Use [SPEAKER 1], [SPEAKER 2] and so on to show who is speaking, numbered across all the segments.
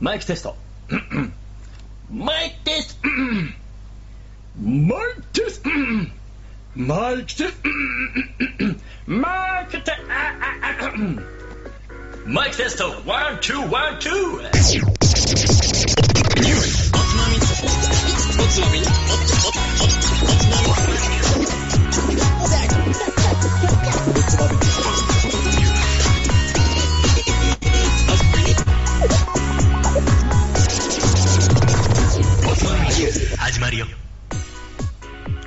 [SPEAKER 1] マイクテスト。マイクテスト。マイクテスト。マイクテスト。マイクテスト。マイクテスト。ワン、ツー、ワン、ツー。始まるよ。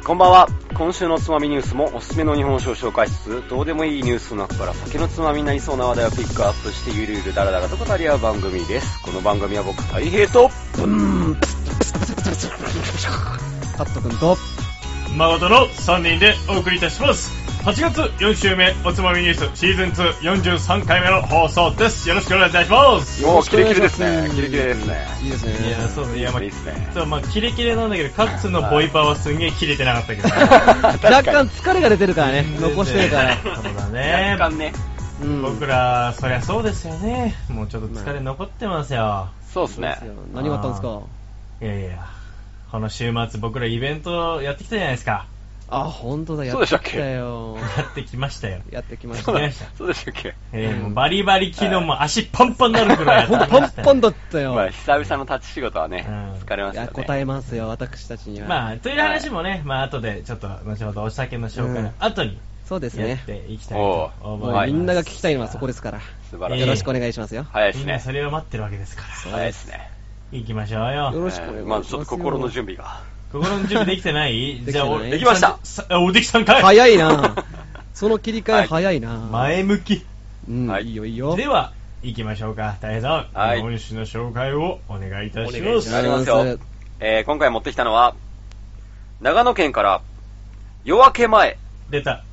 [SPEAKER 2] こんばんは。今週のつまみニュースもおすすめの日本酒を紹介しつつ、どうでもいいニュースの中から酒のつまみになりそうな話題をピックアップしてゆるゆるだらだらと語り合う番組です。この番組は僕、大平と、
[SPEAKER 3] カット君と、
[SPEAKER 4] 誠の3人でお送りいたします8月4週目おつまみニュースシーズン243回目の放送ですよろしくお願いいたします
[SPEAKER 2] おー、キレキレですね。キレキレですね。
[SPEAKER 3] いいですね。
[SPEAKER 4] いやそうですねいやま
[SPEAKER 2] いいですね
[SPEAKER 4] あ。そうまあキレキレなんだけどカッツのボイパーはすんげえキレてなかったけど
[SPEAKER 3] 若
[SPEAKER 2] 確か
[SPEAKER 3] 干
[SPEAKER 2] に。
[SPEAKER 3] 疲れが出てるからね、残してるから。
[SPEAKER 4] そうだね
[SPEAKER 2] 若干ね。
[SPEAKER 3] うん。
[SPEAKER 4] 僕らそりゃそうですよねもうちょっと疲れ残ってますよ
[SPEAKER 2] そうですね。
[SPEAKER 3] 何があったんですか
[SPEAKER 4] いやいやこの週末僕らイベントやってきたじゃないですか
[SPEAKER 3] あ、ほんとだ、や
[SPEAKER 2] そうで
[SPEAKER 3] っ
[SPEAKER 2] した
[SPEAKER 3] て
[SPEAKER 2] っ
[SPEAKER 3] き
[SPEAKER 2] け
[SPEAKER 3] た よ。
[SPEAKER 4] やってきましたよ
[SPEAKER 3] やってきまし
[SPEAKER 2] そ
[SPEAKER 3] た
[SPEAKER 2] う
[SPEAKER 3] ね。
[SPEAKER 2] だそうでしたっけ
[SPEAKER 4] えーもうバリバリ昨日も足パンパンになるくらい
[SPEAKER 3] ほん
[SPEAKER 4] や
[SPEAKER 3] と
[SPEAKER 4] ってき
[SPEAKER 3] パ
[SPEAKER 4] ま
[SPEAKER 3] ン
[SPEAKER 4] したよ
[SPEAKER 3] パンだったよ。
[SPEAKER 2] まあ、久々の立ち仕事はね
[SPEAKER 4] うん、
[SPEAKER 2] 疲れま
[SPEAKER 3] い
[SPEAKER 2] した
[SPEAKER 3] や、
[SPEAKER 2] ね。
[SPEAKER 3] 答えますよ、私たちには。
[SPEAKER 4] まあ、という話もね、まあ、後で、ちょっと、後ほどお酒の紹介の後に、
[SPEAKER 3] そうです
[SPEAKER 4] やっ
[SPEAKER 3] ね。
[SPEAKER 4] ていきたいと思い
[SPEAKER 3] も
[SPEAKER 4] ます。
[SPEAKER 3] うみんなが聞きたいのはそこですから。
[SPEAKER 2] 素晴らし
[SPEAKER 4] え
[SPEAKER 3] よ
[SPEAKER 2] い。
[SPEAKER 3] ろしくお願いしますよ。
[SPEAKER 2] 早いで
[SPEAKER 4] み
[SPEAKER 2] す
[SPEAKER 4] んな
[SPEAKER 2] ね。
[SPEAKER 4] それを待ってるわけですか
[SPEAKER 2] 早いですね。
[SPEAKER 4] ら。行きましょう
[SPEAKER 3] よ
[SPEAKER 4] よ。
[SPEAKER 3] ろしくお願いしますよ。
[SPEAKER 2] まずちょっと心の準備が。
[SPEAKER 4] 心の準備できてない
[SPEAKER 3] できてない
[SPEAKER 4] じゃあ、俺
[SPEAKER 3] で
[SPEAKER 2] きました
[SPEAKER 4] さあおできさんかい
[SPEAKER 3] 早い なその切り替え早いな
[SPEAKER 4] 前向き。
[SPEAKER 3] うん、、
[SPEAKER 2] はいい
[SPEAKER 3] いよいいよ。
[SPEAKER 4] では、行きましょうか。大変さん、
[SPEAKER 2] はい
[SPEAKER 4] 今週の紹介をお願いいたし
[SPEAKER 2] お願
[SPEAKER 4] ま
[SPEAKER 2] いし
[SPEAKER 4] す。
[SPEAKER 2] ますえー今回持ってきたのは、長野県から、夜明け前。
[SPEAKER 4] 出た。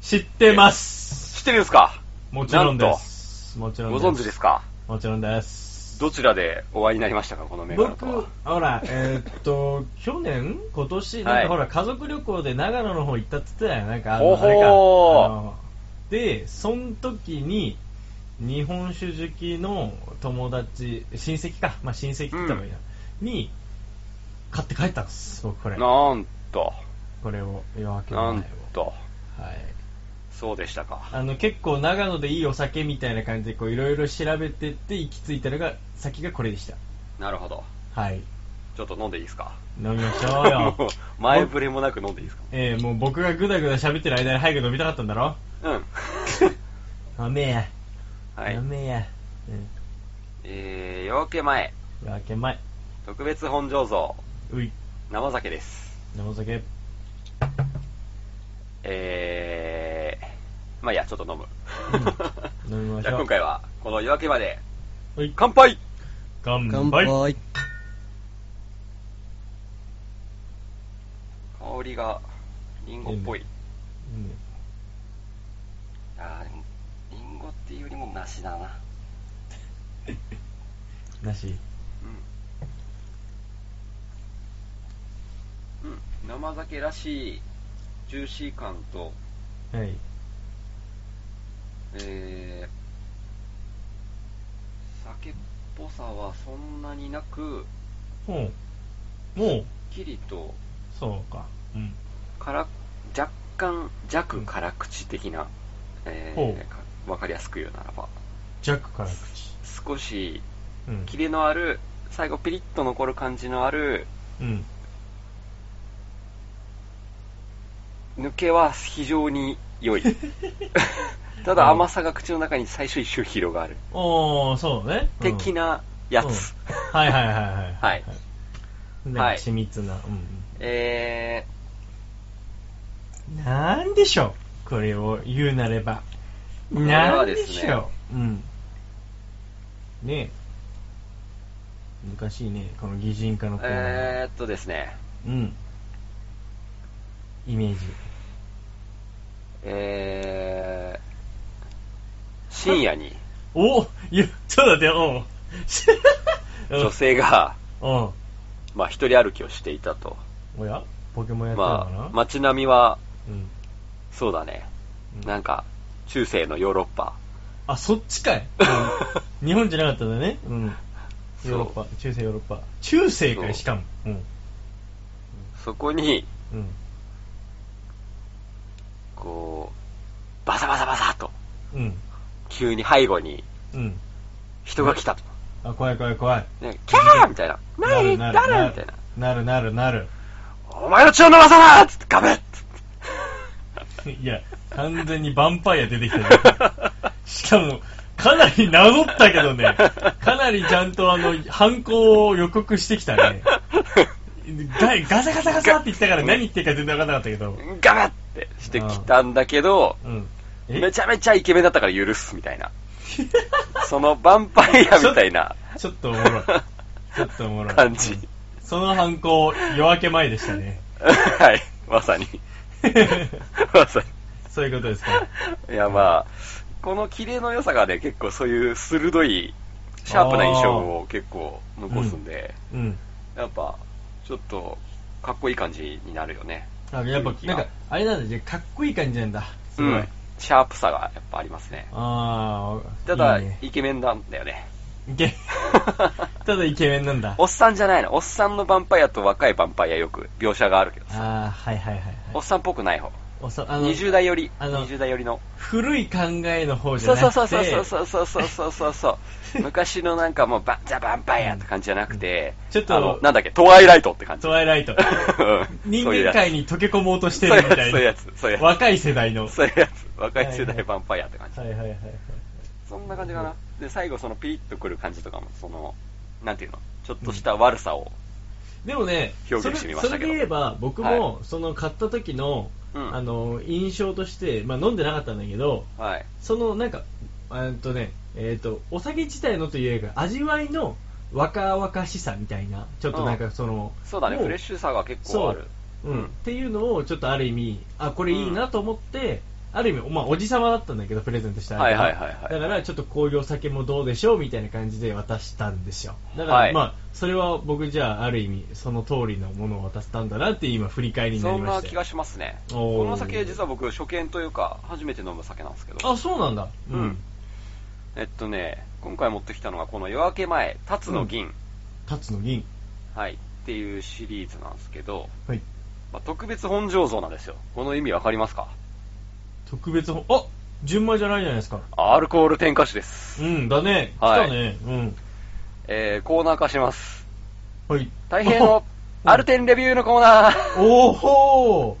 [SPEAKER 4] 知ってます。
[SPEAKER 2] 知ってるんですか
[SPEAKER 4] もちろんです。もちろん
[SPEAKER 2] ご
[SPEAKER 4] です。
[SPEAKER 2] 存知ですか
[SPEAKER 4] もちろんです。
[SPEAKER 2] どちらでお会いになりましたかこの銘柄と
[SPEAKER 4] 僕
[SPEAKER 2] は。、
[SPEAKER 4] ほら、えーっと、 去年今年、なん
[SPEAKER 2] は
[SPEAKER 4] か
[SPEAKER 2] い
[SPEAKER 4] ほら、家族旅行で長野の方行ったって言ってたよ。なんか、あ
[SPEAKER 2] ほほ
[SPEAKER 4] の、
[SPEAKER 2] ー
[SPEAKER 4] あれかあので、その時に、日本酒好きの友達、親戚か。まあ、親戚って言った方がいいな。に、買って帰ったんです、僕これ。
[SPEAKER 2] なんと、
[SPEAKER 4] これを、夜明け前を。
[SPEAKER 2] なんと、
[SPEAKER 4] はい。
[SPEAKER 2] そうでしたか。
[SPEAKER 4] あの、結構長野でいいお酒みたいな感じで、こう、いろいろ調べてって、行き着いたのが、先がこれでした。
[SPEAKER 2] なるほど。
[SPEAKER 4] はい。
[SPEAKER 2] ちょっと飲んでいいですか
[SPEAKER 4] 飲みましょうよ。
[SPEAKER 2] もう、 前触れもなく飲んでいいです
[SPEAKER 4] えー、もう僕がぐだぐだ喋ってる間に早く飲みたかったんだろ
[SPEAKER 2] か うん。
[SPEAKER 4] 飲めや。
[SPEAKER 2] はい
[SPEAKER 4] 飲。めや。
[SPEAKER 2] えー、夜明け前、
[SPEAKER 4] うん。夜明け前。
[SPEAKER 2] 特別本醸造、
[SPEAKER 4] うい。
[SPEAKER 2] 生酒です。
[SPEAKER 4] 飲む酒。
[SPEAKER 2] えー、まあいいや、ちょっと飲む。
[SPEAKER 4] うん飲み ましょう
[SPEAKER 2] じゃあ今回は、この夜明けまで、
[SPEAKER 4] うい。
[SPEAKER 2] 乾杯
[SPEAKER 4] 乾杯。
[SPEAKER 3] 乾杯。
[SPEAKER 2] 香りが、リンゴっぽい。
[SPEAKER 4] うん
[SPEAKER 2] あーでも、リンゴっていうよりも梨だな。
[SPEAKER 4] なし。
[SPEAKER 2] うん。うん。生酒らしい、ジューシー感と、
[SPEAKER 4] はい。
[SPEAKER 2] えー、酒っぽさはそんなになく、
[SPEAKER 4] ほう。もう、
[SPEAKER 2] きりと
[SPEAKER 4] そうか。うん。
[SPEAKER 2] 辛、若干弱辛口的な、え
[SPEAKER 4] ほ
[SPEAKER 2] ー、
[SPEAKER 4] う
[SPEAKER 2] かわかりやすく言うならば、
[SPEAKER 4] ジャックから口。
[SPEAKER 2] 少し
[SPEAKER 4] うん。
[SPEAKER 2] キレのある、最後ピリッと残る感じのある、
[SPEAKER 4] うん。
[SPEAKER 2] 抜けは非常に良 い。ただ甘さが口の中に最初一瞬広がる。
[SPEAKER 4] おー、そうね。うん
[SPEAKER 2] 的なやつ。
[SPEAKER 4] はいはいはいはい。
[SPEAKER 2] はい。
[SPEAKER 4] なん
[SPEAKER 2] はい
[SPEAKER 4] か緻密な。うん
[SPEAKER 2] え
[SPEAKER 4] うん。なんでしょう。これを言うなれば。
[SPEAKER 2] これは
[SPEAKER 4] なん
[SPEAKER 2] で
[SPEAKER 4] です
[SPEAKER 2] ね
[SPEAKER 4] しょう。うん。ねえ。難しいね、この擬人化の
[SPEAKER 2] ー、
[SPEAKER 4] コーナー。
[SPEAKER 2] えー、っとですね、
[SPEAKER 4] うん。イメージ。
[SPEAKER 2] えー、深夜に
[SPEAKER 4] おいや、ちょっと待って よ、おう。
[SPEAKER 2] 女性が、
[SPEAKER 4] うん。うん
[SPEAKER 2] まあ一人歩きをしていたと。
[SPEAKER 4] おやポケモンやってるのかな、
[SPEAKER 2] まあ街並みは
[SPEAKER 4] うん。
[SPEAKER 2] そうだね。
[SPEAKER 4] うん
[SPEAKER 2] なんか、中世のヨーロッパ。
[SPEAKER 4] あ、そっちかい。 うん日本じゃなかったんだね。うん。
[SPEAKER 2] そう
[SPEAKER 4] ヨーロッパ、中世ヨーロッパ。中世か
[SPEAKER 2] そう
[SPEAKER 4] い、しかも。うん。
[SPEAKER 2] そこに、
[SPEAKER 4] うん。
[SPEAKER 2] こう、バサバサバサと、
[SPEAKER 4] うん。
[SPEAKER 2] 急に背後に
[SPEAKER 4] うん。
[SPEAKER 2] 人が来たと。
[SPEAKER 4] あ、怖い怖い怖い。
[SPEAKER 2] ね、キャーみたいな。何
[SPEAKER 4] なる
[SPEAKER 2] 誰
[SPEAKER 4] な
[SPEAKER 2] みたい
[SPEAKER 4] る
[SPEAKER 2] な。
[SPEAKER 4] なるなるなる。
[SPEAKER 2] お前の血を飲まさなつってガブッつって。
[SPEAKER 4] いや、完全にヴァンパイア出てきたね。 しかも、かなりなぞったけどね、かなりちゃんとあの、犯行を予告してきたね。ガガサガサガサって言ったから何言ってるか全然わかんなかったけど。
[SPEAKER 2] ガブッってしてきたんだけど、
[SPEAKER 4] うん。
[SPEAKER 2] めちゃめちゃイケメンだったから許すみたいな。そのヴァンパイアみたいな
[SPEAKER 4] ちょっとおもろい。ちょっとおもろい。
[SPEAKER 2] 感じ
[SPEAKER 4] うん。その犯行、夜明け前でしたね。
[SPEAKER 2] はい、まさに。 まさ
[SPEAKER 4] そういうことですか。
[SPEAKER 2] に。いや、まあ、このキレの良さがね、結構そういう鋭い、シャープな印象を結構残すんで、
[SPEAKER 4] うん。
[SPEAKER 2] やっぱ、ちょっと、かっこいい感じになるよね。
[SPEAKER 4] あやっぱ、なんか、あれなんだね、かっこいい感じなんだ。すごい。
[SPEAKER 2] うんシャープさがやっぱありますね。
[SPEAKER 4] ああ、
[SPEAKER 2] ただ、
[SPEAKER 4] いいね
[SPEAKER 2] イケメンなんだよね。
[SPEAKER 4] イケ ただイケメンなんだ。
[SPEAKER 2] おっさんじゃないの。おっさんのヴァンパイアと若いヴァンパイアよく描写があるけどさ。
[SPEAKER 4] ああ、はいはいはい、
[SPEAKER 2] お
[SPEAKER 4] は
[SPEAKER 2] っ
[SPEAKER 4] い。
[SPEAKER 2] さんっぽくない方。
[SPEAKER 4] おさあの
[SPEAKER 2] 20代より、
[SPEAKER 4] あの
[SPEAKER 2] 20代よりの。
[SPEAKER 4] 古い考えの方じ
[SPEAKER 2] そ
[SPEAKER 4] ゃ
[SPEAKER 2] う
[SPEAKER 4] なく
[SPEAKER 2] そ
[SPEAKER 4] て
[SPEAKER 2] うそうそうそうそうそうそうそうそう。昔のなんかもうバ、ザ・ヴァンパイアって感じじゃなくて、
[SPEAKER 4] ちょっと
[SPEAKER 2] あの、なんだっけ、トワイライトって感じ。
[SPEAKER 4] トワイライ ト
[SPEAKER 2] う。ん
[SPEAKER 4] 人
[SPEAKER 2] そういうや
[SPEAKER 4] 間
[SPEAKER 2] つ
[SPEAKER 4] 界に溶け込もうとしてるみたい
[SPEAKER 2] そういう
[SPEAKER 4] な
[SPEAKER 2] やつそういうやつそういうや。つ
[SPEAKER 4] 若い世代の。
[SPEAKER 2] そういうやつ。若い世代
[SPEAKER 4] はい
[SPEAKER 2] ヴ
[SPEAKER 4] は
[SPEAKER 2] ァンパイアって感じ。
[SPEAKER 4] はいはいはいはい。
[SPEAKER 2] そんな感じかな。で、最後そのピリッとくる感じとかも、その、なんていうの、ちょっとした悪さを。
[SPEAKER 4] でもね、
[SPEAKER 2] 表
[SPEAKER 4] そ
[SPEAKER 2] 現
[SPEAKER 4] れ
[SPEAKER 2] してみました
[SPEAKER 4] そ
[SPEAKER 2] けど
[SPEAKER 4] れで言えば、僕
[SPEAKER 2] は
[SPEAKER 4] も、その買った時の、
[SPEAKER 2] うん
[SPEAKER 4] あの、印象として、まあ飲んでなかったんだけど、
[SPEAKER 2] はい。
[SPEAKER 4] そのなんか、えっとね、えっ、と、お酒自体のというか、味わいの若々しさみたいな、ちょっとなんかその、
[SPEAKER 2] そうだね、
[SPEAKER 4] も
[SPEAKER 2] フレッシュさが結構ある。
[SPEAKER 4] う、うん、っていうのをちょっとある意味あこれいいなと思って、ある意味、まあ、おじさまだったんだけどプレゼントした
[SPEAKER 2] はいはいはいはい
[SPEAKER 4] だからちょっとこういうお酒もどうでしょうみたいな感じで渡したんですよだから、
[SPEAKER 2] はい
[SPEAKER 4] まあそれは僕じゃあある意味その通りのものを渡したんだなって今振り返りにな
[SPEAKER 2] そ
[SPEAKER 4] り
[SPEAKER 2] ん
[SPEAKER 4] ま
[SPEAKER 2] な
[SPEAKER 4] した
[SPEAKER 2] 気がしますね。
[SPEAKER 4] おー
[SPEAKER 2] この酒、実は僕、初見というか、初めて飲む酒なんですけど、
[SPEAKER 4] あそうなんだう
[SPEAKER 2] うん
[SPEAKER 4] ん
[SPEAKER 2] えっとね、今回持ってきたのが、この夜明け前、タツの銀、
[SPEAKER 4] 立つの銀
[SPEAKER 2] はい、っていうシリーズなんですけど、
[SPEAKER 4] はい
[SPEAKER 2] まあ、特別本醸造なんですよ。この意味わかりますか
[SPEAKER 4] 特別ほあ純米じゃないじゃないですか
[SPEAKER 2] アルコール添加酒です。
[SPEAKER 4] うんだね、
[SPEAKER 2] はい
[SPEAKER 4] 来たねうん
[SPEAKER 2] えー、コーナー化します。
[SPEAKER 4] はい
[SPEAKER 2] 大変のアルテンレビューのコーナー。
[SPEAKER 4] おほー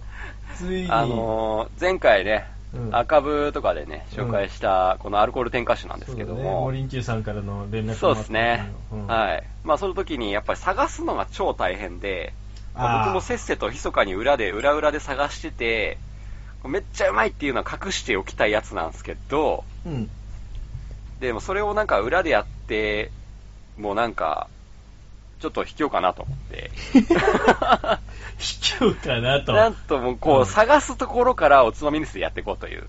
[SPEAKER 4] ついに
[SPEAKER 2] あのー、前回ね、
[SPEAKER 4] うん
[SPEAKER 2] 赤部とかでね、紹介した、このアルコール添加酒なんですけど
[SPEAKER 4] そうだね、
[SPEAKER 2] も、
[SPEAKER 4] モリンキューさんからの連絡もあった
[SPEAKER 2] そうですね。
[SPEAKER 4] うん
[SPEAKER 2] はい。まあ、その時に、やっぱり探すのが超大変で、
[SPEAKER 4] あー
[SPEAKER 2] 僕もせっせと密かに裏で、裏裏で探してて、めっちゃうまいっていうのは隠しておきたいやつなんですけど、
[SPEAKER 4] うん。
[SPEAKER 2] でもそれをなんか裏でやって、もうなんか、ちょっと卑怯かなと思っ て。
[SPEAKER 4] 卑怯かなと。
[SPEAKER 2] なんともうこ
[SPEAKER 4] う
[SPEAKER 2] う、
[SPEAKER 4] ん
[SPEAKER 2] 探すところからおつまみニュースでやっていこうという。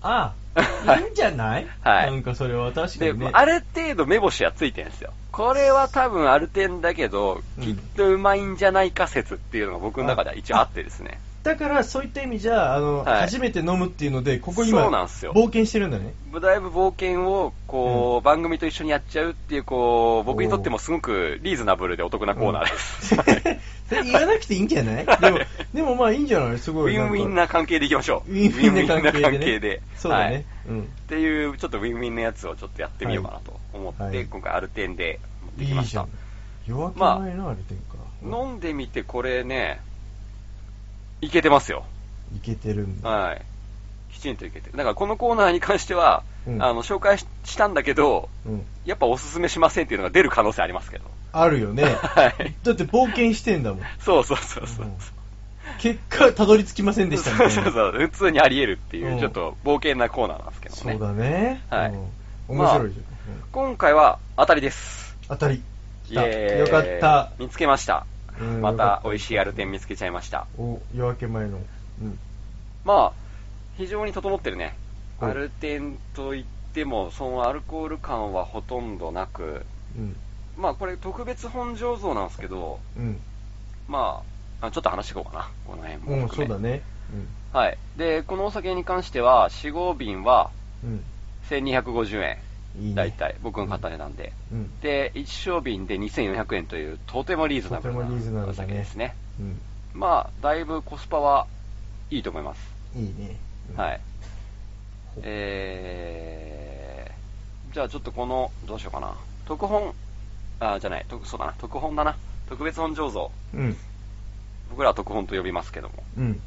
[SPEAKER 4] あ
[SPEAKER 2] は
[SPEAKER 4] あ、
[SPEAKER 2] い
[SPEAKER 4] いいんじゃない
[SPEAKER 2] はい
[SPEAKER 4] なんかそれは確か
[SPEAKER 2] で、
[SPEAKER 4] にね。
[SPEAKER 2] ある程度目星はついてるんですよ。これは多分アルテンだけど、
[SPEAKER 4] うん
[SPEAKER 2] きっとうまいんじゃないか説っていうのが僕の中では一応あってですね。
[SPEAKER 4] だからそういった意味じゃ、あの、
[SPEAKER 2] はい
[SPEAKER 4] 初めて飲むっていうので、ここ今、
[SPEAKER 2] そうなんすよ
[SPEAKER 4] 冒険してるんだね。
[SPEAKER 2] だいぶ冒険を、こう、番組と一緒にやっちゃうっていう、こう、僕にとっても
[SPEAKER 4] お
[SPEAKER 2] すごくリーズナブルでお得なコーナーです。
[SPEAKER 4] それ言わなくていいんじゃないでも、でもまあいいんじゃないす
[SPEAKER 2] ウ
[SPEAKER 4] ごい
[SPEAKER 2] ィ
[SPEAKER 4] なん
[SPEAKER 2] ン
[SPEAKER 4] か。
[SPEAKER 2] ウィンな関係でいきましょう。
[SPEAKER 4] ウィンウィンな
[SPEAKER 2] ウィンウィ
[SPEAKER 4] 関係で、ね。
[SPEAKER 2] ンな関係で
[SPEAKER 4] そうだね。
[SPEAKER 2] はい
[SPEAKER 4] うん。
[SPEAKER 2] っていう、ちょっとウィンウィンのやつをちょっとやってみようかなと思って、
[SPEAKER 4] はいはい
[SPEAKER 2] 今回アルテンで持ってき
[SPEAKER 4] いい
[SPEAKER 2] まし
[SPEAKER 4] じゃ
[SPEAKER 2] た
[SPEAKER 4] ん。。夜明け
[SPEAKER 2] まあ
[SPEAKER 4] 前のあれてんか。うん
[SPEAKER 2] 飲んでみて、これね、いけてますよ。
[SPEAKER 4] いけてるんだ。
[SPEAKER 2] はい。きちんといけてる。だからこのコーナーに関しては、
[SPEAKER 4] うん
[SPEAKER 2] あの、紹介ししたんだけど、
[SPEAKER 4] うん。
[SPEAKER 2] やっぱおすすめしませんっていうのが出る可能性ありますけど。
[SPEAKER 4] あるよね。
[SPEAKER 2] はい。
[SPEAKER 4] だって冒険してんだもん。
[SPEAKER 2] そうそうそうそう。
[SPEAKER 4] うん結果、たどり着きませんでしたみたいな。
[SPEAKER 2] そうそうそう普通にあり得るっていう、
[SPEAKER 4] うん
[SPEAKER 2] ちょっと冒険なコーナーなんですけどね。
[SPEAKER 4] そうだね。
[SPEAKER 2] はい
[SPEAKER 4] うん面白いじゃん。うん
[SPEAKER 2] 今回は当たりです。
[SPEAKER 4] 当たり。来た
[SPEAKER 2] イエーイ
[SPEAKER 4] よかった。
[SPEAKER 2] 見つけました。
[SPEAKER 4] うん
[SPEAKER 2] ま
[SPEAKER 4] よか
[SPEAKER 2] た
[SPEAKER 4] った
[SPEAKER 2] 美味しいアルテン見つけちゃいました。
[SPEAKER 4] お、夜明け前の。うん。
[SPEAKER 2] まあ、非常に整ってるね。
[SPEAKER 4] うん
[SPEAKER 2] アルテンといっても、そのアルコール感はほとんどなく、
[SPEAKER 4] うん。
[SPEAKER 2] まあこれ特別本醸造なんですけど、
[SPEAKER 4] うん。
[SPEAKER 2] まあ、あちょっと話していこうかな、この辺も
[SPEAKER 4] うん、
[SPEAKER 2] 含
[SPEAKER 4] そう
[SPEAKER 2] め。
[SPEAKER 4] だね。
[SPEAKER 2] はい。で、このお酒に関しては、4合瓶は
[SPEAKER 4] うん。
[SPEAKER 2] 1250円。
[SPEAKER 4] うん。いいね。
[SPEAKER 2] だいたい。僕の買った値段で。
[SPEAKER 4] うん。
[SPEAKER 2] で、1小瓶で2400円という、とてもリーズナブル
[SPEAKER 4] とてもリーズナ
[SPEAKER 2] な
[SPEAKER 4] ブルだね
[SPEAKER 2] お酒ですね。
[SPEAKER 4] うん。
[SPEAKER 2] まあ、だいぶコスパはいいと思います。
[SPEAKER 4] いいね。うん
[SPEAKER 2] はい。。えー、じゃあちょっとこの、どうしようかな。特本、あ、じゃない、特そうだな、特本だな。特別本醸造。
[SPEAKER 4] うん。
[SPEAKER 2] 僕らは特本と呼びますけども。
[SPEAKER 4] うん。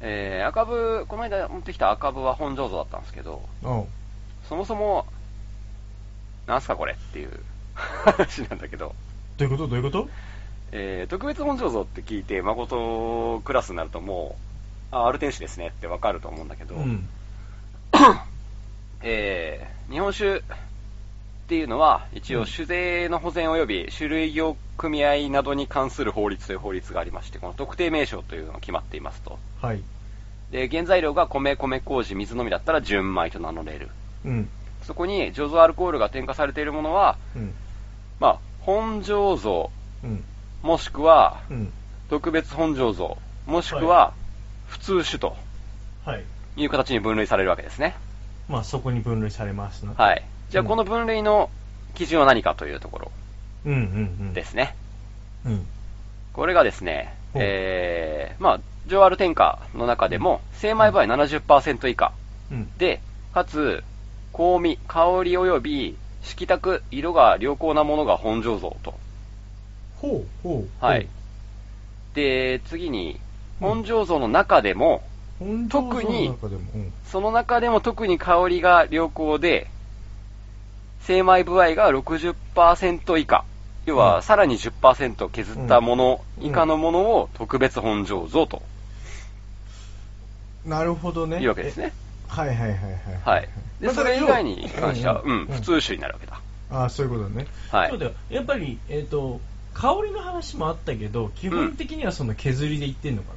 [SPEAKER 2] えー、赤部、この間持ってきた赤部は本醸造だったんですけど、
[SPEAKER 4] おう。
[SPEAKER 2] そもそも、なんすかこれっていう 話なんだけど、
[SPEAKER 4] どういうことどういうこと
[SPEAKER 2] えー、特別本醸造って聞いて、誠クラスになるともう、あ、アルテンシですねってわかると思うんだけど、
[SPEAKER 4] うん。
[SPEAKER 2] えー日本酒っていうのは、一応酒税の保全及び種類業組合などに関する法律という法律がありまして、この特定名称というのが決まっていますと。
[SPEAKER 4] はい。
[SPEAKER 2] で、原材料が米、米麹、水のみだったら純米と名乗れる。
[SPEAKER 4] うん。
[SPEAKER 2] そこに醸造アルコールが添加されているものは、
[SPEAKER 4] うん。
[SPEAKER 2] まあ、本醸造、
[SPEAKER 4] うん。
[SPEAKER 2] もしくは
[SPEAKER 4] うん。
[SPEAKER 2] 特別本醸造、もしくは普通酒と
[SPEAKER 4] はい。
[SPEAKER 2] いう形に分類されるわけですね。
[SPEAKER 4] まあ、そこに分類されますな。
[SPEAKER 2] はい。じゃあ、この分類の基準は何かというところ
[SPEAKER 4] うんうんうん。
[SPEAKER 2] ですね。
[SPEAKER 4] うん。
[SPEAKER 2] これがですね、
[SPEAKER 4] うん
[SPEAKER 2] えー、まあ、上アル添加の中でも、精米場合70%以下
[SPEAKER 4] うん。
[SPEAKER 2] で、かつ、香味、香り及び色沢、色が良好なものが本醸造と。
[SPEAKER 4] ほうほう。
[SPEAKER 2] はい。。で、次に、
[SPEAKER 4] うん
[SPEAKER 2] 本醸造の中でも、
[SPEAKER 4] 本当
[SPEAKER 2] 特に
[SPEAKER 4] 中でも、うん。
[SPEAKER 2] その中でも特に香りが良好で、精米部合が60%以下、要
[SPEAKER 4] う
[SPEAKER 2] は
[SPEAKER 4] ん
[SPEAKER 2] さらに10%削ったもの以下のものを特別本醸造と
[SPEAKER 4] なるほどね。
[SPEAKER 2] いうわけですね。
[SPEAKER 4] え。はいはいはいはい。
[SPEAKER 2] はい。で、
[SPEAKER 4] まあ
[SPEAKER 2] それ以外に関しては、うん、普。
[SPEAKER 4] だ
[SPEAKER 2] 通酒になるわけだ。
[SPEAKER 4] けどああ、そういうことね。
[SPEAKER 2] はい
[SPEAKER 4] そう。だよ。やっぱり、えっと、香りの話もあったけど、基本的にはその削りで言ってんのか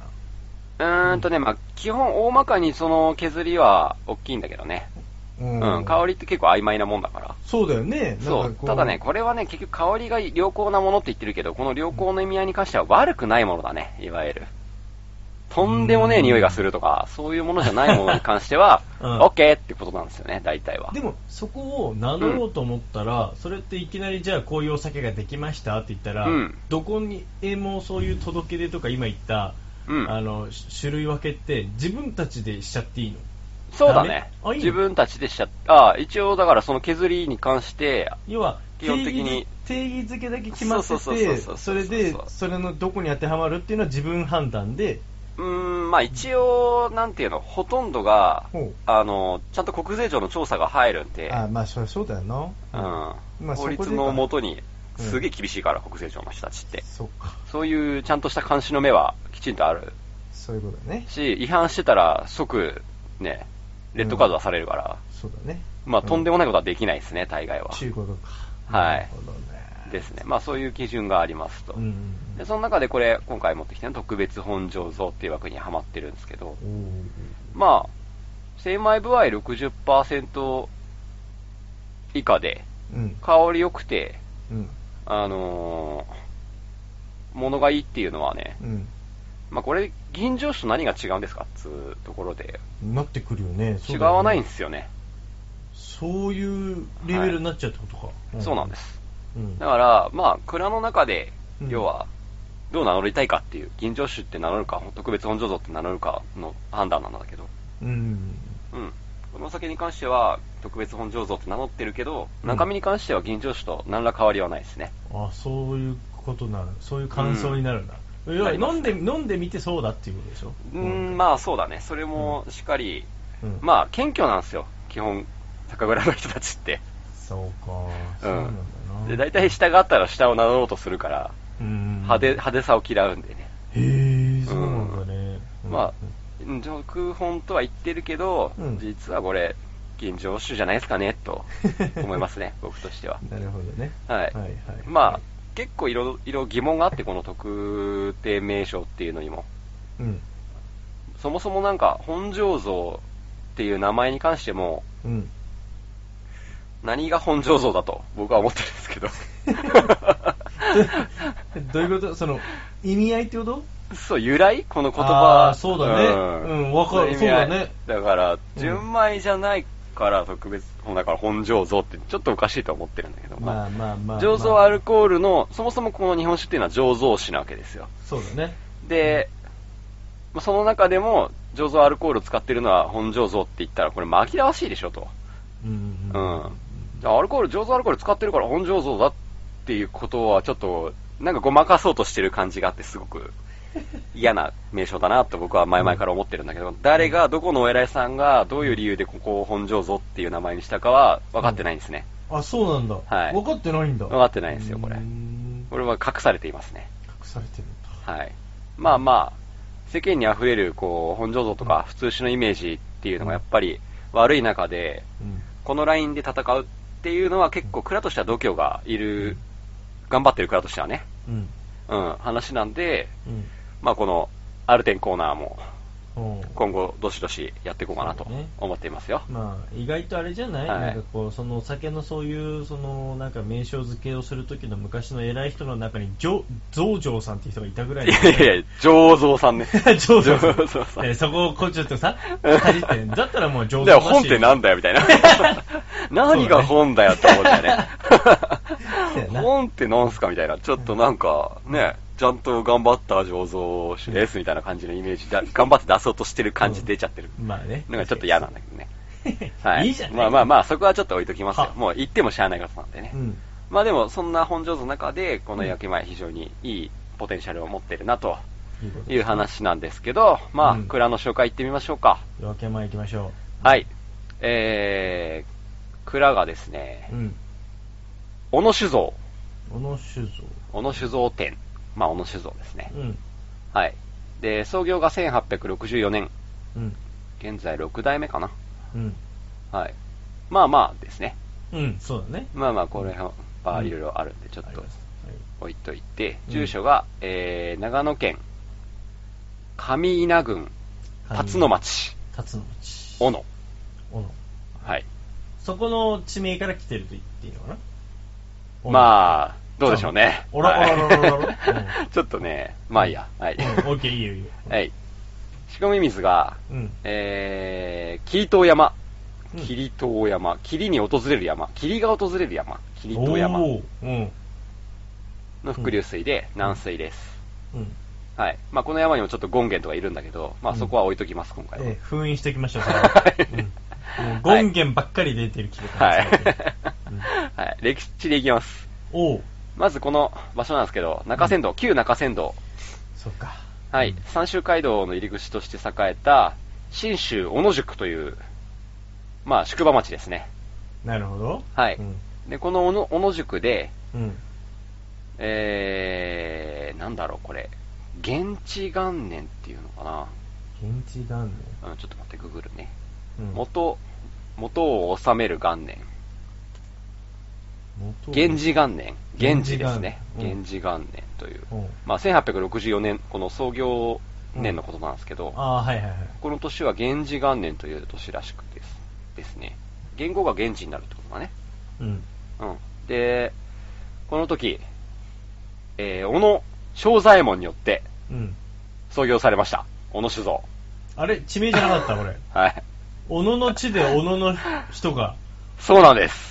[SPEAKER 4] な。
[SPEAKER 2] うーんとね、まあ、基本大まかにその削りは大きいんだけどね。
[SPEAKER 4] う
[SPEAKER 2] うん、香りって結構曖昧なもんだから。
[SPEAKER 4] そうだよね。
[SPEAKER 2] そ
[SPEAKER 4] なん
[SPEAKER 2] う
[SPEAKER 4] かこ。
[SPEAKER 2] ただね、これはね、結局香りが良好なものって言ってるけど、この良好の意味合いに関しては悪くないものだね、いわゆる。とんでもねえ匂いがするとか、そういうものじゃないものに関しては、
[SPEAKER 4] うん
[SPEAKER 2] オッケーってことなんですよね、大体は
[SPEAKER 4] で。も、そこを名乗ろうと思ったら、それっていきなり、じゃあこういうお酒ができましたって言ったら、
[SPEAKER 2] うん
[SPEAKER 4] どこにえもそういう届け出とか今言った、
[SPEAKER 2] うん
[SPEAKER 4] あのし種類分けって自分たちでしちゃっていいの
[SPEAKER 2] そうだね
[SPEAKER 4] ダメあいい。の
[SPEAKER 2] 自分たちでしちゃった。あ一応だからその削りに関して、
[SPEAKER 4] 要は
[SPEAKER 2] 基本的に
[SPEAKER 4] 定義づ定義付けだけ決まって
[SPEAKER 2] そうそうそうそうそうそ
[SPEAKER 4] て
[SPEAKER 2] う
[SPEAKER 4] それでそれのどこに当てはまるっていうのは自分判断で
[SPEAKER 2] うーん、まあ一応、なんていうの、ほとんどが
[SPEAKER 4] ほう、
[SPEAKER 2] あの、ちゃんと国税庁の調査が入るんで、
[SPEAKER 4] あまあそりゃそうだよな、
[SPEAKER 2] うん
[SPEAKER 4] まあ
[SPEAKER 2] 法
[SPEAKER 4] そこで
[SPEAKER 2] 律のもとに、
[SPEAKER 4] うん
[SPEAKER 2] すげえ厳しいから、国税庁の人たちって。
[SPEAKER 4] そっか
[SPEAKER 2] そういうちゃんとした監視の目はきちんとある
[SPEAKER 4] そういうことだね
[SPEAKER 2] し、違反してたら即、ね、レッドカード出されるから、
[SPEAKER 4] そうだね
[SPEAKER 2] まあとんでも
[SPEAKER 4] な
[SPEAKER 2] ないことはできないですね、大概は。
[SPEAKER 4] 中古とか
[SPEAKER 2] はい
[SPEAKER 4] なるほどね
[SPEAKER 2] ですね。まあそういう基準がありますと。
[SPEAKER 4] うんうんうん
[SPEAKER 2] でその中でこれ、今回持ってきたのは特別本醸造っていう枠にはまってるんですけど、
[SPEAKER 4] おー
[SPEAKER 2] まあ、精米部合60%以下で、
[SPEAKER 4] うん
[SPEAKER 2] 香り良くて、
[SPEAKER 4] うん
[SPEAKER 2] あのー、物がいいっていうのはね、
[SPEAKER 4] うん
[SPEAKER 2] まあこれ、銀醸酒と何が違うんですかっつうところで、
[SPEAKER 4] なってくるよねそ
[SPEAKER 2] 違
[SPEAKER 4] うだよね
[SPEAKER 2] わないんですよね。
[SPEAKER 4] そういうレベルになっちゃうってことか、
[SPEAKER 2] そうなんです。
[SPEAKER 4] うん
[SPEAKER 2] だから、まあ、蔵の中で
[SPEAKER 4] う、ん
[SPEAKER 2] 要は、どう名乗りたいかっていう、銀醸酒って名乗るか、特別本醸造って名乗るかの判断なんだけど、
[SPEAKER 4] うん
[SPEAKER 2] うん。このお酒に関しては、特別本醸造って名乗ってるけど、中身に関しては銀醸酒と何ら変わりはないですね。
[SPEAKER 4] あそういうことなるそういう感想になるんだ、
[SPEAKER 2] ん
[SPEAKER 4] 要
[SPEAKER 2] な
[SPEAKER 4] は
[SPEAKER 2] ります
[SPEAKER 4] 飲んで飲んでみてそうだっていうことでしょ
[SPEAKER 2] うーん、まあそうだね。それもしっかり、
[SPEAKER 4] うん
[SPEAKER 2] まあ謙虚なんですよ。基本、酒蔵の人たちって。
[SPEAKER 4] そうか
[SPEAKER 2] う
[SPEAKER 4] そうなんだ
[SPEAKER 2] ん
[SPEAKER 4] な、。
[SPEAKER 2] で、大体下があったら下を名乗ろうとするから、
[SPEAKER 4] うん
[SPEAKER 2] 派手、派手さを嫌うんでね。
[SPEAKER 4] へえそうなんだね、うん
[SPEAKER 2] まあ、上本とは言ってるけど、
[SPEAKER 4] うん
[SPEAKER 2] 実はこれ、銀醸酒じゃないですかね、 と思いますね、僕としては。
[SPEAKER 4] なるほどね
[SPEAKER 2] はい。
[SPEAKER 4] はいはい
[SPEAKER 2] まあ、結構いろいろ疑問があって、この特定名称っていうのにも。
[SPEAKER 4] うん
[SPEAKER 2] そもそもなんか、本醸造っていう名前に関しても、
[SPEAKER 4] うん
[SPEAKER 2] 何が本醸造だと僕は思ってるん ですけど。
[SPEAKER 4] どういうことその意味合いってこと
[SPEAKER 2] そう、由来この言
[SPEAKER 4] あ
[SPEAKER 2] 葉。
[SPEAKER 4] ーそうだねうんわかる
[SPEAKER 2] の意味合い
[SPEAKER 4] そうだね
[SPEAKER 2] だから、純米じゃないから特別、だから本醸造ってちょっとおかしいとは思ってるんだけども。
[SPEAKER 4] まあまあまあ。
[SPEAKER 2] 醸造アルコールの、そもそもこの日本酒っていうのは醸造酒なわけですよ。
[SPEAKER 4] そうだね。
[SPEAKER 2] で、まあその中でも醸造アルコールを使ってるのは本醸造って言ったらこれ紛らわしいでしょと。
[SPEAKER 4] うん
[SPEAKER 2] う
[SPEAKER 4] うんん。。
[SPEAKER 2] じゃあアルコール、醸造アルコール使ってるから本醸造だっていうことはちょっと、なんかごまかそうとしてる感じがあってすご く嫌な名称だなと僕は前々から思ってるんだけど、誰が、どこのお偉いさんがどういう理由でここを本醸造っていう名前にしたかは分かってないんですね。
[SPEAKER 4] あ、そうなんだ。
[SPEAKER 2] はい
[SPEAKER 4] 分かってないんだ。
[SPEAKER 2] 分かってないですよこれ
[SPEAKER 4] うーん
[SPEAKER 2] これは隠されていますね。
[SPEAKER 4] 隠されてるんだ。
[SPEAKER 2] はい。まあまあ、世間に溢れる、こう、本醸造とか、普通酒のイメージっていうのがやっぱり悪い中で、
[SPEAKER 4] うん。
[SPEAKER 2] このラインで戦うっていうのは結構蔵としては度胸がいる、頑張ってる蔵としてはね、
[SPEAKER 4] うん。
[SPEAKER 2] うん、話なんで、
[SPEAKER 4] うん
[SPEAKER 2] まあこの、アルテンコーナーも、
[SPEAKER 4] おう。
[SPEAKER 2] 今後、どしどしやっていこうかなと
[SPEAKER 4] そうね
[SPEAKER 2] 思っていますよ。
[SPEAKER 4] まあ、意外とあれじゃない、
[SPEAKER 2] はい
[SPEAKER 4] なんかこう、そのお酒のそういう、その、なんか名称付けをする時の昔の偉い人の中に、ジョ、増上さんっていう人がいたぐらい
[SPEAKER 2] い
[SPEAKER 4] だ
[SPEAKER 2] や
[SPEAKER 4] から
[SPEAKER 2] い やいや、醸造さんね。
[SPEAKER 4] 醸 造さん
[SPEAKER 2] 醸造さん
[SPEAKER 4] ねそこをこうちょっとさ、
[SPEAKER 2] うん
[SPEAKER 4] かじって、だったら もう醸造
[SPEAKER 2] だから本って なん
[SPEAKER 4] だ
[SPEAKER 2] だよみたいな。 何が本だよって思っちゃうね。
[SPEAKER 4] そうね
[SPEAKER 2] 本ってなんすかみたいな。ちょっとなんかね、ちゃんと頑張った醸造酒ですみたいな感じのイメージだ、頑張って出そうとしてる感じ出ちゃってる。
[SPEAKER 4] まあね。
[SPEAKER 2] なんかちょっと嫌なんだけどね。
[SPEAKER 4] い。
[SPEAKER 2] い。
[SPEAKER 4] いじゃない
[SPEAKER 2] まあまあまあ、そこはちょっと置いときますよ
[SPEAKER 4] は。
[SPEAKER 2] もう言ってもしゃあないことなんでね
[SPEAKER 4] う。ん。
[SPEAKER 2] まあでも、そんな本醸造の中で、この焼き前非常にいいポテンシャルを持ってるなと
[SPEAKER 4] いいこと
[SPEAKER 2] いう話なんですけど、まあ
[SPEAKER 4] うん、
[SPEAKER 2] 蔵の紹介行ってみましょうか。
[SPEAKER 4] 夜明け前行きましょ
[SPEAKER 2] はい。えー、蔵がですね
[SPEAKER 4] う。う、ん。
[SPEAKER 2] 小野酒造、
[SPEAKER 4] 小野酒造。
[SPEAKER 2] 小野酒造店、まあ小野酒造ですね
[SPEAKER 4] う。ん。
[SPEAKER 2] はい。で、創業が1864年、
[SPEAKER 4] うん。
[SPEAKER 2] 現在6代目かな。
[SPEAKER 4] うん。
[SPEAKER 2] はい。まあまあですね。
[SPEAKER 4] うん、そうだね。
[SPEAKER 2] まあまあ、これは
[SPEAKER 4] うん
[SPEAKER 2] いろいろあるんで、ちょっ
[SPEAKER 4] あり
[SPEAKER 2] と
[SPEAKER 4] ます
[SPEAKER 2] 置いといて、
[SPEAKER 4] うん
[SPEAKER 2] 住所が、えー、長野県、上稲郡、
[SPEAKER 4] はい
[SPEAKER 2] 辰野。町、
[SPEAKER 4] 辰野町。
[SPEAKER 2] 小野。
[SPEAKER 4] 小野。
[SPEAKER 2] はい。
[SPEAKER 4] そこの地名から来てると言っていいのかなあ。
[SPEAKER 2] まあ、どうでしょうね。
[SPEAKER 4] あら
[SPEAKER 2] はい
[SPEAKER 4] あららららら
[SPEAKER 2] ちょっとね、まあいいや。はい。
[SPEAKER 4] うんオッケー、いいよいいよ。
[SPEAKER 2] はい。仕込み水が、
[SPEAKER 4] うん。
[SPEAKER 2] えー、霧島山。
[SPEAKER 4] うん
[SPEAKER 2] 霧島山。霧に訪れる山。霧が訪れる山。霧島山
[SPEAKER 4] おーうん。
[SPEAKER 2] の伏流水で軟水です。
[SPEAKER 4] うん。
[SPEAKER 2] はい。まあ、この山にもちょっと権現とかいるんだけど、まあ、
[SPEAKER 4] うん
[SPEAKER 2] そこは置いときます、今回は。
[SPEAKER 4] ええ封印しておきましょう、それ
[SPEAKER 2] は
[SPEAKER 4] はいうんもう権限ばっかり出てる気が
[SPEAKER 2] はい。
[SPEAKER 4] す る
[SPEAKER 2] はい。歴史でいきます。
[SPEAKER 4] おう
[SPEAKER 2] まずこの場所なんですけど、中山道、旧中山道。
[SPEAKER 4] そっか。
[SPEAKER 2] は
[SPEAKER 4] う
[SPEAKER 2] い
[SPEAKER 4] ん。
[SPEAKER 2] 三州街道の入り口として栄えた、新州小野宿という、まあ、宿場町ですね。
[SPEAKER 4] なるほど。
[SPEAKER 2] はい
[SPEAKER 4] うん。
[SPEAKER 2] で、この小野小野宿で、
[SPEAKER 4] うん。
[SPEAKER 2] えー、なんだろう、これ。現地元年っていうのか
[SPEAKER 4] 現地元
[SPEAKER 2] な。うん、ちょっと待って、ググるね。
[SPEAKER 4] 年。うん。
[SPEAKER 2] 元、元を治める元年。
[SPEAKER 4] 元
[SPEAKER 2] 源氏元年。源氏ですね。
[SPEAKER 4] 源
[SPEAKER 2] 源氏元年という。
[SPEAKER 4] うん
[SPEAKER 2] まあ、1864年、この創業年のことなんですけど、
[SPEAKER 4] ああ、はいはいはい。
[SPEAKER 2] この年は源氏元年という年らしくです。ですね。元号が源氏になるってことだね。
[SPEAKER 4] うん。
[SPEAKER 2] うん。で、この時、えー、小野正左衛門によって、
[SPEAKER 4] うん。
[SPEAKER 2] 創業されました。小野酒造。
[SPEAKER 4] あれ、地名じゃなかった、これ。
[SPEAKER 2] はい。
[SPEAKER 4] 小野の地で小野の人が。
[SPEAKER 2] そうなんです。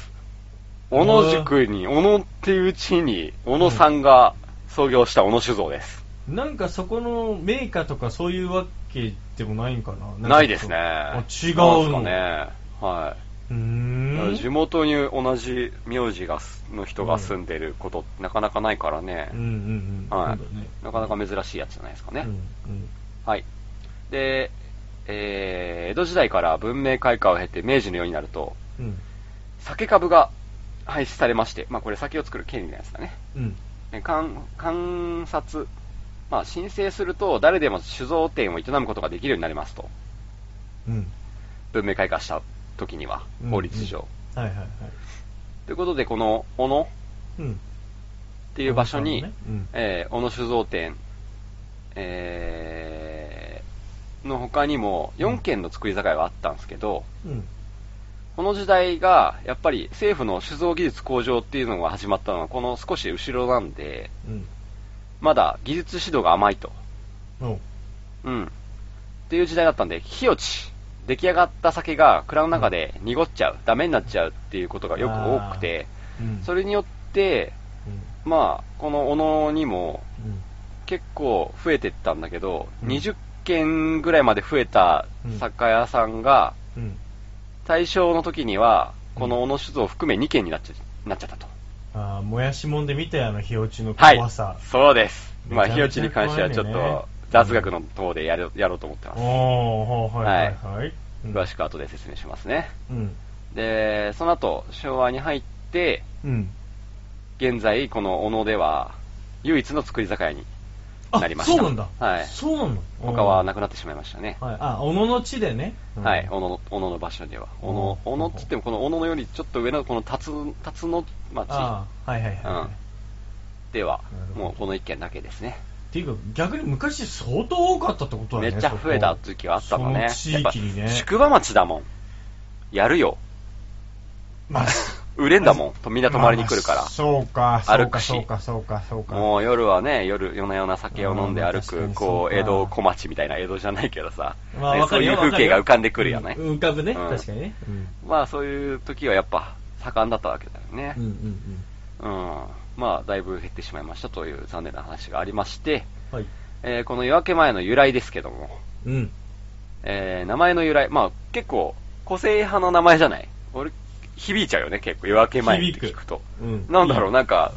[SPEAKER 2] 小野塾に、小野っていう地に、小野さんが創業した小野酒造です。
[SPEAKER 4] なんかそこのメーカーとかそういうわけでもないんかななんか
[SPEAKER 2] ないですね。
[SPEAKER 4] あ違う
[SPEAKER 2] なんすか
[SPEAKER 4] の。
[SPEAKER 2] ね。は
[SPEAKER 4] うー
[SPEAKER 2] い。
[SPEAKER 4] ん。
[SPEAKER 2] 地元に同じ名字がす、の人が住んでること、なかなかないからね。
[SPEAKER 4] うんうんうん。
[SPEAKER 2] はい
[SPEAKER 4] そうだね。
[SPEAKER 2] なかなか珍しいやつじゃないですかね。
[SPEAKER 4] うんうん。
[SPEAKER 2] はい。で、えー江戸時代から文明開化を経て明治のようになると、
[SPEAKER 4] うん。
[SPEAKER 2] 酒株が廃止されまして、まあこれ酒を作る権利のやつだね。
[SPEAKER 4] うん。
[SPEAKER 2] ね観観察、まあ、申請すると誰でも酒造店を営むことができるようになりますと、
[SPEAKER 4] うん。
[SPEAKER 2] 文明開化した時には
[SPEAKER 4] うん、
[SPEAKER 2] 法律上。
[SPEAKER 4] はいはいはい。
[SPEAKER 2] ということで、この小野
[SPEAKER 4] うん。っ
[SPEAKER 2] っていう場所に、
[SPEAKER 4] うん。
[SPEAKER 2] えー小野酒造店、えーの他にも4軒の造り酒屋があったんですけど、
[SPEAKER 4] うん。
[SPEAKER 2] この時代がやっぱり政府の酒造技術向上っていうのが始まったのは、この少し後ろなんで、
[SPEAKER 4] うん。
[SPEAKER 2] まだ技術指導が甘いと。
[SPEAKER 4] おう
[SPEAKER 2] うん。っていう時代だったんで、火落ち。出来上がった酒が蔵の中で濁っちゃう、ダメになっちゃうっていうことがよく多くて、
[SPEAKER 4] うん
[SPEAKER 2] それによって、
[SPEAKER 4] う
[SPEAKER 2] まあ、この小野にも
[SPEAKER 4] んうん
[SPEAKER 2] 結構増えてったんだけど、
[SPEAKER 4] うん
[SPEAKER 2] 20軒ぐらいまで増えた酒屋さんが、
[SPEAKER 4] うん
[SPEAKER 2] 大正の時には、
[SPEAKER 4] うん
[SPEAKER 2] この小野酒造を含め2軒になっちゃなっちゃったと。
[SPEAKER 4] ああ、もやしもんで見たよあの火落ちの
[SPEAKER 2] はい
[SPEAKER 4] 怖さ。。
[SPEAKER 2] そうです。まあ、日
[SPEAKER 4] めちゃめ
[SPEAKER 2] 落
[SPEAKER 4] ち
[SPEAKER 2] ち
[SPEAKER 4] ゃ
[SPEAKER 2] に関してはちょっ
[SPEAKER 4] 怖いよね
[SPEAKER 2] と雑学の方でやろやろうと思ってます。
[SPEAKER 4] おー、はいはいはいはい。うん
[SPEAKER 2] 詳しく後で説明しますね。
[SPEAKER 4] うん。
[SPEAKER 2] で、その後、昭和に入って、
[SPEAKER 4] うん。
[SPEAKER 2] 現在、この小野では、唯一の作り酒屋に
[SPEAKER 4] あ、
[SPEAKER 2] なりまし
[SPEAKER 4] そう
[SPEAKER 2] た。
[SPEAKER 4] なんだ。
[SPEAKER 2] はい。
[SPEAKER 4] そうなんだ。
[SPEAKER 2] 他はな
[SPEAKER 4] く
[SPEAKER 2] くなってしまいましたね。
[SPEAKER 4] はい。あ、おのの地でね。うん
[SPEAKER 2] はい、小野の、小野の場所では。小野、
[SPEAKER 4] うん
[SPEAKER 2] 小野って言っても、この小野のよりちょっと上の、この辰、辰野町
[SPEAKER 4] ああ、はいはいはいはい。
[SPEAKER 2] うん
[SPEAKER 4] っ
[SPEAKER 2] では
[SPEAKER 4] なる、ほど
[SPEAKER 2] もうこの一軒だけですね。
[SPEAKER 4] ていうか、逆に昔相当多かったってことだ
[SPEAKER 2] め
[SPEAKER 4] ね。
[SPEAKER 2] っちゃ増えた時はあったのね。
[SPEAKER 4] その地域にね
[SPEAKER 2] やっぱ宿場町だもん。やるよ。
[SPEAKER 4] まあ、
[SPEAKER 2] 売れんだもん。とみんな泊まりに来るから
[SPEAKER 4] まあ。そうか、そう
[SPEAKER 2] 歩
[SPEAKER 4] か、
[SPEAKER 2] くし
[SPEAKER 4] そうか、そうか、そうか。
[SPEAKER 2] もう夜はね、夜、夜な夜な酒を飲んで歩
[SPEAKER 4] うん確か
[SPEAKER 2] く、
[SPEAKER 4] に
[SPEAKER 2] こ
[SPEAKER 4] そう
[SPEAKER 2] う、
[SPEAKER 4] か
[SPEAKER 2] 江戸小町みたいな江戸じゃないけどさ、
[SPEAKER 4] まあ
[SPEAKER 2] ね
[SPEAKER 4] わか
[SPEAKER 2] そう
[SPEAKER 4] る
[SPEAKER 2] い
[SPEAKER 4] よ
[SPEAKER 2] う風景が浮かんでくるよね。
[SPEAKER 4] うん浮かぶね、
[SPEAKER 2] うん
[SPEAKER 4] 確かにね。うん。
[SPEAKER 2] まあそういう時はやっぱ盛んだったわけだよね。
[SPEAKER 4] うん
[SPEAKER 2] うん。
[SPEAKER 4] うんうん。
[SPEAKER 2] まあだいぶ減ってしまいましたという残念な話がありまして、
[SPEAKER 4] はい。
[SPEAKER 2] えーこの夜明け前の由来ですけども、
[SPEAKER 4] うん。
[SPEAKER 2] えー名前の由来、まあ結構個性派の名前じゃない俺、響いちゃうよね、結構夜明け前って聞くと。
[SPEAKER 4] うん。
[SPEAKER 2] なんだろう、なんか、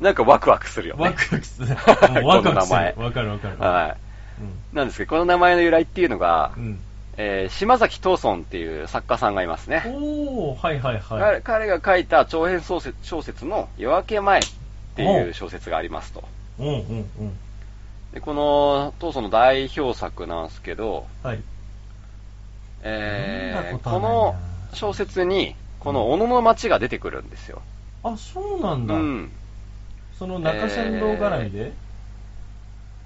[SPEAKER 2] なんかワクワクするよね。
[SPEAKER 4] ワクワク する。
[SPEAKER 2] はい
[SPEAKER 4] ワクワ
[SPEAKER 2] この
[SPEAKER 4] クす
[SPEAKER 2] 名前
[SPEAKER 4] る。わかるわかる。
[SPEAKER 2] はい。なんですけど、この名前の由来っていうのが、
[SPEAKER 4] うん。
[SPEAKER 2] えー島崎藤村っていう作家さんがいます
[SPEAKER 4] うん。
[SPEAKER 2] ね。
[SPEAKER 4] おー、はいはいはい。
[SPEAKER 2] 彼彼が書いた長編小説小説の夜明け前っていう小説がありますと。
[SPEAKER 4] うんうんうん。
[SPEAKER 2] でこの藤村の代表作なんですけど、
[SPEAKER 4] はい。
[SPEAKER 2] えー
[SPEAKER 4] 見たこと
[SPEAKER 2] こ
[SPEAKER 4] はないな
[SPEAKER 2] の小説に、この小野の町が出てくるんですよ。
[SPEAKER 4] あ、そうなん
[SPEAKER 2] う
[SPEAKER 4] だ。
[SPEAKER 2] ん。
[SPEAKER 4] その中山道絡みで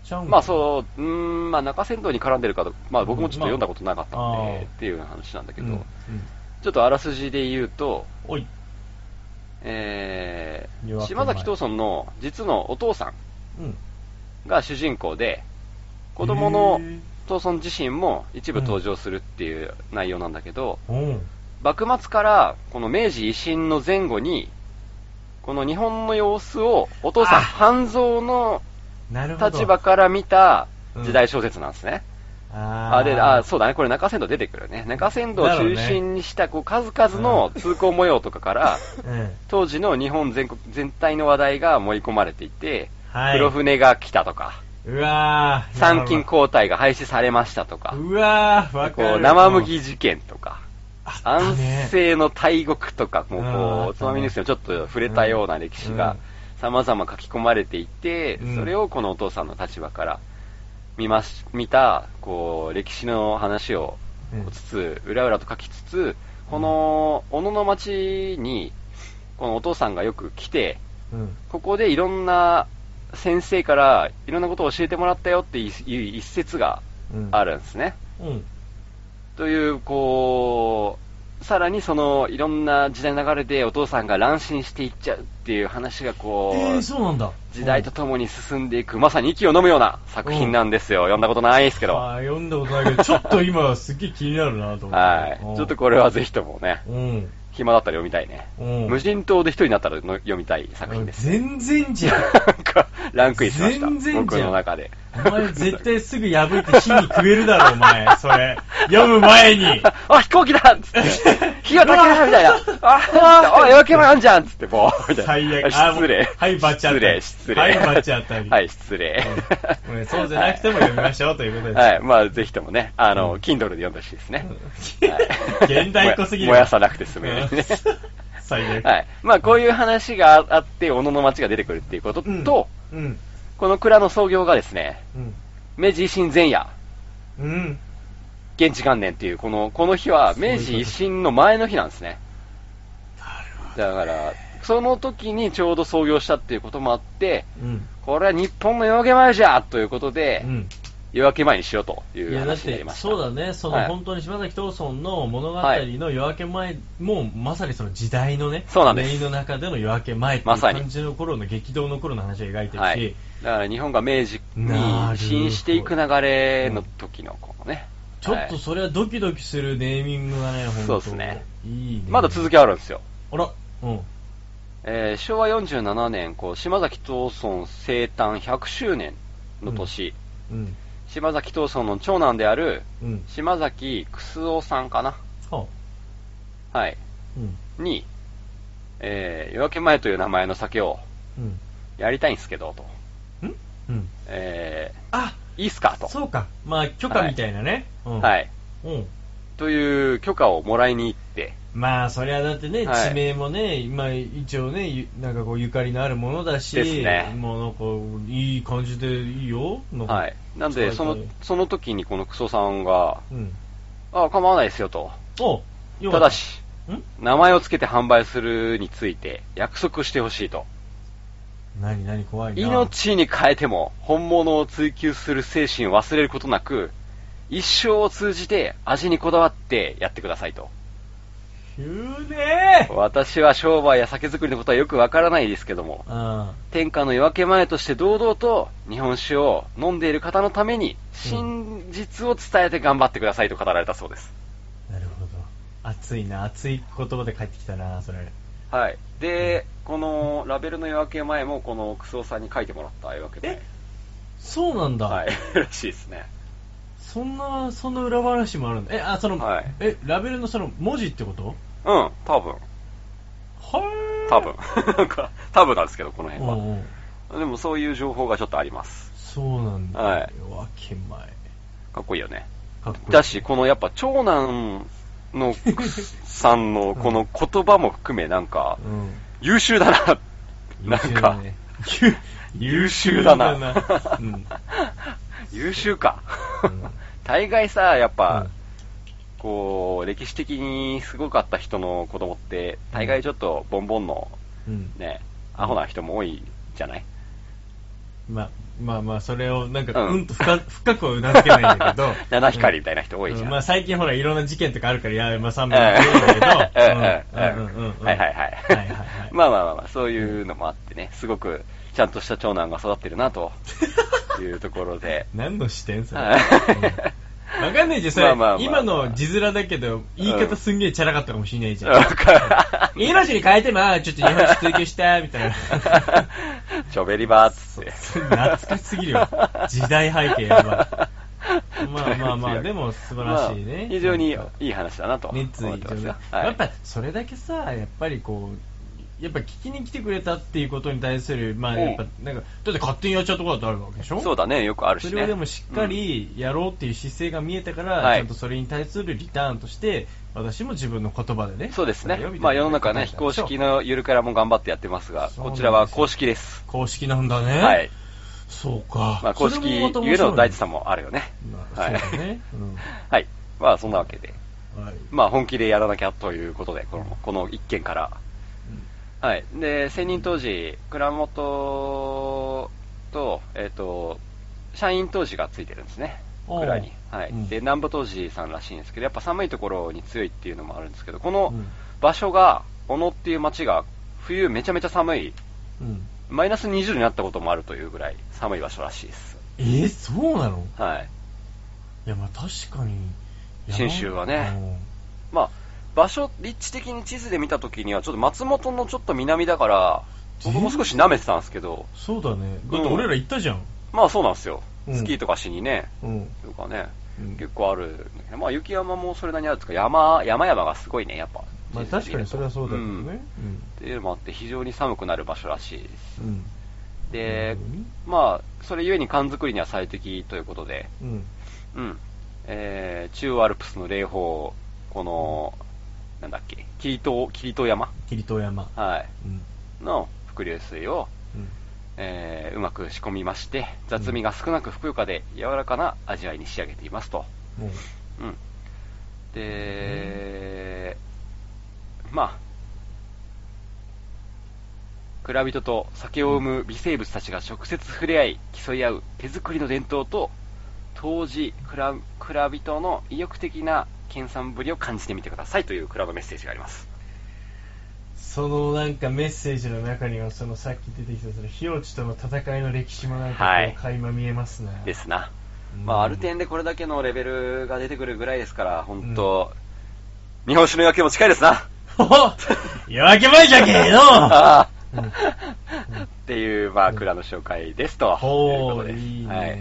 [SPEAKER 4] ちゃうんか
[SPEAKER 2] まあそう、うーん、まあ中山道に絡んでるかど、まあ僕もちょっと読んだことなかった
[SPEAKER 4] うんまあ
[SPEAKER 2] ん
[SPEAKER 4] あー
[SPEAKER 2] で、っていう話なんだけ
[SPEAKER 4] うんうん
[SPEAKER 2] ど、ちょっとあらすじで言うと、
[SPEAKER 4] おい。
[SPEAKER 2] えー
[SPEAKER 4] 夜明け
[SPEAKER 2] 島
[SPEAKER 4] 前
[SPEAKER 2] 崎藤村の実のお父さん
[SPEAKER 4] うん。
[SPEAKER 2] が主人公で、子供の
[SPEAKER 4] へー
[SPEAKER 2] 藤村自身も一部登場するっていう内容なんだけど、
[SPEAKER 4] うん。
[SPEAKER 2] 幕末からこの明治維新の前後に、この日本の様子をお父さん、
[SPEAKER 4] あ
[SPEAKER 2] 半蔵の
[SPEAKER 4] なるほど。
[SPEAKER 2] 立場から見た時代小説なんですね。
[SPEAKER 4] あー
[SPEAKER 2] あであそうだね、これ中山道出てくるね。中山道を中心にしたこう数々の通行模様とかから、
[SPEAKER 4] うん。
[SPEAKER 2] 当時の日本全国全体の話題が盛り込まれていて、
[SPEAKER 4] はい。
[SPEAKER 2] 黒船が来たとか、
[SPEAKER 4] うわー。
[SPEAKER 2] 参勤交代が廃止されましたとか、
[SPEAKER 4] うわー、わ
[SPEAKER 2] こ
[SPEAKER 4] か
[SPEAKER 2] う
[SPEAKER 4] る。
[SPEAKER 2] 生麦事件とか、
[SPEAKER 4] あった
[SPEAKER 2] 安
[SPEAKER 4] ね。
[SPEAKER 2] 政の大獄とか、もう
[SPEAKER 4] うん
[SPEAKER 2] こ
[SPEAKER 4] あ
[SPEAKER 2] う、お
[SPEAKER 4] ったね
[SPEAKER 2] つまみニュースにもちょっと触れたような歴史が様々書き込まれていて、
[SPEAKER 4] うん
[SPEAKER 2] それをこのお父さんの立場から見まし、見た、こう、歴史の話を
[SPEAKER 4] うん
[SPEAKER 2] つつ、裏裏と書きつつ、この、小野の町に、このお父さんがよく来て、
[SPEAKER 4] うん。
[SPEAKER 2] ここでいろんな先生からいろんなことを教えてもらったよっていう一節が
[SPEAKER 4] うん。
[SPEAKER 2] あ。るんですね。
[SPEAKER 4] うん。
[SPEAKER 2] という、こう、さらにそのいろんな時代の流れでお父さんが乱心していっちゃうっていう話がこう、
[SPEAKER 4] えー、そうなんだ。
[SPEAKER 2] 時代とともに進んでいく、まさに息を飲むような作品なんですよ。読んだことないですけど。は
[SPEAKER 4] あー読んだことないけど、ちょっと今すっげえ気になるなと思って。うん
[SPEAKER 2] い。ちょっとこれはぜひともね、
[SPEAKER 4] うん。
[SPEAKER 2] 暇だったら読みたいね。
[SPEAKER 4] うん。
[SPEAKER 2] 無人島で一人になったらの読みたい作品です。
[SPEAKER 4] 全然じゃん。
[SPEAKER 2] なんか、ランクインしました。
[SPEAKER 4] 全然じゃん
[SPEAKER 2] 僕の中で。
[SPEAKER 4] お前絶対すぐ破いて火に食えるだろ、お前。それ。読む前に。
[SPEAKER 2] あ、飛行機だっつって、火が高いなみ たいな。あ、あ、夜明け前あんじゃんっつって、ぼーみたい
[SPEAKER 4] 最
[SPEAKER 2] な。
[SPEAKER 4] 悪。あ
[SPEAKER 2] 失礼
[SPEAKER 4] も。うはい、バチ当た
[SPEAKER 2] 失
[SPEAKER 4] り。
[SPEAKER 2] 礼、失礼。
[SPEAKER 4] はい、バチ当たり。
[SPEAKER 2] はい、失礼。
[SPEAKER 4] うん。うんそうじゃなくても読みましょうということです。
[SPEAKER 2] はい、まあ、ぜひともね、あの、
[SPEAKER 4] う
[SPEAKER 2] Kindle
[SPEAKER 4] ん
[SPEAKER 2] で読んでほしいですね。はい
[SPEAKER 4] 現代っ子すぎる。
[SPEAKER 2] 燃やさなくて済むようにね。
[SPEAKER 4] うん 最悪。
[SPEAKER 2] はい。まあ、こういう話があって、小野の町が出てくるっていうことと、
[SPEAKER 4] うんうん。
[SPEAKER 2] この蔵の創業がですね、
[SPEAKER 4] うん。
[SPEAKER 2] 明治維新前夜、
[SPEAKER 4] うん。
[SPEAKER 2] 現地元年っていう、この、この日は明治維新の前の日なんですね。だから、その時にちょうど創業したっていうこともあって、
[SPEAKER 4] うん。
[SPEAKER 2] これは日本の夜明け前じゃということで、
[SPEAKER 4] うん。
[SPEAKER 2] 夜明け前にしようという
[SPEAKER 4] やだっ
[SPEAKER 2] 話にな
[SPEAKER 4] て
[SPEAKER 2] りました。
[SPEAKER 4] そうだねその、
[SPEAKER 2] はい
[SPEAKER 4] 本当に島崎藤村の物語
[SPEAKER 2] はい
[SPEAKER 4] の夜明け前、もうまさにその時代のね
[SPEAKER 2] そうなんです
[SPEAKER 4] レインの中での夜明け前ってい
[SPEAKER 2] ま
[SPEAKER 4] う
[SPEAKER 2] さに
[SPEAKER 4] 感じの頃の激動の頃の話を描いてるし、
[SPEAKER 2] はい。だから日本が明治
[SPEAKER 4] な
[SPEAKER 2] に
[SPEAKER 4] るほど
[SPEAKER 2] 進していく流れの時のこのね。
[SPEAKER 4] ちょっ
[SPEAKER 2] は
[SPEAKER 4] と
[SPEAKER 2] い
[SPEAKER 4] それはドキドキするネーミングがね本当
[SPEAKER 2] そうですね
[SPEAKER 4] いいね
[SPEAKER 2] まだ続きあるんですよ。
[SPEAKER 4] あらうん
[SPEAKER 2] えー昭和47年、こう、島崎藤村生誕100周年の年、
[SPEAKER 4] うん
[SPEAKER 2] 島崎藤村の長男である、
[SPEAKER 4] うん
[SPEAKER 2] 島崎楠雄さんかな
[SPEAKER 4] はあ
[SPEAKER 2] はい。
[SPEAKER 4] うん
[SPEAKER 2] に、えー夜明け前という名前の酒を
[SPEAKER 4] う
[SPEAKER 2] やりたいんですけど、と。
[SPEAKER 4] んんうん
[SPEAKER 2] え
[SPEAKER 4] あ
[SPEAKER 2] ーいいっすかと。
[SPEAKER 4] そうかまあ許可みたいなね、うん
[SPEAKER 2] はい。
[SPEAKER 4] うん
[SPEAKER 2] という許可をもらいに行って、
[SPEAKER 4] まあそりゃだってね、
[SPEAKER 2] はい
[SPEAKER 4] 地名もね、今一応ね、ゆなんかこうゆかりのあるものだし、
[SPEAKER 2] ですね
[SPEAKER 4] もうなんかいい感じでいいよ、なんか
[SPEAKER 2] はい。なんで、その
[SPEAKER 4] 使い、
[SPEAKER 2] その時にこのクソさんが、
[SPEAKER 4] たいうん、
[SPEAKER 2] あ構わないですよと。
[SPEAKER 4] お
[SPEAKER 2] た
[SPEAKER 4] よかった
[SPEAKER 2] だし、
[SPEAKER 4] ん
[SPEAKER 2] 名前を付けて販売するについて約束してほしいと。
[SPEAKER 4] 何、何、怖いな、
[SPEAKER 2] 命に変えても本物を追求する精神を忘れることなく、一生を通じて味にこだわってやってくださいと。
[SPEAKER 4] 急ねー
[SPEAKER 2] 私は商売や酒造りのことはよくわからないですけども、
[SPEAKER 4] あ
[SPEAKER 2] 天下の夜明け前として堂々と日本酒を飲んでいる方のために真実を伝えて頑張ってくださいと語られたそうです。
[SPEAKER 4] なるほど、熱いな、熱い言葉で帰ってきたな、それ、
[SPEAKER 2] はい。で、このラベルの夜明け前もこのクソさんに書いてもらった夜明け前
[SPEAKER 4] え。そうなんだ、
[SPEAKER 2] はい。 らしいですね。
[SPEAKER 4] そんな、そんな裏話もあるんだ、え、あ、その、
[SPEAKER 2] はい
[SPEAKER 4] え、ラベルのその文字ってこと
[SPEAKER 2] うん、多分。
[SPEAKER 4] は
[SPEAKER 2] 多分。 なんか、多分なんですけど、この辺
[SPEAKER 4] 分、うんう
[SPEAKER 2] は。
[SPEAKER 4] ん
[SPEAKER 2] でもそういう情報がちょっとあります。
[SPEAKER 4] そうなんだ、
[SPEAKER 2] はい
[SPEAKER 4] 夜明け前。
[SPEAKER 2] かっこいいよね。
[SPEAKER 4] かっこいい
[SPEAKER 2] だし、このやっぱ長男のさんのこの言葉も含めなんか
[SPEAKER 4] う、ん
[SPEAKER 2] 優秀だな。なんか、優
[SPEAKER 4] 優
[SPEAKER 2] 秀
[SPEAKER 4] 秀
[SPEAKER 2] だな
[SPEAKER 4] だね優秀だな
[SPEAKER 2] 優秀か
[SPEAKER 4] うん。
[SPEAKER 2] 大概さ、やっ
[SPEAKER 4] う
[SPEAKER 2] ぱ
[SPEAKER 4] ん、
[SPEAKER 2] こう、歴史的にすごかった人の子供って、大概ちょっとボンボンの
[SPEAKER 4] うんうん
[SPEAKER 2] ね、アホな人も多いじゃない
[SPEAKER 4] まあまあまあそれをなんか
[SPEAKER 2] うん
[SPEAKER 4] うんと深,、深くはうなずけないんだけど
[SPEAKER 2] 七光みたいな人多いじゃん
[SPEAKER 4] うまあ最近ほらいろんな事件とかあるからいやまあ3
[SPEAKER 2] うん
[SPEAKER 4] 名だけ ど
[SPEAKER 2] うんうん
[SPEAKER 4] うんうんうんうん
[SPEAKER 2] はいはい
[SPEAKER 4] はいはいは
[SPEAKER 2] はいい。まあまあまあまあ、そういうのもあってね、すごくちゃんとした長男が育ってるな というところで。
[SPEAKER 4] 何の視点それ、
[SPEAKER 2] は
[SPEAKER 4] うんわかんないじゃんそれ、
[SPEAKER 2] まあまあまあ
[SPEAKER 4] 今の字面だけど言い方すんげえチャラかったかもしれないじ
[SPEAKER 2] い
[SPEAKER 4] ゃん、
[SPEAKER 2] わか
[SPEAKER 4] 命に変えてまあちょっと日本史追求したみたいな
[SPEAKER 2] ちょべりばーっつって。
[SPEAKER 4] 懐かしすぎ るよ。時代背景やばい。まあまあまあ、でも素晴らしい
[SPEAKER 2] まあ
[SPEAKER 4] ね。
[SPEAKER 2] 非常に
[SPEAKER 4] なんか
[SPEAKER 2] いい話だなと思っ
[SPEAKER 4] 熱
[SPEAKER 2] てま
[SPEAKER 4] 意
[SPEAKER 2] す
[SPEAKER 4] という
[SPEAKER 2] よ
[SPEAKER 4] か。
[SPEAKER 2] はい
[SPEAKER 4] やっぱそれだけさ、やっぱりこう、やっぱ聞きに来てくれたっていうことに対する、まあやっぱ、なんか、だって勝手にやっちゃうところだってあるわけでしょ
[SPEAKER 2] そうだね、よくあるしね。
[SPEAKER 4] それをでもしっかりやろうっていう姿勢が見えたから、
[SPEAKER 2] はい
[SPEAKER 4] ちゃんとそれに対するリターンとして、私も自分の言葉でね。
[SPEAKER 2] そうです
[SPEAKER 4] こ
[SPEAKER 2] ね
[SPEAKER 4] れよみ。たいな
[SPEAKER 2] まあ世の中ね、非公式のゆるキャラも頑張ってやってますが、
[SPEAKER 4] そう
[SPEAKER 2] こ
[SPEAKER 4] なんですよ
[SPEAKER 2] ちらは公式です。
[SPEAKER 4] 公式なんだね。
[SPEAKER 2] はい。。
[SPEAKER 4] そうか。
[SPEAKER 2] まあ公式ゆえの大地さんもあるよね。
[SPEAKER 4] まあ
[SPEAKER 2] はい。
[SPEAKER 4] そうだね。うん
[SPEAKER 2] はい。まあそんなわけで、
[SPEAKER 4] はい。
[SPEAKER 2] まあ本気でやらなきゃということで、この、この一件から。はい。で、専任当時、蔵元と、えっ、と、社員当時がついてるんですね。
[SPEAKER 4] おう
[SPEAKER 2] 蔵に。はい。
[SPEAKER 4] うん
[SPEAKER 2] で、南部当時さんらしいんですけど、やっぱ寒いところに強いっていうのもあるんですけど、こ
[SPEAKER 4] う
[SPEAKER 2] の
[SPEAKER 4] ん
[SPEAKER 2] 場所が、小野っていう町が、冬めちゃめちゃ寒い
[SPEAKER 4] うん。
[SPEAKER 2] マイナス20になったこともあるというぐらい寒い場所らしいです。
[SPEAKER 4] えー、そうなの
[SPEAKER 2] はい。
[SPEAKER 4] いや、まあ確かに。山
[SPEAKER 2] 信州はね。まあ、場所、立地的に地図で見たときには、ちょっと松本のちょっと南だから、僕も少し舐めてたんですけど
[SPEAKER 4] う、んそうだね。だって俺ら行ったじゃん。
[SPEAKER 2] まあそうなんですよ。
[SPEAKER 4] うん
[SPEAKER 2] スキーとかしにね、
[SPEAKER 4] うん。
[SPEAKER 2] というかね、
[SPEAKER 4] うん
[SPEAKER 2] 結構あるんだけど、まあ雪山もそれなりにあるんですか、山、山々がすごいね、やっぱ。
[SPEAKER 4] まあ確かにそれはそうだけどね。
[SPEAKER 2] うんっていうのもあって、非常に寒くなる場所らしいです。
[SPEAKER 4] うん。うん。
[SPEAKER 2] で
[SPEAKER 4] なるほどね、
[SPEAKER 2] まあ、それゆえに缶作りには最適ということで、
[SPEAKER 4] うん。
[SPEAKER 2] うん。えー、中央アルプスの霊峰、この、なんだっけ、霧島、霧島山
[SPEAKER 4] 霧島山。
[SPEAKER 2] はい。
[SPEAKER 4] うん。
[SPEAKER 2] の伏流水を、
[SPEAKER 4] うん。
[SPEAKER 2] えー、うまく仕込みまして、雑味が少なくふくよかで柔らかな味わいに仕上げていますと。
[SPEAKER 4] もう
[SPEAKER 2] うん。で、まあ、蔵人と酒を生む微生物たちが直接触れ合い、競い合う手作りの伝統と、当時蔵蔵人の意欲的な研鑽ぶりを感じてみてくださいという蔵のメッセージがあります
[SPEAKER 4] そのなんかメッセージの中にはそのさっき出てきたその火落ちとの戦いの歴史もなんか
[SPEAKER 2] はい
[SPEAKER 4] こう垣間見えますね、
[SPEAKER 2] ですな、
[SPEAKER 4] うん
[SPEAKER 2] まあ、ある 点でこれだけのレベルが出てくるぐらいですから本当、日本酒の夜明けも近いですな
[SPEAKER 4] おっ夜明け前じゃけえの
[SPEAKER 2] あ
[SPEAKER 4] うん
[SPEAKER 2] ーっていう、まあ、蔵の紹介ですと。いう
[SPEAKER 4] ほ
[SPEAKER 2] こと
[SPEAKER 4] う、
[SPEAKER 2] です
[SPEAKER 4] いいね、、
[SPEAKER 2] はいい。
[SPEAKER 4] いじゃ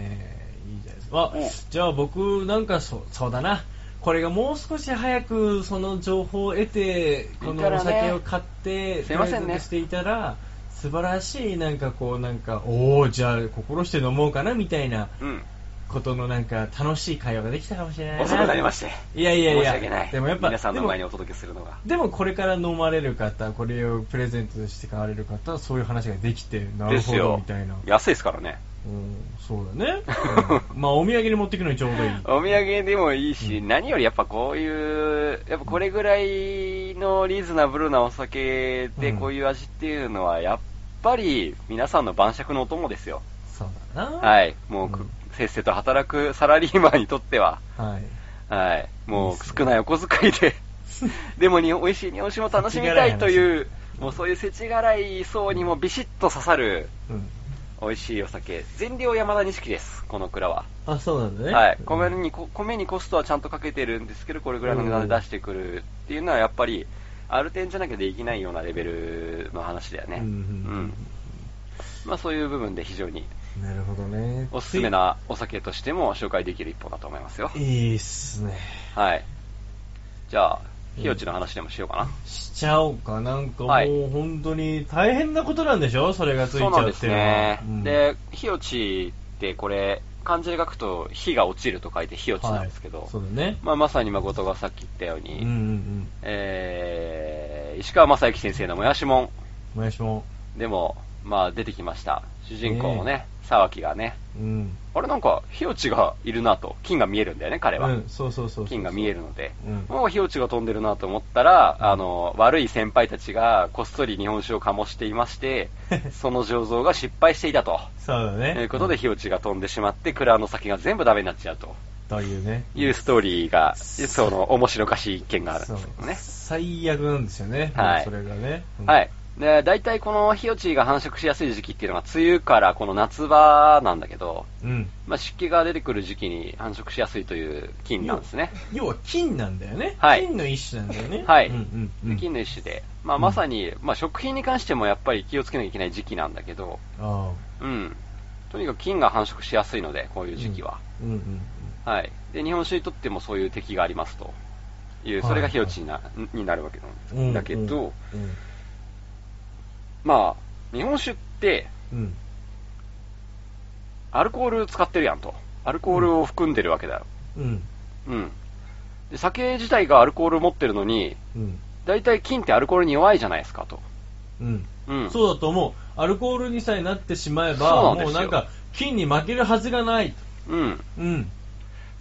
[SPEAKER 4] ないですかあ
[SPEAKER 2] うん
[SPEAKER 4] じゃあ僕なんかそうそうだなこれがもう少し早くその情報を得てこのお酒を買って
[SPEAKER 2] すいませんね
[SPEAKER 4] ダイエットしていたら素晴らしいなんかこうなんかおおじゃあ心して飲もうかなみたいな
[SPEAKER 2] うん。
[SPEAKER 4] ことのなんか楽しい会話ができたかもしれないな
[SPEAKER 2] 遅くなりまして。
[SPEAKER 4] いやいやいや
[SPEAKER 2] 申し訳ない。
[SPEAKER 4] でもやっぱ
[SPEAKER 2] 皆さんの
[SPEAKER 4] でも
[SPEAKER 2] 前にお届けするのが。
[SPEAKER 4] でもこれから飲まれる方これをプレゼントして買われる方はそういう話ができてなる
[SPEAKER 2] です
[SPEAKER 4] ほど
[SPEAKER 2] よ
[SPEAKER 4] みたいな。
[SPEAKER 2] 安いですからね。
[SPEAKER 4] うんそうだ ね、うんまあお土産に持ってくのにちょうどいい
[SPEAKER 2] お土産でもいいし、
[SPEAKER 4] うん
[SPEAKER 2] 何よりやっぱこういう、やっぱこれぐらいのリーズナブルなお酒で
[SPEAKER 4] うん
[SPEAKER 2] こういう味っていうのは、やっぱり皆さんの晩酌のお供ですよ。
[SPEAKER 4] そうだな
[SPEAKER 2] はい。もうく、
[SPEAKER 4] うん
[SPEAKER 2] せっせと働くサラリーマンにとっては、
[SPEAKER 4] はい
[SPEAKER 2] はい。
[SPEAKER 4] い
[SPEAKER 2] も
[SPEAKER 4] いっ
[SPEAKER 2] う
[SPEAKER 4] すね
[SPEAKER 2] 少ないお小遣い で、でもに美味しい日本酒も楽しみたいという、もうそういう世知辛い層にもビシッと刺さる
[SPEAKER 4] うん
[SPEAKER 2] 美味しいお酒。全量山田錦です、この蔵は。
[SPEAKER 4] あそうなんだね
[SPEAKER 2] はい。米にこ、米にコストはちゃんとかけてるんですけど、これぐらいの値段で出してくるっていうのはやっぱり、ある点じゃなきゃできないようなレベルの話だよね。
[SPEAKER 4] うんうん
[SPEAKER 2] まあそういう部分で非常に
[SPEAKER 4] なるほどね
[SPEAKER 2] おすすめなお酒としても紹介できる一本だと思いますよ
[SPEAKER 4] い。いっすね
[SPEAKER 2] はい。じゃあ、ひよちの話でもしようかな。
[SPEAKER 4] しちゃおうかなんか
[SPEAKER 2] はい
[SPEAKER 4] もう本当に大変なことなんでしょそれがついち
[SPEAKER 2] そ
[SPEAKER 4] ゃ
[SPEAKER 2] うなん
[SPEAKER 4] う
[SPEAKER 2] で
[SPEAKER 4] っ
[SPEAKER 2] す
[SPEAKER 4] ていうのは
[SPEAKER 2] ね。
[SPEAKER 4] うん
[SPEAKER 2] で、火落ちってこれ、漢字で書くと、火が落ちると書いて火落ちなんですけど、
[SPEAKER 4] はいそうだね
[SPEAKER 2] まあ、まさに誠がさっき言ったように、
[SPEAKER 4] うんうんうん
[SPEAKER 2] えー、石川正幸先生のもやしも
[SPEAKER 4] もやしも
[SPEAKER 2] んでも、まあ出てきました。主人公のね、沢木がね、
[SPEAKER 4] うん
[SPEAKER 2] あれなんか火落ちがいるなと、金が見えるんだよね、彼は。
[SPEAKER 4] うんそうそうそうそう
[SPEAKER 2] 金が見えるので、
[SPEAKER 4] うん
[SPEAKER 2] もう火落ちが飛んでるなと思ったら、あの、悪い先輩たちがこっそり日本酒を醸していまして、その醸造が失敗していたと。
[SPEAKER 4] そうだ
[SPEAKER 2] と
[SPEAKER 4] ね
[SPEAKER 2] いうことで、火落ちが飛んでしまって、蔵の先が全部ダメになっちゃうと
[SPEAKER 4] というね
[SPEAKER 2] いうストーリーが、その、面白おかしい一件があるんですけどね。
[SPEAKER 4] そう最悪なんですよね、
[SPEAKER 2] はい
[SPEAKER 4] それがね、うん
[SPEAKER 2] はい。で、大体この火落ちが繁殖しやすい時期っていうのが、梅雨からこの夏場なんだけど、
[SPEAKER 4] うん、
[SPEAKER 2] まあ、湿気が出てくる時期に繁殖しやすいという菌なんですね。
[SPEAKER 4] 要は金なんだよね、
[SPEAKER 2] はい
[SPEAKER 4] 金の一種なんだよ ね、
[SPEAKER 2] はい
[SPEAKER 4] うんうんう
[SPEAKER 2] で
[SPEAKER 4] ん
[SPEAKER 2] 菌の一種で、まあ、
[SPEAKER 4] うん
[SPEAKER 2] まさに、まあ、食品に関してもやっぱり気をつけなきゃいけない時期なんだけど、
[SPEAKER 4] あ
[SPEAKER 2] うん。とにかく菌が繁殖しやすいので、こう
[SPEAKER 4] あ
[SPEAKER 2] いう時期は。
[SPEAKER 4] うんうんうん
[SPEAKER 2] はい。で、日本酒にとってもそういう敵がありますとい
[SPEAKER 4] は
[SPEAKER 2] う、
[SPEAKER 4] い
[SPEAKER 2] それが火落ちにな,、になるわけ
[SPEAKER 4] う
[SPEAKER 2] なんんだけど、、
[SPEAKER 4] うん
[SPEAKER 2] まあ、日本酒って、
[SPEAKER 4] うん
[SPEAKER 2] アルコール使ってるやんと。アルコールを含んでるわけだよ。
[SPEAKER 4] うん
[SPEAKER 2] うん。で、酒自体がアルコール持ってるのに、
[SPEAKER 4] うん
[SPEAKER 2] 大体金ってアルコールに弱いじゃないですかと。
[SPEAKER 4] うん
[SPEAKER 2] うん。
[SPEAKER 4] そうだと思う、アルコールにさえなってしまえ
[SPEAKER 2] そ
[SPEAKER 4] ば、
[SPEAKER 2] うなん
[SPEAKER 4] も
[SPEAKER 2] で
[SPEAKER 4] う
[SPEAKER 2] すよ
[SPEAKER 4] なんか、金に負けるはずがない、
[SPEAKER 2] うん。
[SPEAKER 4] うん、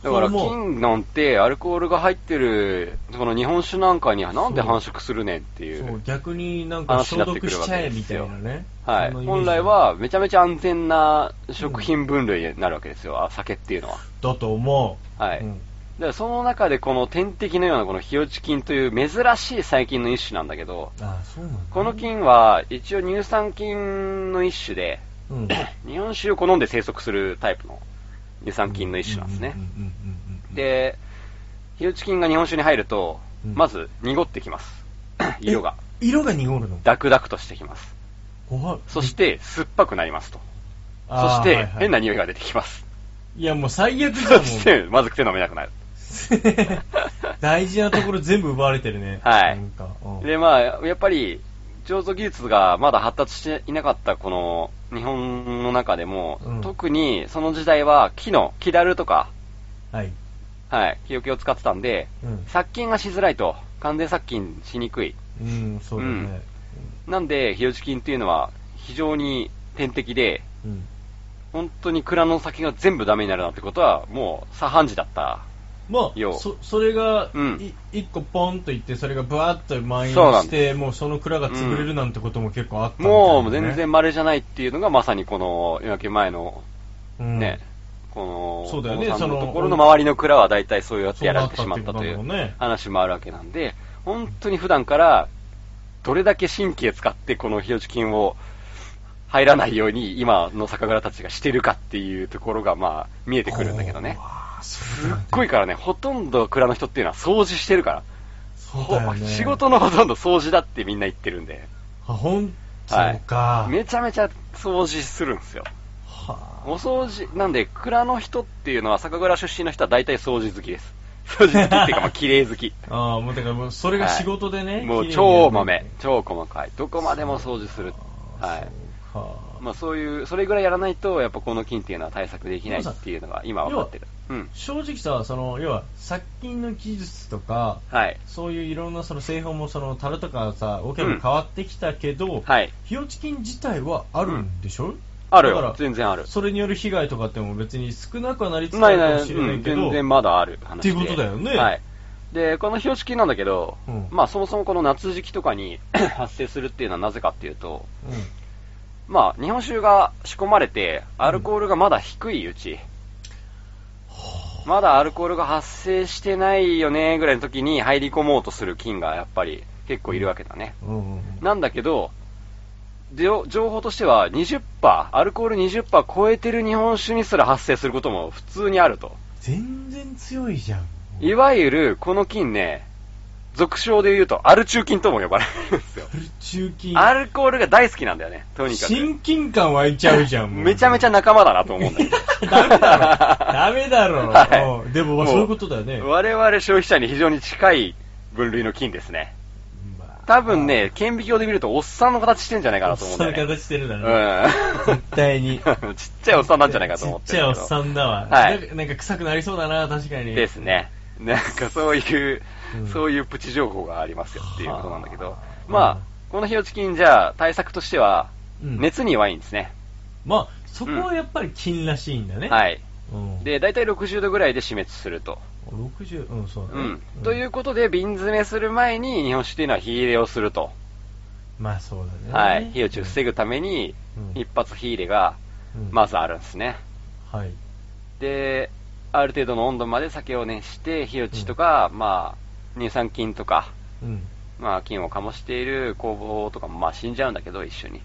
[SPEAKER 2] だから
[SPEAKER 4] そう思う
[SPEAKER 2] 金なんてアルコールが入ってる、その日本酒なんかにはなんで繁殖するねんってい
[SPEAKER 4] そう
[SPEAKER 2] う。
[SPEAKER 4] 逆になんか消毒しちゃえみたいなね、
[SPEAKER 2] はい。
[SPEAKER 4] そのイメージ
[SPEAKER 2] 本来はめちゃめちゃ安全な食品分類になるわけですよ、あ酒っていうのは。
[SPEAKER 4] だと思う、
[SPEAKER 2] はい
[SPEAKER 4] うん
[SPEAKER 2] だからその中でこの天敵のようなこのヒヨチ菌という珍しい細菌の一種なんだけど、
[SPEAKER 4] ああそうなんだ、
[SPEAKER 2] この菌は一応乳酸菌の一種で、
[SPEAKER 4] うん、
[SPEAKER 2] 日本酒を好んで生息するタイプの乳酸菌の一種なんですね
[SPEAKER 4] うん。うんうんうんうんうん、
[SPEAKER 2] で、ヒヨチ菌が日本酒に入ると、
[SPEAKER 4] うん
[SPEAKER 2] まず濁ってき ます。色が。
[SPEAKER 4] え色が濁るの
[SPEAKER 2] ダクダクとしてきます。
[SPEAKER 4] 怖い
[SPEAKER 2] そして、酸っぱくなりますと。そ
[SPEAKER 4] あー
[SPEAKER 2] して、
[SPEAKER 4] はいはい
[SPEAKER 2] 変な匂いが出てきます。
[SPEAKER 4] いやもう最悪じ
[SPEAKER 2] そ
[SPEAKER 4] ゃんも
[SPEAKER 2] して、まずくて飲めなくなる。
[SPEAKER 4] う 大事なところ全部奪われてるね
[SPEAKER 2] はい
[SPEAKER 4] なんかうん
[SPEAKER 2] で、まあ、やっぱり、醸造技術がまだ発達していなかったこの日本の中でも、
[SPEAKER 4] うん
[SPEAKER 2] 特にその時代は木の、木だるとか、
[SPEAKER 4] はい
[SPEAKER 2] はい、木桶を使ってたんで、
[SPEAKER 4] うん
[SPEAKER 2] 殺菌がしづらいと、完全殺菌しにくい。
[SPEAKER 4] うんそうだね
[SPEAKER 2] なんで、ヒヨチ菌っていうのは非常に天敵で、
[SPEAKER 4] うん
[SPEAKER 2] 本当に蔵の先が全部ダメになるなんてことは、もう、左半時だった。
[SPEAKER 4] ま
[SPEAKER 2] よ
[SPEAKER 4] あ、そそれが
[SPEAKER 2] うん
[SPEAKER 4] い一個ポンといってそれがブワーッと蔓延
[SPEAKER 2] そうなん
[SPEAKER 4] してもうその蔵が潰れるなんてことも結構あったみたい
[SPEAKER 2] も
[SPEAKER 4] な
[SPEAKER 2] う
[SPEAKER 4] ね
[SPEAKER 2] 全然稀じゃないっていうのがまさにこの夜明け前の
[SPEAKER 4] うん
[SPEAKER 2] ね、この、
[SPEAKER 4] そうだよね
[SPEAKER 2] 小野さんの
[SPEAKER 4] その
[SPEAKER 2] ところの周りの蔵は大体そうやってやられてしまったという
[SPEAKER 4] そうなったっていうことだもんね
[SPEAKER 2] 話もあるわけなんで、本当に普段から、どれだけ神経使ってこの日吉金を入らないように今の酒蔵たちがしてるかっていうところがまあ見えてくるんだけどね。
[SPEAKER 4] す
[SPEAKER 2] すっごいからね、ほとんど蔵の人っていうのは掃除してるから。
[SPEAKER 4] そうだよね
[SPEAKER 2] 仕事のほとんど掃除だってみんな言ってるんで。
[SPEAKER 4] あほんそうか、
[SPEAKER 2] めちゃめちゃ掃除するんですよ。
[SPEAKER 4] は
[SPEAKER 2] お掃除、なんで、蔵の人っていうのは、酒蔵出身の人は大体掃除好きです。掃除好きっていう か、まあ、綺麗好き。
[SPEAKER 4] あああもうだからもうそれが仕事でね、
[SPEAKER 2] はいもう
[SPEAKER 4] 綺麗にや
[SPEAKER 2] 超
[SPEAKER 4] るの
[SPEAKER 2] 豆、超細かい。どこまでも掃除する。
[SPEAKER 4] ああ
[SPEAKER 2] はい。
[SPEAKER 4] そうか
[SPEAKER 2] まあそういう、それぐらいやらないと、やっぱこの菌っていうのは対策できないっていうのが今分かってる。うん。
[SPEAKER 4] 正直さその要は殺菌の技術とか
[SPEAKER 2] はい。
[SPEAKER 4] そういういろんなその製法もその樽とかさ大きく変わってきたけど、
[SPEAKER 2] はい。
[SPEAKER 4] 日落ち菌自体はあるんでしょ、
[SPEAKER 2] ある
[SPEAKER 4] だか
[SPEAKER 2] よ
[SPEAKER 4] ら。
[SPEAKER 2] 全然ある。
[SPEAKER 4] それによる被害とかっても別に少なくはなりつつあ
[SPEAKER 2] ない
[SPEAKER 4] るか
[SPEAKER 2] な
[SPEAKER 4] も
[SPEAKER 2] い、
[SPEAKER 4] しれな
[SPEAKER 2] う
[SPEAKER 4] い
[SPEAKER 2] ん、
[SPEAKER 4] けど、
[SPEAKER 2] 全然まだある話で。
[SPEAKER 4] っていうことだよね
[SPEAKER 2] はい。で、この標識なんだけど、
[SPEAKER 4] うん
[SPEAKER 2] まあそもそもこの夏時期とかに 発生するっていうのはなぜかっていうと、
[SPEAKER 4] うん
[SPEAKER 2] まあ日本酒が仕込まれて、アルコールがまだ低いうち、まだアルコールが発生してないよねぐらいの時に入り込もうとする菌がやっぱり結構いるわけだね。
[SPEAKER 4] うんうん
[SPEAKER 2] なんだけど、で情報としては20%、アルコール20%超えてる日本酒にすら発生することも普通にあると。
[SPEAKER 4] 全然強いじゃん。
[SPEAKER 2] いわゆる、この菌ね、俗称で言うと、アル中菌とも呼ばれるんですよ。
[SPEAKER 4] 中金。
[SPEAKER 2] アルコールが大好きなんだよね、とにかく。
[SPEAKER 4] 親近感湧いちゃうじゃん。も う
[SPEAKER 2] めちゃめちゃ仲間だなと思うんだけど。
[SPEAKER 4] ダメだろ。ダメだろ。
[SPEAKER 2] はい
[SPEAKER 4] うんでもまあ
[SPEAKER 2] もう
[SPEAKER 4] そういうことだよね。
[SPEAKER 2] 我々消費者に非常に近い分類の菌ですね。
[SPEAKER 4] まあ
[SPEAKER 2] 多分、ね、顕微鏡で見ると、おっさんの形してんじゃないかなと思うんだ
[SPEAKER 4] そ
[SPEAKER 2] よ
[SPEAKER 4] ういう
[SPEAKER 2] ね。
[SPEAKER 4] 形してるだろ。
[SPEAKER 2] う
[SPEAKER 4] 絶対に。
[SPEAKER 2] ん。 ちっちゃいおっさんなんじゃないかと思って
[SPEAKER 4] ちっちゃい
[SPEAKER 2] る
[SPEAKER 4] お
[SPEAKER 2] んだ
[SPEAKER 4] っ
[SPEAKER 2] けど
[SPEAKER 4] さんだわ。
[SPEAKER 2] はい
[SPEAKER 4] なんかなんか臭くなりそうだな、確かに。
[SPEAKER 2] ですね。なんかそういう、
[SPEAKER 4] うん
[SPEAKER 2] そういうプチ情報がありますよっていうことなんだけど
[SPEAKER 4] は。あ
[SPEAKER 2] まあ、この日落ち菌じゃあ対策としては、
[SPEAKER 4] うん
[SPEAKER 2] 熱に弱いんですね。
[SPEAKER 4] まあ、そこはやっぱり金らしいんだね。
[SPEAKER 2] はい。
[SPEAKER 4] うん。
[SPEAKER 2] で、大体60度ぐらいで死滅すると。
[SPEAKER 4] 60、うん、そうだ
[SPEAKER 2] う
[SPEAKER 4] ね。
[SPEAKER 2] ん。ということで、瓶詰めする前に日本酒っていうのは火入れをすると。
[SPEAKER 4] まあそうだね。
[SPEAKER 2] はい。火打ちを防ぐために、
[SPEAKER 4] うん
[SPEAKER 2] 一発火入れが、
[SPEAKER 4] うん
[SPEAKER 2] まずあるんですね。
[SPEAKER 4] はい。
[SPEAKER 2] で、ある程度の温度まで酒を熱して、火打ちとか、まあ、乳酸菌とか、
[SPEAKER 4] うん。
[SPEAKER 2] まあ、菌を醸している工房とかも、まあ、死んじゃうんだけど、一緒に。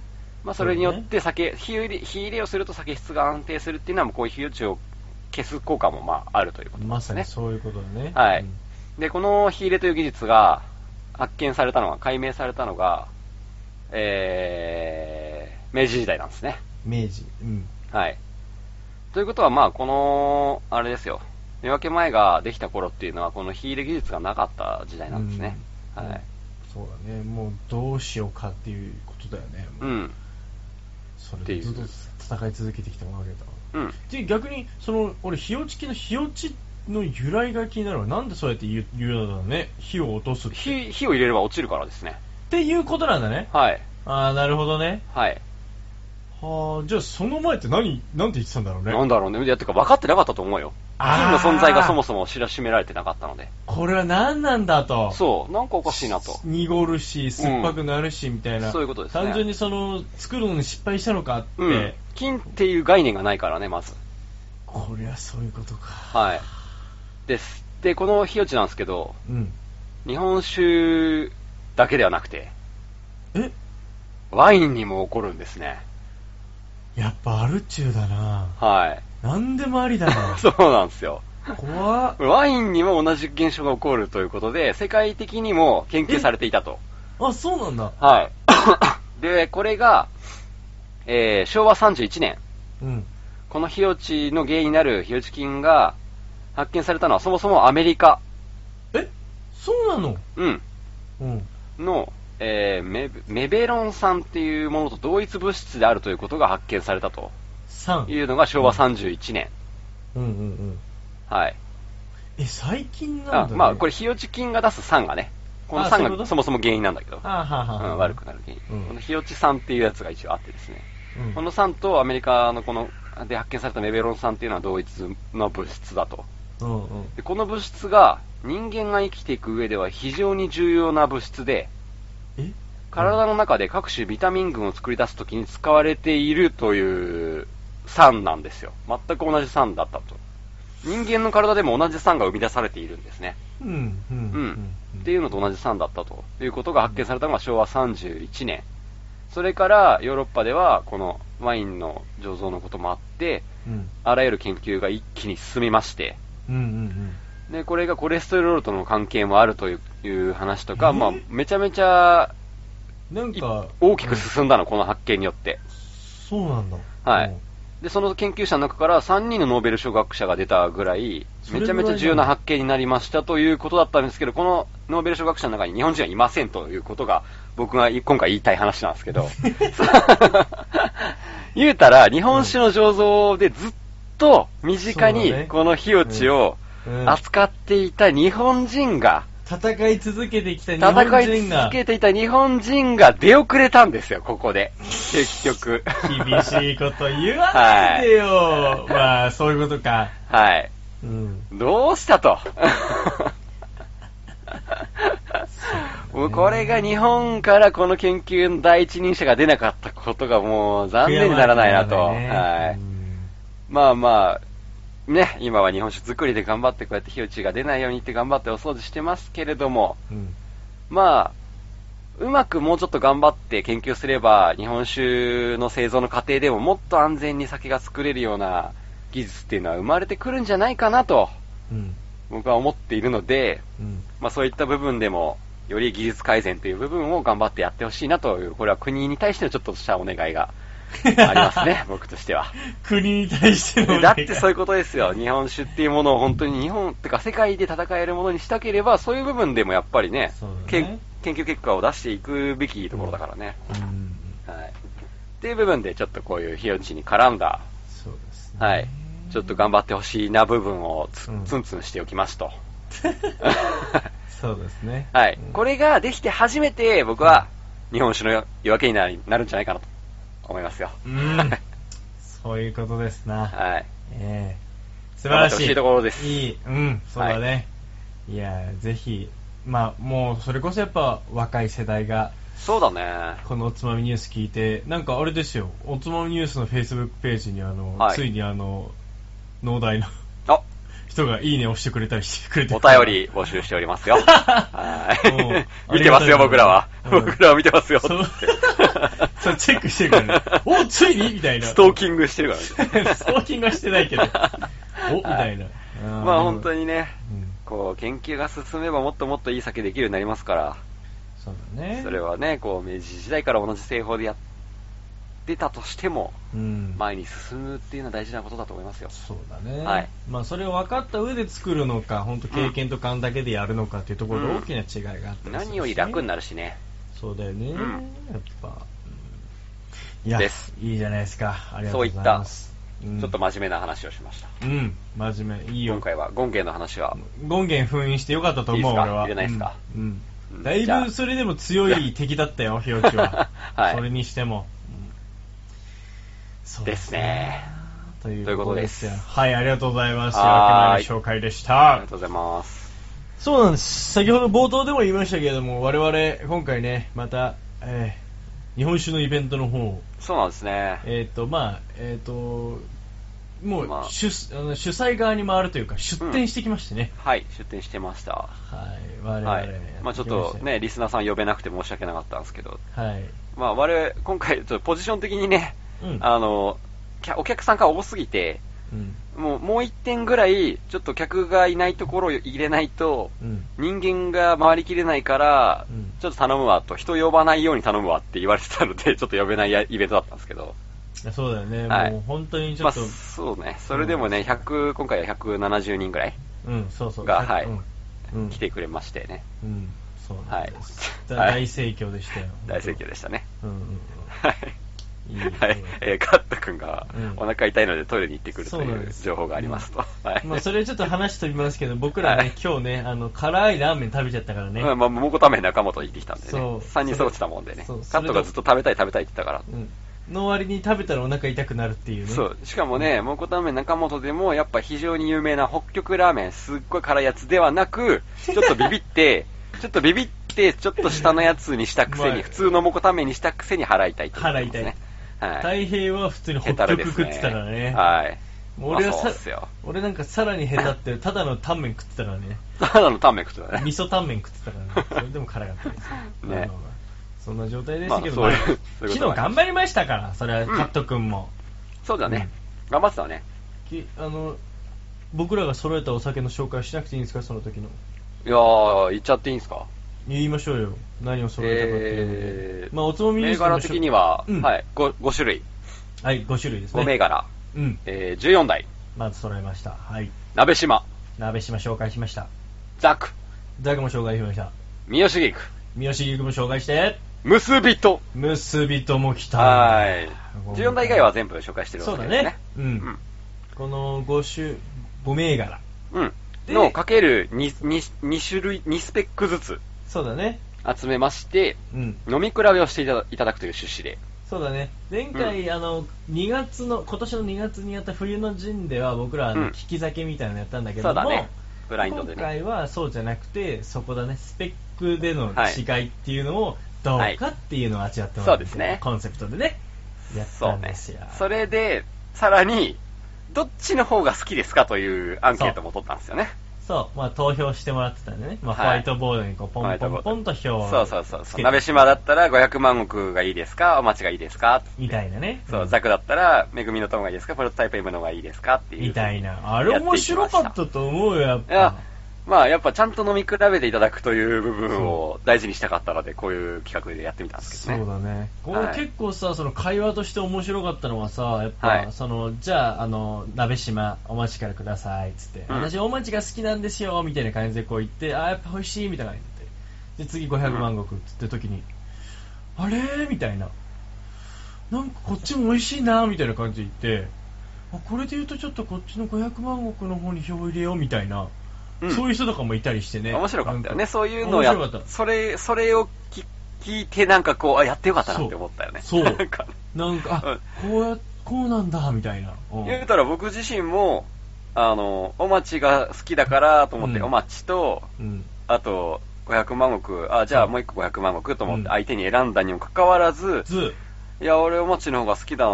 [SPEAKER 2] まあ、それによって酒、火入れ、火入れをすると酒質が安定するっていうのは、もうこういう火打ちを消す効果も、まあ、あるということなん
[SPEAKER 4] ま
[SPEAKER 2] です
[SPEAKER 4] さ
[SPEAKER 2] ね。
[SPEAKER 4] にそういうことだね。
[SPEAKER 2] はい
[SPEAKER 4] うん
[SPEAKER 2] で、この火入れという技術が発見されたのが、解明されたのが、えー、明治時代なんですね。
[SPEAKER 4] 明治。うん。
[SPEAKER 2] はい。ということは、まあ、この、あれですよ。夜明け前ができた頃っていうのは、この火入れ技術がなかった時代なんですね。
[SPEAKER 4] うん
[SPEAKER 2] はい。
[SPEAKER 4] そうだね。もうどうしようかっていうことだよね。
[SPEAKER 2] う。
[SPEAKER 4] もうんそ
[SPEAKER 2] って
[SPEAKER 4] れ
[SPEAKER 2] い
[SPEAKER 4] で
[SPEAKER 2] う
[SPEAKER 4] ずっと戦い続けてきたわけだ。
[SPEAKER 2] うん。
[SPEAKER 4] で、逆に、その、俺、日落ち系の日落ちの由来が気になるわ。なんでそうやって言う言うのだろうね。火を落とすって。っ
[SPEAKER 2] 火、火を入れれば落ちるからですね。
[SPEAKER 4] ていうことなんだね。
[SPEAKER 2] はい。
[SPEAKER 4] ああ、なるほどね。
[SPEAKER 2] はい。
[SPEAKER 4] はあ、じゃあその前って何、なんて言ってたんだろうね。
[SPEAKER 2] なんだろうね。いや、てか分かってなかったと思うよ。金
[SPEAKER 4] あ
[SPEAKER 2] の
[SPEAKER 4] ー
[SPEAKER 2] 存在がそもそも知らしめられてなかったので。
[SPEAKER 4] これは何なんだと。
[SPEAKER 2] そう。なんかおかしいなと。
[SPEAKER 4] 濁るし、酸っぱくなるし、みたいな、
[SPEAKER 2] そういうことですね
[SPEAKER 4] 単純にその、作るのに失敗したのかって、
[SPEAKER 2] うん。金っていう概念がないからね、まず。
[SPEAKER 4] こりゃそういうことか。
[SPEAKER 2] はい。です。で、この日落ちなんですけど、
[SPEAKER 4] うん。
[SPEAKER 2] 日本酒だけではなくて、
[SPEAKER 4] え
[SPEAKER 2] ワインにも起こるんですね。
[SPEAKER 4] やっぱアルチューだな
[SPEAKER 2] はい。
[SPEAKER 4] 何でもありだ な
[SPEAKER 2] そうなんですよ。
[SPEAKER 4] 怖っ。
[SPEAKER 2] ワインにも同じ現象が起こるということで、世界的にも研究されていたと。
[SPEAKER 4] あ、そうなんだ。
[SPEAKER 2] はい。 で、これが、えー昭和31年、
[SPEAKER 4] うん。
[SPEAKER 2] この火落ちの原因になる火落ち菌が発見されたのはそもそもアメリカ、
[SPEAKER 4] えそうなの
[SPEAKER 2] うん、
[SPEAKER 4] うん。
[SPEAKER 2] の、えーメメベロン酸っていうものと同一物質であるということが発見されたとい
[SPEAKER 4] 3。
[SPEAKER 2] うのが昭和31年。
[SPEAKER 4] うんうんうん。
[SPEAKER 2] はい。
[SPEAKER 4] え、最近なんだ、
[SPEAKER 2] あ
[SPEAKER 4] ね、
[SPEAKER 2] まあ、これ、日落ち菌が出す酸がね、この酸
[SPEAKER 4] あそういうこ
[SPEAKER 2] が
[SPEAKER 4] と
[SPEAKER 2] そもそも原因なんだけど、
[SPEAKER 4] あはあはあ
[SPEAKER 2] うん悪くなる原
[SPEAKER 4] うん
[SPEAKER 2] 因。この日落ち酸っていうやつが一応あってですね、
[SPEAKER 4] うん
[SPEAKER 2] この酸とアメリカのこの、で発見されたメベロン酸っていうのは同一の物質だと。
[SPEAKER 4] うんうん。
[SPEAKER 2] でこの物質が人間が生きていく上では非常に重要な物質で、
[SPEAKER 4] え
[SPEAKER 2] 体の中で各種ビタミン群を作り出すときに使われているという酸なんですよ。全く同じ酸だったと。人間の体でも同じ酸が生み出されているんですね。
[SPEAKER 4] うん、うん、
[SPEAKER 2] う
[SPEAKER 4] うんん。
[SPEAKER 2] っていうのと同じ酸だったということが発見されたのが昭和31年。それからヨーロッパではこのワインの醸造のこともあって、
[SPEAKER 4] うん、
[SPEAKER 2] あらゆる研究が一気に進みまして、
[SPEAKER 4] うん、うん。
[SPEAKER 2] で、これがコレステロールとの関係もあるといういう話とか、
[SPEAKER 4] え
[SPEAKER 2] まあ、めちゃめちゃ
[SPEAKER 4] なん
[SPEAKER 2] い
[SPEAKER 4] か、
[SPEAKER 2] 大きく
[SPEAKER 4] うん
[SPEAKER 2] 進んだの、この発見によって。
[SPEAKER 4] そうなんだ。
[SPEAKER 2] は
[SPEAKER 4] うん
[SPEAKER 2] い。で、その研究者の中から3人のノーベル賞学者が出たぐらい、めちゃめちゃ重要な発見になりましたということだったんですけど、このノーベル賞学者の中に日本人はいませんということが、僕が今回言いたい話なんですけど、言うたら、日本酒の醸造でずっと身近
[SPEAKER 4] そうだ
[SPEAKER 2] に
[SPEAKER 4] ね
[SPEAKER 2] この火落ちを
[SPEAKER 4] うん
[SPEAKER 2] 扱っていた日本人が、
[SPEAKER 4] 戦い続けてきた日本
[SPEAKER 2] 戦い
[SPEAKER 4] 人が
[SPEAKER 2] 続、けていた日本人が出遅れたんですよ、ここで。結局。
[SPEAKER 4] 厳しいこと言わないでよ。まあ、そういうことか。
[SPEAKER 2] はい。
[SPEAKER 4] うん。
[SPEAKER 2] どうしたと。もうこれが日本からこの研究の第一人者が出なかったことがもう残念にならないなと。
[SPEAKER 4] 悔やまれて
[SPEAKER 2] は
[SPEAKER 4] ね
[SPEAKER 2] い。まあまあ、ね、今は日本酒作りで頑張ってこうやって火打ちが出ないようにって頑張ってお掃除してますけれども、
[SPEAKER 4] うん。
[SPEAKER 2] まあ、うまくもうちょっと頑張って研究すれば、日本酒の製造の過程でももっと安全に酒が作れるような技術っていうのは生まれてくるんじゃないかなと、
[SPEAKER 4] うん。
[SPEAKER 2] 僕は思っているので、
[SPEAKER 4] うん。
[SPEAKER 2] まあそういった部分でも、より技術改善という部分を頑張ってやってほしいなという、これは国に対してのちょっとしたお願いがありますね、僕としては。
[SPEAKER 4] 国に対して の。
[SPEAKER 2] だってそういう
[SPEAKER 4] う。
[SPEAKER 2] ことですよ。日本酒っていうものを本当に日本、ってか世界で戦えるものにしたければ、そういう部分でもやっぱりね、
[SPEAKER 4] そうだ
[SPEAKER 2] け
[SPEAKER 4] ね
[SPEAKER 2] 研究結果を出していくべきところだからね。
[SPEAKER 4] うん。
[SPEAKER 2] はい。っていう部分でちょっとこういう火打ちに絡んだ、
[SPEAKER 4] そうですね。
[SPEAKER 2] はい。ちょっと頑張ってほしいな部分をつ、
[SPEAKER 4] うん
[SPEAKER 2] ツンツンしておきますと。
[SPEAKER 4] そうですね。
[SPEAKER 2] はい
[SPEAKER 4] うん。
[SPEAKER 2] これができて初めて僕は日本酒の夜明けになりなるんじゃないかなと思いますよ。
[SPEAKER 4] うん。そういうことです な。
[SPEAKER 2] はい。
[SPEAKER 4] ええ素晴ら
[SPEAKER 2] 頑張って
[SPEAKER 4] し
[SPEAKER 2] ほ
[SPEAKER 4] い。
[SPEAKER 2] しいところです
[SPEAKER 4] いい、うん、そうだね。い、やー、ぜひ、まあ、もう、それこそやっぱ、若い世代が、
[SPEAKER 2] そうだね。
[SPEAKER 4] このおつまみニュース聞いて、なんかあれですよ、おつまみニュースの Facebook ページに、あの、
[SPEAKER 2] はい
[SPEAKER 4] ついにあの、農大の
[SPEAKER 2] あ、
[SPEAKER 4] 人がいいねを押してくれたりしてくれて
[SPEAKER 2] お便り募集しております よ。はい。
[SPEAKER 4] うん
[SPEAKER 2] 見てますよ、
[SPEAKER 4] あり
[SPEAKER 2] 僕ら
[SPEAKER 4] がた。
[SPEAKER 2] はい
[SPEAKER 4] なうん
[SPEAKER 2] 僕らは見てますよ。
[SPEAKER 4] そう そう、チェックしてるからね。お、ついにみたいな。
[SPEAKER 2] ストーキングしてるからね。
[SPEAKER 4] ストーキングはしてないけど。お、みたいな。
[SPEAKER 2] まあ本当
[SPEAKER 4] に。
[SPEAKER 2] にね、
[SPEAKER 4] うん
[SPEAKER 2] こう、研究が進めばもっともっといい酒できるようになりますから、
[SPEAKER 4] そうだね。
[SPEAKER 2] それはね、こう、明治時代から同じ製法でやってたとしても、
[SPEAKER 4] うん。
[SPEAKER 2] 前に進むっていうのは大事なことだと思いますよ。
[SPEAKER 4] そうだね。
[SPEAKER 2] はい
[SPEAKER 4] まあそれを分かった上で作るのか、本当経験と勘だけでやるのかっていうところで大きな違いがあったりするしね、
[SPEAKER 2] 何より楽になるしね。
[SPEAKER 4] そうだよね。
[SPEAKER 2] うん
[SPEAKER 4] やっぱ。うんいや
[SPEAKER 2] です、
[SPEAKER 4] いいじゃないですか。ありがとうございます。うん
[SPEAKER 2] ちょっと真面目な話をしました。
[SPEAKER 4] うん、真面目。いいよ
[SPEAKER 2] 今。回は権限の話は、
[SPEAKER 4] 権限封印してよかったと思う、
[SPEAKER 2] いいですか
[SPEAKER 4] 俺は。
[SPEAKER 2] 入れないですか
[SPEAKER 4] うん。
[SPEAKER 2] うん
[SPEAKER 4] だい
[SPEAKER 2] じゃ
[SPEAKER 4] ぶ
[SPEAKER 2] あ。
[SPEAKER 4] それでも強い敵だったよ、ひよちは
[SPEAKER 2] はい
[SPEAKER 4] それにしても。うんそう
[SPEAKER 2] ですね。
[SPEAKER 4] とい
[SPEAKER 2] というこ
[SPEAKER 4] うことと
[SPEAKER 2] で
[SPEAKER 4] ですすよ。はい、ありがとうございます。夜
[SPEAKER 2] はー
[SPEAKER 4] 明
[SPEAKER 2] い
[SPEAKER 4] け前の紹介でし
[SPEAKER 2] ありが。
[SPEAKER 4] た
[SPEAKER 2] とうございます。
[SPEAKER 4] そうなんです。先ほど冒頭でも言いましたけれども、我々、今回ね、また、えー日本酒のイベントの方を、
[SPEAKER 2] そうなんですね。
[SPEAKER 4] えっ、と、まあ、えっ、と、もう、
[SPEAKER 2] まあ
[SPEAKER 4] 主あの主催側に回るというか、出店してきましてね。
[SPEAKER 2] はい、出店してました。
[SPEAKER 4] はい、我々、
[SPEAKER 2] はい
[SPEAKER 4] やてき。
[SPEAKER 2] まあ
[SPEAKER 4] ま
[SPEAKER 2] ち
[SPEAKER 4] し
[SPEAKER 2] ょったとね、、リスナーさん呼べなくて申し訳なかったんですけど、
[SPEAKER 4] はい。
[SPEAKER 2] まあ我々、今回、ちょっとポジション的にね、
[SPEAKER 4] うん
[SPEAKER 2] あの、きゃお客さんが多すぎて、
[SPEAKER 4] うん。
[SPEAKER 2] もう、もう一点ぐらい、ちょっと客がいないところを入れないと、
[SPEAKER 4] うん。
[SPEAKER 2] 人間が回りきれないから、
[SPEAKER 4] うん
[SPEAKER 2] ちょっと頼むわと、人呼ばないように頼むわって言われてたので、ちょっ と呼べないやイベントだったんですけど、
[SPEAKER 4] そうだよね、
[SPEAKER 2] はい
[SPEAKER 4] もう本当にち
[SPEAKER 2] ま
[SPEAKER 4] ょ
[SPEAKER 2] あ、
[SPEAKER 4] っと、
[SPEAKER 2] そうね、それでもね、100、今回は170人ぐらい
[SPEAKER 4] うん、そうそう。
[SPEAKER 2] がはい
[SPEAKER 4] うん。うん
[SPEAKER 2] 来てくれましてね、
[SPEAKER 4] うん、そうなんです。
[SPEAKER 2] はい
[SPEAKER 4] だ
[SPEAKER 2] はい
[SPEAKER 4] 大盛況でしたよ。
[SPEAKER 2] 大盛況でしたね。
[SPEAKER 4] うんうんうん。
[SPEAKER 2] はい
[SPEAKER 4] いい。
[SPEAKER 2] はい。えー、カット君が
[SPEAKER 4] うん
[SPEAKER 2] お腹痛いのでトイレに行ってくると
[SPEAKER 4] そうなん
[SPEAKER 2] い
[SPEAKER 4] で
[SPEAKER 2] う
[SPEAKER 4] す
[SPEAKER 2] 情報がありますと。はい。
[SPEAKER 4] まあ、それちょっと話飛びますけど、僕ら
[SPEAKER 2] は
[SPEAKER 4] ね
[SPEAKER 2] い、
[SPEAKER 4] 今日ね、あの、辛いラーメン食べちゃったからね。
[SPEAKER 2] うんまあ、もこため仲間と行ってきたんでね。
[SPEAKER 4] そう
[SPEAKER 2] 3人揃ってたもんでね。カ
[SPEAKER 4] そうそれ
[SPEAKER 2] ットがずっと食べたい食べたいって言ったから。
[SPEAKER 4] うん。の割に食べたらお腹痛くなるっていうね。
[SPEAKER 2] そう。しかもね、蒙古タンメン中本でも、やっぱ非常に有名な北極ラーメン、すっごい辛いやつではな く、ちょっとビビって、ちょっとビビって、ちょっと下のやつにしたくせ
[SPEAKER 4] まあ
[SPEAKER 2] に、普通の蒙古タンメンにしたくせに払いたいってこと
[SPEAKER 4] 腹
[SPEAKER 2] です
[SPEAKER 4] 痛
[SPEAKER 2] ね
[SPEAKER 4] い。
[SPEAKER 2] はい。
[SPEAKER 4] 太平は普通にホ
[SPEAKER 2] 下
[SPEAKER 4] ット
[SPEAKER 2] 手で
[SPEAKER 4] ク
[SPEAKER 2] す
[SPEAKER 4] 食ってたからね。
[SPEAKER 2] はい。
[SPEAKER 4] 俺は
[SPEAKER 2] まあそう
[SPEAKER 4] さ
[SPEAKER 2] っすよ、
[SPEAKER 4] 俺なんかさらに下手って、ただのタンメン食ってたから ね。
[SPEAKER 2] ただのタンメン食ってたね
[SPEAKER 4] 味。噌タンメン食ってたからね。それでも辛かった です。まあまあまあそんな状態でしたけど、
[SPEAKER 2] まあ
[SPEAKER 4] まあ
[SPEAKER 2] そういうそう
[SPEAKER 4] 昨
[SPEAKER 2] いう
[SPEAKER 4] 日
[SPEAKER 2] こともあります
[SPEAKER 4] 頑張りましたから、それはカット君も。
[SPEAKER 2] そうだね。頑張ってたね。
[SPEAKER 4] きあの、僕らが揃えたお酒の紹介しなくていいんですか、その時の。
[SPEAKER 2] いやー、言っちゃっていいんですか
[SPEAKER 4] 言いましょうよ。何を揃えたかっていうので。
[SPEAKER 2] えー
[SPEAKER 4] まあ、おつもみニュー
[SPEAKER 2] 銘
[SPEAKER 4] スの
[SPEAKER 2] 柄的には、
[SPEAKER 4] うん
[SPEAKER 2] はい、5, 5種類、
[SPEAKER 4] はい、5種類ですね。
[SPEAKER 2] 5銘柄、
[SPEAKER 4] うん。
[SPEAKER 2] えー、14台、
[SPEAKER 4] まず揃えました。はい。
[SPEAKER 2] 鍋島、
[SPEAKER 4] 鍋島紹介しました。
[SPEAKER 2] ザク、
[SPEAKER 4] ザクも紹介しました。
[SPEAKER 2] 三好菊、
[SPEAKER 4] 三好ギグも紹介して、
[SPEAKER 2] 結びと、
[SPEAKER 4] 結びとも来た。
[SPEAKER 2] はい
[SPEAKER 4] ご。めん
[SPEAKER 2] 14台以外は全部紹介してるわけですね。
[SPEAKER 4] そうだねうんこの5種、5銘柄。
[SPEAKER 2] うん。うん。
[SPEAKER 4] で
[SPEAKER 2] の、かける 2, 種類、2スペックずつ
[SPEAKER 4] そうだね。
[SPEAKER 2] 集めまして、
[SPEAKER 4] うん。
[SPEAKER 2] 飲み比べをしていただいただくという趣旨で。
[SPEAKER 4] そうだね。前回、あの、2月の、今年の2月にやった冬の陣では、僕ら、あの、
[SPEAKER 2] うん
[SPEAKER 4] 聞き酒みたいなのやったんだけ
[SPEAKER 2] そ
[SPEAKER 4] ど
[SPEAKER 2] うだ
[SPEAKER 4] も、
[SPEAKER 2] ねブラインドで
[SPEAKER 4] 今
[SPEAKER 2] ね。
[SPEAKER 4] 回はそうじゃなくて、そこだね、スペックでの
[SPEAKER 2] はい
[SPEAKER 4] 違いっていうのを、どう
[SPEAKER 2] はい
[SPEAKER 4] かっていうのを味わっても
[SPEAKER 2] そ
[SPEAKER 4] ら
[SPEAKER 2] うですね
[SPEAKER 4] コンセプトでね、やった
[SPEAKER 2] そうんね
[SPEAKER 4] ですよ。。
[SPEAKER 2] それで、さらに、どっちの方が好きですかというアンケートも取ったんですよね。
[SPEAKER 4] そう、まあ投票してもらってたんでね、まあ、ホ
[SPEAKER 2] はい
[SPEAKER 4] ワイトボードにこうポンポンポンと票を
[SPEAKER 2] そうそうそう
[SPEAKER 4] つ
[SPEAKER 2] そう。
[SPEAKER 4] けて
[SPEAKER 2] 鍋島だったら500万石がいいですかお待ちがいいですか
[SPEAKER 4] みたいなね。
[SPEAKER 2] そう、
[SPEAKER 4] ん
[SPEAKER 2] ザクだったら、めぐみの友がいいですかプロトタイプ M の方がいいですかっていう。
[SPEAKER 4] みたいな。あれ面白かったと思うよ、やっ
[SPEAKER 2] いや
[SPEAKER 4] ぱ。、
[SPEAKER 2] まあやっぱちゃんと飲み比べていただくという部分を大事にしたかったので、こういう企画でやってみたんですけどね。
[SPEAKER 4] そうだね。この
[SPEAKER 2] はい
[SPEAKER 4] 結構さ、その会話として面白かったのはさ、やっぱ、
[SPEAKER 2] はい
[SPEAKER 4] その、じゃあ、あの、鍋島、お待ちからください、つって、
[SPEAKER 2] うん
[SPEAKER 4] 私、お待ちが好きなんですよ、みたいな感じでこう言って、あー、やっぱ美味しい、みたいな感じで。で、次500万石、つって時に、あれーみたいな。なんかこっちも美味しいな、みたいな感じで言って、あこれで言うとちょっとこっちの500万石の方に票入れよう、みたいな。
[SPEAKER 2] うん
[SPEAKER 4] そういう人とかもいたりしてね。
[SPEAKER 2] 面白かったよ
[SPEAKER 4] な
[SPEAKER 2] ね。
[SPEAKER 4] ん
[SPEAKER 2] そういうのをや
[SPEAKER 4] 面白かった
[SPEAKER 2] それ、それを聞聞いてなんかこう、あ、やってよかったなって思ったよね。
[SPEAKER 4] そうそう
[SPEAKER 2] なんか、
[SPEAKER 4] なんか、あ、こうや、こうなんだ、みたいな。うん
[SPEAKER 2] 言うたら僕自身も、あの、お待ちが好きだからと思って、
[SPEAKER 4] うん
[SPEAKER 2] お待ちと、
[SPEAKER 4] うん。
[SPEAKER 2] あと、500万石、あ、じゃあもう一個500万石と思っ
[SPEAKER 4] うん
[SPEAKER 2] て相手に選んだにもかかわらず、
[SPEAKER 4] ず、
[SPEAKER 2] いや、俺お待ちの方が好きだ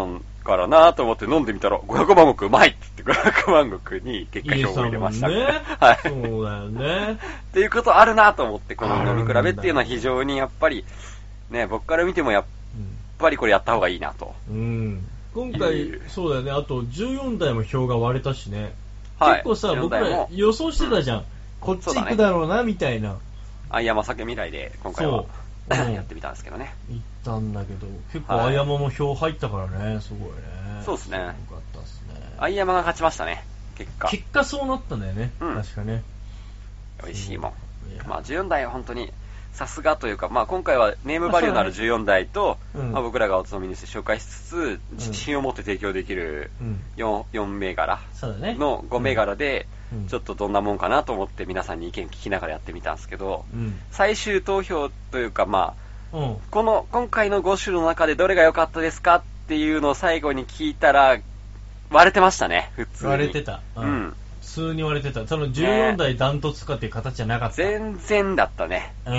[SPEAKER 2] からなと思って飲んでみたら、500万石うまいって言って500万石に結果
[SPEAKER 4] イエ
[SPEAKER 2] 表
[SPEAKER 4] ス
[SPEAKER 2] を入れました。
[SPEAKER 4] ね
[SPEAKER 2] はい。。
[SPEAKER 4] そうだよね。
[SPEAKER 2] っていうことあるなと思って、こ
[SPEAKER 4] あ
[SPEAKER 2] の
[SPEAKER 4] る
[SPEAKER 2] 飲
[SPEAKER 4] ん
[SPEAKER 2] み
[SPEAKER 4] だ
[SPEAKER 2] 比べっていうのは非常にやっぱり、ね、僕から見てもやっぱりこれやった方がいいなと。
[SPEAKER 4] うん。うん今
[SPEAKER 2] いえい
[SPEAKER 4] 回
[SPEAKER 2] え、
[SPEAKER 4] そうだよね。あと、14台も票が割れたしね。
[SPEAKER 2] はい
[SPEAKER 4] 結構さ、
[SPEAKER 2] 14
[SPEAKER 4] 僕
[SPEAKER 2] 台も
[SPEAKER 4] ら予想してたじゃん。こっち行くだろうな、みたいな。
[SPEAKER 2] あいやまさけ未来で今回は
[SPEAKER 4] そううん
[SPEAKER 2] やってみたんですけどね。
[SPEAKER 4] 行ったんだけど、結構、
[SPEAKER 2] はい
[SPEAKER 4] あやまも票入ったからね、すごいね。
[SPEAKER 2] そうっすね
[SPEAKER 4] よかったっすね。
[SPEAKER 2] アイヤマが勝ちましたね、結果。
[SPEAKER 4] 結果そうなったんだよね。
[SPEAKER 2] うん
[SPEAKER 4] 確かね。
[SPEAKER 2] 美味しいもん
[SPEAKER 4] いや。
[SPEAKER 2] まあ14台は本当にさすがというか、まあ今回はネームバリューのある
[SPEAKER 4] まあ
[SPEAKER 2] 14台と、
[SPEAKER 4] うん
[SPEAKER 2] まあ僕らがおつまみにして紹介しつ
[SPEAKER 4] ん
[SPEAKER 2] つ、自信を持って提供できる
[SPEAKER 4] うん。
[SPEAKER 2] 4, 4銘柄
[SPEAKER 4] そうだね。
[SPEAKER 2] の5銘柄で
[SPEAKER 4] うん、
[SPEAKER 2] ちょっとどんなもんかなと思って皆さんに意見聞きながらやってみたんですけど、
[SPEAKER 4] うん。
[SPEAKER 2] 最終投票というかまあ、
[SPEAKER 4] うん。
[SPEAKER 2] この今回の5種の中でどれが良かったですかっていうのを最後に聞いたら、割れてましたね、普通に。
[SPEAKER 4] 割れてた。
[SPEAKER 2] う。
[SPEAKER 4] うんん。普通に割れてた。その14台ダントツかっていう形じゃなかった。
[SPEAKER 2] 全然だったね。
[SPEAKER 4] うん。
[SPEAKER 2] う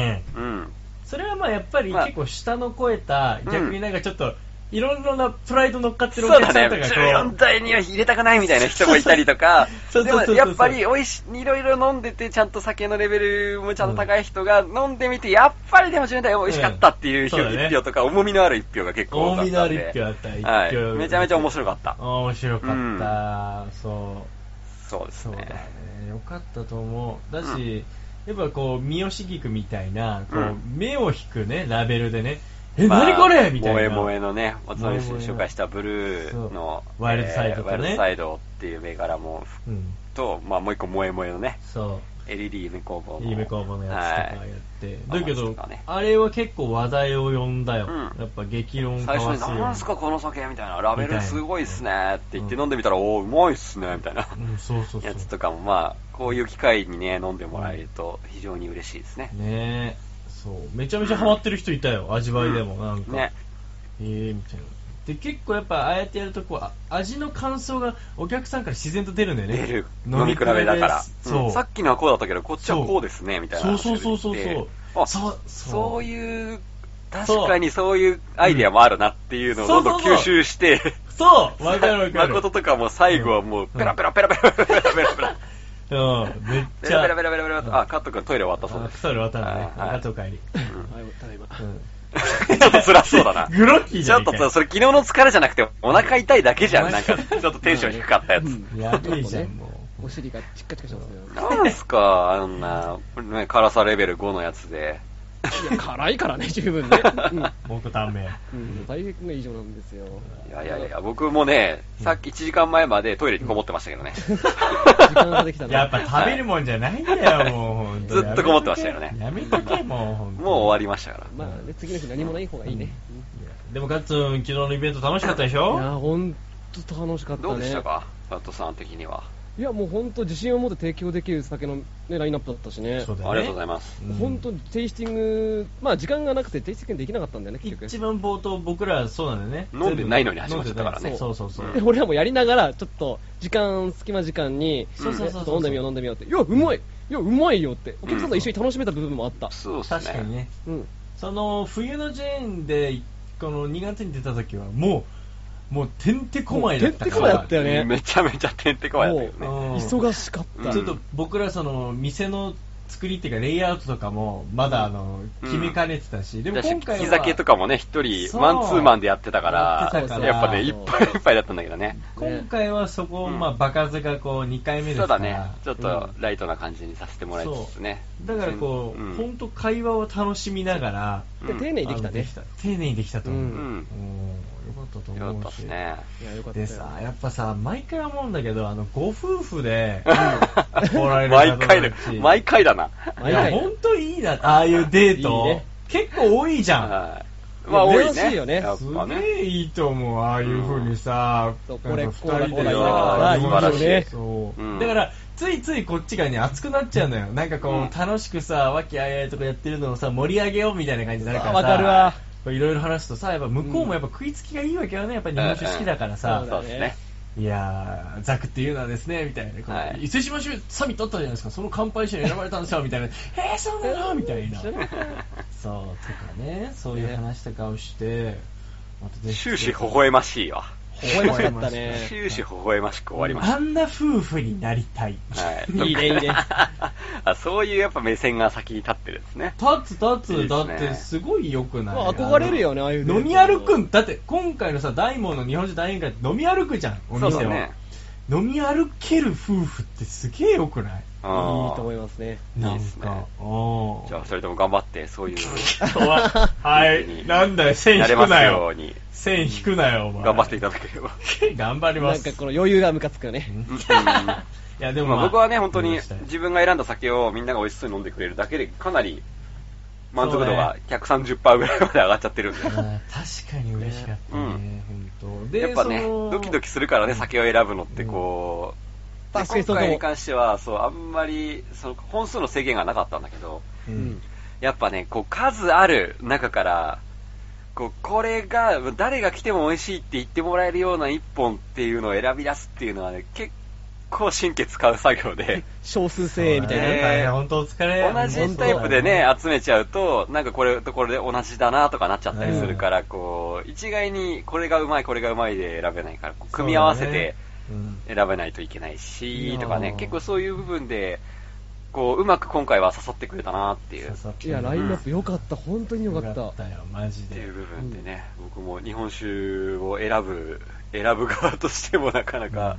[SPEAKER 2] ん。
[SPEAKER 4] それはまあやっぱり
[SPEAKER 2] まあ
[SPEAKER 4] 結構下の超えた、
[SPEAKER 2] うん
[SPEAKER 4] 逆になんかちょっと、いろいろなプライド乗っかっ
[SPEAKER 2] そ
[SPEAKER 4] てる
[SPEAKER 2] う
[SPEAKER 4] お
[SPEAKER 2] だ
[SPEAKER 4] 客さ
[SPEAKER 2] ね
[SPEAKER 4] んと、か
[SPEAKER 2] 14
[SPEAKER 4] こ、
[SPEAKER 2] 台には入れたくないみたいな人もいたりとか
[SPEAKER 4] そう
[SPEAKER 2] で
[SPEAKER 4] そうそ
[SPEAKER 2] も
[SPEAKER 4] うそう
[SPEAKER 2] やっぱりおいしい、ろいろ飲んでて、ちゃんと酒のレベルもちゃんと高い人が飲んでみて、やっぱりでも14台は美味しかったっていう票
[SPEAKER 4] うんそうだね
[SPEAKER 2] 一票とか、重みのある一票が結
[SPEAKER 4] う、
[SPEAKER 2] 構多
[SPEAKER 4] 大
[SPEAKER 2] かっ
[SPEAKER 4] 見の
[SPEAKER 2] た
[SPEAKER 4] あ
[SPEAKER 2] んで。
[SPEAKER 4] る一票だった。一票、
[SPEAKER 2] はい。めちゃめちゃ面白かった
[SPEAKER 4] あ。ー面白かった。そう。
[SPEAKER 2] そうです
[SPEAKER 4] そうだ
[SPEAKER 2] ね。
[SPEAKER 4] ね。よかったと思う。だし、やっぱこう、三好菊みたいな、こ
[SPEAKER 2] う、
[SPEAKER 4] うん目を引くね、ラベルでね、え、
[SPEAKER 2] まあ
[SPEAKER 4] 何これみたい
[SPEAKER 2] 萌
[SPEAKER 4] な。
[SPEAKER 2] え萌えのね、おつまみで
[SPEAKER 4] 萌え萌え
[SPEAKER 2] 紹介したブルーの
[SPEAKER 4] そうワイルドサイドとね
[SPEAKER 2] ワイルドサイドっていう銘柄も、
[SPEAKER 4] うん。
[SPEAKER 2] と、まあもう一個萌え萌えのね、
[SPEAKER 4] そう。
[SPEAKER 2] LED 夢工房の。
[SPEAKER 4] 夢工房のやつとか
[SPEAKER 2] は
[SPEAKER 4] や
[SPEAKER 2] い
[SPEAKER 4] って、
[SPEAKER 2] はい
[SPEAKER 4] だけ
[SPEAKER 2] ま
[SPEAKER 4] ど、
[SPEAKER 2] あまあそうだね
[SPEAKER 4] あれは結構話題を呼んだよ、
[SPEAKER 2] うん
[SPEAKER 4] やっぱ激論か
[SPEAKER 2] 最
[SPEAKER 4] わ
[SPEAKER 2] 初
[SPEAKER 4] すよ
[SPEAKER 2] に、
[SPEAKER 4] う
[SPEAKER 2] なんすかこの酒みたいな、ラベルすごいっすねって言って
[SPEAKER 4] うん
[SPEAKER 2] 飲んでみたら、おーうまいっすねみたいな
[SPEAKER 4] うん、そうそうそう
[SPEAKER 2] やつとかも、まあ、こういう機会にね、飲んでもらえると非常に嬉しいですね。
[SPEAKER 4] ねえそうめちゃめちゃハマってる人いたよ味わいでもなんか、
[SPEAKER 2] ね。
[SPEAKER 4] えー、みたいなで結構やっぱああやってやるとこうあ味の感想がお客さんから自然と出るんだよね
[SPEAKER 2] 出る飲み比べだから。
[SPEAKER 4] そう、
[SPEAKER 2] うんさっきのはこうだったけど、こっちはこうですね、みたいな話
[SPEAKER 4] そうそうそうそう
[SPEAKER 2] で
[SPEAKER 4] そう
[SPEAKER 2] あ
[SPEAKER 4] そう
[SPEAKER 2] そう
[SPEAKER 4] う
[SPEAKER 2] いう確かにそういうアイディアもあるなっていうのをどんどん
[SPEAKER 4] そうそう
[SPEAKER 2] 吸
[SPEAKER 4] そう
[SPEAKER 2] 収して、
[SPEAKER 4] そうわ かるわかる。
[SPEAKER 2] 誠とかも最後はもう、ペラペラペラペラペラペラペラペラ。
[SPEAKER 4] うん、めっ
[SPEAKER 2] ペ
[SPEAKER 4] ちゃ。
[SPEAKER 2] ラペラペラペラペラと。あ、カット君トイレ終わったそう
[SPEAKER 4] あ
[SPEAKER 2] です。
[SPEAKER 4] それ渡るね。
[SPEAKER 2] あはい
[SPEAKER 4] あとお帰り。
[SPEAKER 3] はいただいま
[SPEAKER 4] うん
[SPEAKER 2] ちょっと辛そうだな。
[SPEAKER 4] グロッキーじ
[SPEAKER 2] ち
[SPEAKER 4] ゃ
[SPEAKER 2] ょ
[SPEAKER 4] ん
[SPEAKER 2] っとそれ昨日の疲れじゃなくて、お腹痛いだけじゃん。なんか、ちょっとテンション低かったやつ。
[SPEAKER 3] うん
[SPEAKER 4] やべえじゃん、もう。
[SPEAKER 3] お尻がチッカチカしてますね。
[SPEAKER 2] なんすか、あんな、ね、辛さレベル5のやつで。
[SPEAKER 3] いや、辛いからね、十分ね。
[SPEAKER 4] 僕ダメ。
[SPEAKER 3] うん。うん、大変が異常なんですよ。
[SPEAKER 2] いやいやいや、僕もね、さっき1時間前までトイレにこもってましたけどね。
[SPEAKER 3] 時間ができた
[SPEAKER 4] やっ
[SPEAKER 3] な。
[SPEAKER 4] ぱ食べるもんじゃないんだよ、もうほんと。
[SPEAKER 2] ずっとこもってましたよね
[SPEAKER 4] やめとけ、もうほんと。
[SPEAKER 2] もう終わりましたから。
[SPEAKER 3] まあね、次の日何もない方がいいね。
[SPEAKER 4] いやでも、ガッツン、昨日のイベント楽しかったでし
[SPEAKER 3] いや、
[SPEAKER 4] ょ
[SPEAKER 3] ほんと楽しかったね。
[SPEAKER 2] どうでしたか、佐藤さん的には。
[SPEAKER 3] いや、もうほんと自信を持って提供できる酒の、ね、ラインナップだったしね。
[SPEAKER 4] そうだ
[SPEAKER 2] あり
[SPEAKER 4] よね。
[SPEAKER 2] がとうございます。
[SPEAKER 4] うん
[SPEAKER 3] 本当にテイスティング、まあ時間がなくてテイスティングできなかったんだよね、結局。
[SPEAKER 4] 一番冒頭、僕らそうなんだよね。
[SPEAKER 2] 飲んでないのに始まっちゃったから
[SPEAKER 3] ね
[SPEAKER 4] そうそうそう。
[SPEAKER 3] で俺らもやりながら、ちょっと時間、隙間時間に、
[SPEAKER 4] そうそうそうそう
[SPEAKER 3] ねちょっと飲んでみよう、飲んでみようって、いや、うまい、いや、うまいよって、お客さんと一緒に楽しめた部分もあった。
[SPEAKER 2] そうで
[SPEAKER 4] 確
[SPEAKER 2] す
[SPEAKER 4] かに
[SPEAKER 2] ね。
[SPEAKER 4] ね。
[SPEAKER 3] うん、
[SPEAKER 4] その冬のジェーンでこの2月に出た時はもうもうてんてこまいだっ
[SPEAKER 3] てん
[SPEAKER 4] た
[SPEAKER 3] て
[SPEAKER 4] か
[SPEAKER 3] こまいだ
[SPEAKER 4] ら
[SPEAKER 3] ったよね
[SPEAKER 2] めちゃめちゃてんてこまいだったけどね。
[SPEAKER 4] うん
[SPEAKER 3] 忙しかった。
[SPEAKER 2] うん
[SPEAKER 4] ちょっと僕らその店の作りっていうかレイアウトとかもまだあの
[SPEAKER 2] うん
[SPEAKER 4] 決めかねてたし、でも
[SPEAKER 2] だし
[SPEAKER 4] 今回は
[SPEAKER 2] 利き酒とかもね、一人、
[SPEAKER 4] そう
[SPEAKER 2] マンツーマンでやってたか
[SPEAKER 4] やってた
[SPEAKER 2] ら
[SPEAKER 4] か、ら
[SPEAKER 2] やっぱね、いっぱいいっぱいだったんだけどね。
[SPEAKER 4] 今回はそこを
[SPEAKER 2] うん
[SPEAKER 4] まあ場数がこう2回目です
[SPEAKER 2] そ
[SPEAKER 4] か
[SPEAKER 2] う
[SPEAKER 4] ら
[SPEAKER 2] だね、ちょっとライトな感じにさせてもらいつつね。
[SPEAKER 4] だからこう、
[SPEAKER 2] うん
[SPEAKER 4] 本当会話を楽しみながら
[SPEAKER 3] で丁寧にできた
[SPEAKER 4] あの
[SPEAKER 3] ね。
[SPEAKER 4] 丁寧にできたと思う、
[SPEAKER 3] う
[SPEAKER 4] うんんよかったと
[SPEAKER 2] よ
[SPEAKER 4] 思
[SPEAKER 2] かった
[SPEAKER 4] うし
[SPEAKER 2] ですね。
[SPEAKER 3] いや、よかった
[SPEAKER 4] で
[SPEAKER 3] よ。
[SPEAKER 4] さ、やっぱさ、毎回思うんだけど、あの、ご夫婦で、おられる
[SPEAKER 2] 毎回だ、毎回だな。
[SPEAKER 4] い
[SPEAKER 3] 毎
[SPEAKER 4] や、
[SPEAKER 3] 回
[SPEAKER 4] ほんといいな、ああいうデート。
[SPEAKER 3] いいね
[SPEAKER 4] 結構多いじゃん。
[SPEAKER 2] はいまあ、多い
[SPEAKER 3] 珍し
[SPEAKER 2] ね。
[SPEAKER 3] いよね
[SPEAKER 2] やっ
[SPEAKER 4] す
[SPEAKER 2] ぱね。
[SPEAKER 4] げえいいと思う、ああいう風にさ、
[SPEAKER 3] そう
[SPEAKER 4] なんか
[SPEAKER 3] これこうだ
[SPEAKER 4] 二人
[SPEAKER 3] こうだ
[SPEAKER 4] でさ
[SPEAKER 2] こうだ
[SPEAKER 4] いい
[SPEAKER 2] いや
[SPEAKER 3] ー
[SPEAKER 4] そう、
[SPEAKER 2] うん
[SPEAKER 4] だから、ついついこっちがね、熱くなっちゃうのよ。なんかこう、
[SPEAKER 2] うん
[SPEAKER 4] 楽しくさ、和気あいあいとかやってるのをさ、盛り上げようみたいな感じになるからさ。
[SPEAKER 3] わかるわ。
[SPEAKER 4] こういろいろ話すとさ、やっぱ向こうもやっぱ食いつきがいいわけよね。やっぱ日本酒好きだからさ。
[SPEAKER 3] うん
[SPEAKER 2] そうですね。
[SPEAKER 4] いやー、ザクっていうのはですね、みたいな。
[SPEAKER 2] はい
[SPEAKER 4] 伊勢志摩州サミットあったじゃないですか、その乾杯者に選ばれたんですよ、みたいな。えー、そうなのみたいな。
[SPEAKER 3] 知
[SPEAKER 4] そ
[SPEAKER 3] ら
[SPEAKER 4] う、
[SPEAKER 3] なかっ
[SPEAKER 4] とかね、そういう話とかをして、またぜひ
[SPEAKER 2] 終始微笑ましいわ。
[SPEAKER 3] 微笑ましかったね
[SPEAKER 2] 終始微笑ましく終わりまし
[SPEAKER 4] あんな夫婦になりたい。
[SPEAKER 2] た。はい。
[SPEAKER 3] いいねいいね
[SPEAKER 2] あそういうやっぱ目線が先に立ってるんですね。
[SPEAKER 4] 立つ立つ、
[SPEAKER 2] いいですね
[SPEAKER 4] だってすごい良くない、
[SPEAKER 3] まあ憧れるよねああいうデート
[SPEAKER 4] 飲み歩くん、だって今回のさ、大門の日本酒大宴会って飲み歩くじゃん、お
[SPEAKER 2] そう
[SPEAKER 4] 店
[SPEAKER 2] だ
[SPEAKER 4] は。
[SPEAKER 2] ね。
[SPEAKER 4] 飲み歩ける夫婦ってすげえ良くない
[SPEAKER 2] いい
[SPEAKER 3] いいと思いますね。
[SPEAKER 4] ない
[SPEAKER 2] い
[SPEAKER 4] ん
[SPEAKER 2] ですね
[SPEAKER 4] か、おー
[SPEAKER 2] じゃあ、それとも頑張って、そういう
[SPEAKER 4] はい、なんだよ、線
[SPEAKER 2] なれ
[SPEAKER 4] 引
[SPEAKER 2] ま
[SPEAKER 4] く
[SPEAKER 2] す
[SPEAKER 4] な
[SPEAKER 2] よ
[SPEAKER 4] よ
[SPEAKER 2] う。に、
[SPEAKER 4] 線引くなよ、お前。
[SPEAKER 2] 頑張っていただければ。
[SPEAKER 4] て。 頑張りま
[SPEAKER 3] な
[SPEAKER 4] す。
[SPEAKER 3] んかこの余裕がムカつくよね。
[SPEAKER 4] うん
[SPEAKER 2] うん
[SPEAKER 4] いや、でも、
[SPEAKER 2] まあ、僕はね、本当に
[SPEAKER 4] そう
[SPEAKER 2] 自分が選んだ酒をみんなが美味しそうに飲んでくれるだけで、かなり満足度が
[SPEAKER 4] そう
[SPEAKER 2] 130%ぐらいまで上がっちゃってるんで。
[SPEAKER 4] 確かに嬉しかったね、本当。で
[SPEAKER 2] やっぱね、
[SPEAKER 4] その
[SPEAKER 2] ドキドキするからね、酒を選ぶのってこう、で
[SPEAKER 3] 確かにそ
[SPEAKER 2] 今
[SPEAKER 3] うかも
[SPEAKER 2] 回に関しては、そう、あんまり、その、本数の制限がなかったんだけど、
[SPEAKER 4] う
[SPEAKER 3] うんん。
[SPEAKER 2] やっぱね、こう、数ある中から、こう、これが、誰が来ても美味しいって言ってもらえるような一本っていうのを選び出すっていうのはね、結構神経使う作業で。
[SPEAKER 3] 少数精鋭みたいな
[SPEAKER 4] そう
[SPEAKER 3] ね。
[SPEAKER 4] だね本当お疲れ。
[SPEAKER 2] 同じタイプでね、集めちゃうと、なんかこれとこれで同じだなとかなっちゃったりするから、こう、一概にこれがうまい、これがうまいで選べないから、こう組み合わせて
[SPEAKER 4] うん、
[SPEAKER 2] 選べないといけないし、
[SPEAKER 4] うん
[SPEAKER 2] とか
[SPEAKER 4] いや
[SPEAKER 2] ね
[SPEAKER 4] ー、
[SPEAKER 2] 結構そういう部分で、こう、うまく今回は誘ってくれたなっていう、っ
[SPEAKER 4] 刺さっ
[SPEAKER 3] い
[SPEAKER 4] てる
[SPEAKER 3] や、ラインナップ良かった、本当に良か
[SPEAKER 4] よ
[SPEAKER 3] っ。
[SPEAKER 4] かったたよ、マジ
[SPEAKER 2] て
[SPEAKER 4] で
[SPEAKER 2] いう。部分でね、僕も日本酒を選ぶ、選ぶ側としてもなかなか、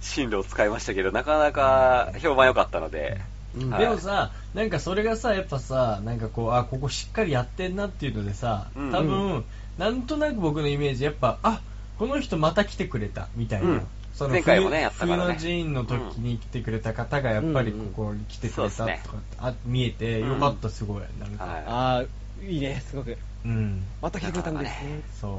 [SPEAKER 2] 進路を使いましたけど、なかなか評判良かったので、
[SPEAKER 3] うん
[SPEAKER 2] はい
[SPEAKER 4] でもさ、なんかそれがさ、やっぱさ、なんかこう、あ、ここしっかりやってんなっていうのでさ、
[SPEAKER 2] うん
[SPEAKER 4] 多分、なんとなく僕のイメージ、やっぱ、あ、この人また来てくれた、みたいな。
[SPEAKER 2] うん
[SPEAKER 4] その
[SPEAKER 2] 前回もねやったからね
[SPEAKER 4] 冬の寺院の時に来てくれた方が、やっぱりここに来てくれたと
[SPEAKER 2] うん
[SPEAKER 4] か
[SPEAKER 2] うん、
[SPEAKER 4] あ見えて、
[SPEAKER 2] うん
[SPEAKER 4] よかった、すごい。なんか、
[SPEAKER 2] は
[SPEAKER 3] ああ、いいね、すごく。
[SPEAKER 4] うん、
[SPEAKER 3] また来てくれたんですね。
[SPEAKER 2] だ
[SPEAKER 4] そ
[SPEAKER 2] い、
[SPEAKER 4] う。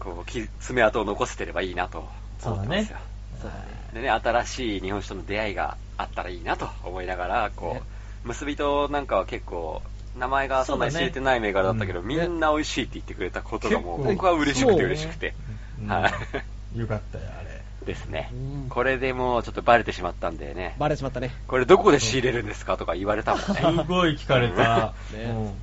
[SPEAKER 2] こう、き爪痕を残せてればいいなと
[SPEAKER 4] そう
[SPEAKER 2] 思っ
[SPEAKER 4] だ
[SPEAKER 2] てます
[SPEAKER 4] ね
[SPEAKER 2] よ。。
[SPEAKER 3] そうだね
[SPEAKER 2] でね、新しい日本酒との出会いがあったらいいなと思いながら、こ
[SPEAKER 3] ね
[SPEAKER 2] う、結びとなんかは結構、名前がそんなに知れてない銘柄だったけど、
[SPEAKER 4] そ
[SPEAKER 3] だ
[SPEAKER 4] う
[SPEAKER 2] み
[SPEAKER 3] ねうん
[SPEAKER 2] んな美味しいって言ってくれたことがもう、
[SPEAKER 4] 結構
[SPEAKER 2] 僕は嬉しくて嬉しくて。
[SPEAKER 4] うん
[SPEAKER 2] は
[SPEAKER 4] よかったよ、あれ。
[SPEAKER 2] い。 ですね
[SPEAKER 3] うん。
[SPEAKER 2] これでもうちょっとバレてしまったんでね、
[SPEAKER 3] バレてしまったね。
[SPEAKER 2] これどこで仕入れるんですかとか言われたもん
[SPEAKER 4] す
[SPEAKER 2] ね。
[SPEAKER 4] ごい聞かれた。
[SPEAKER 3] ね
[SPEAKER 4] うん
[SPEAKER 2] ね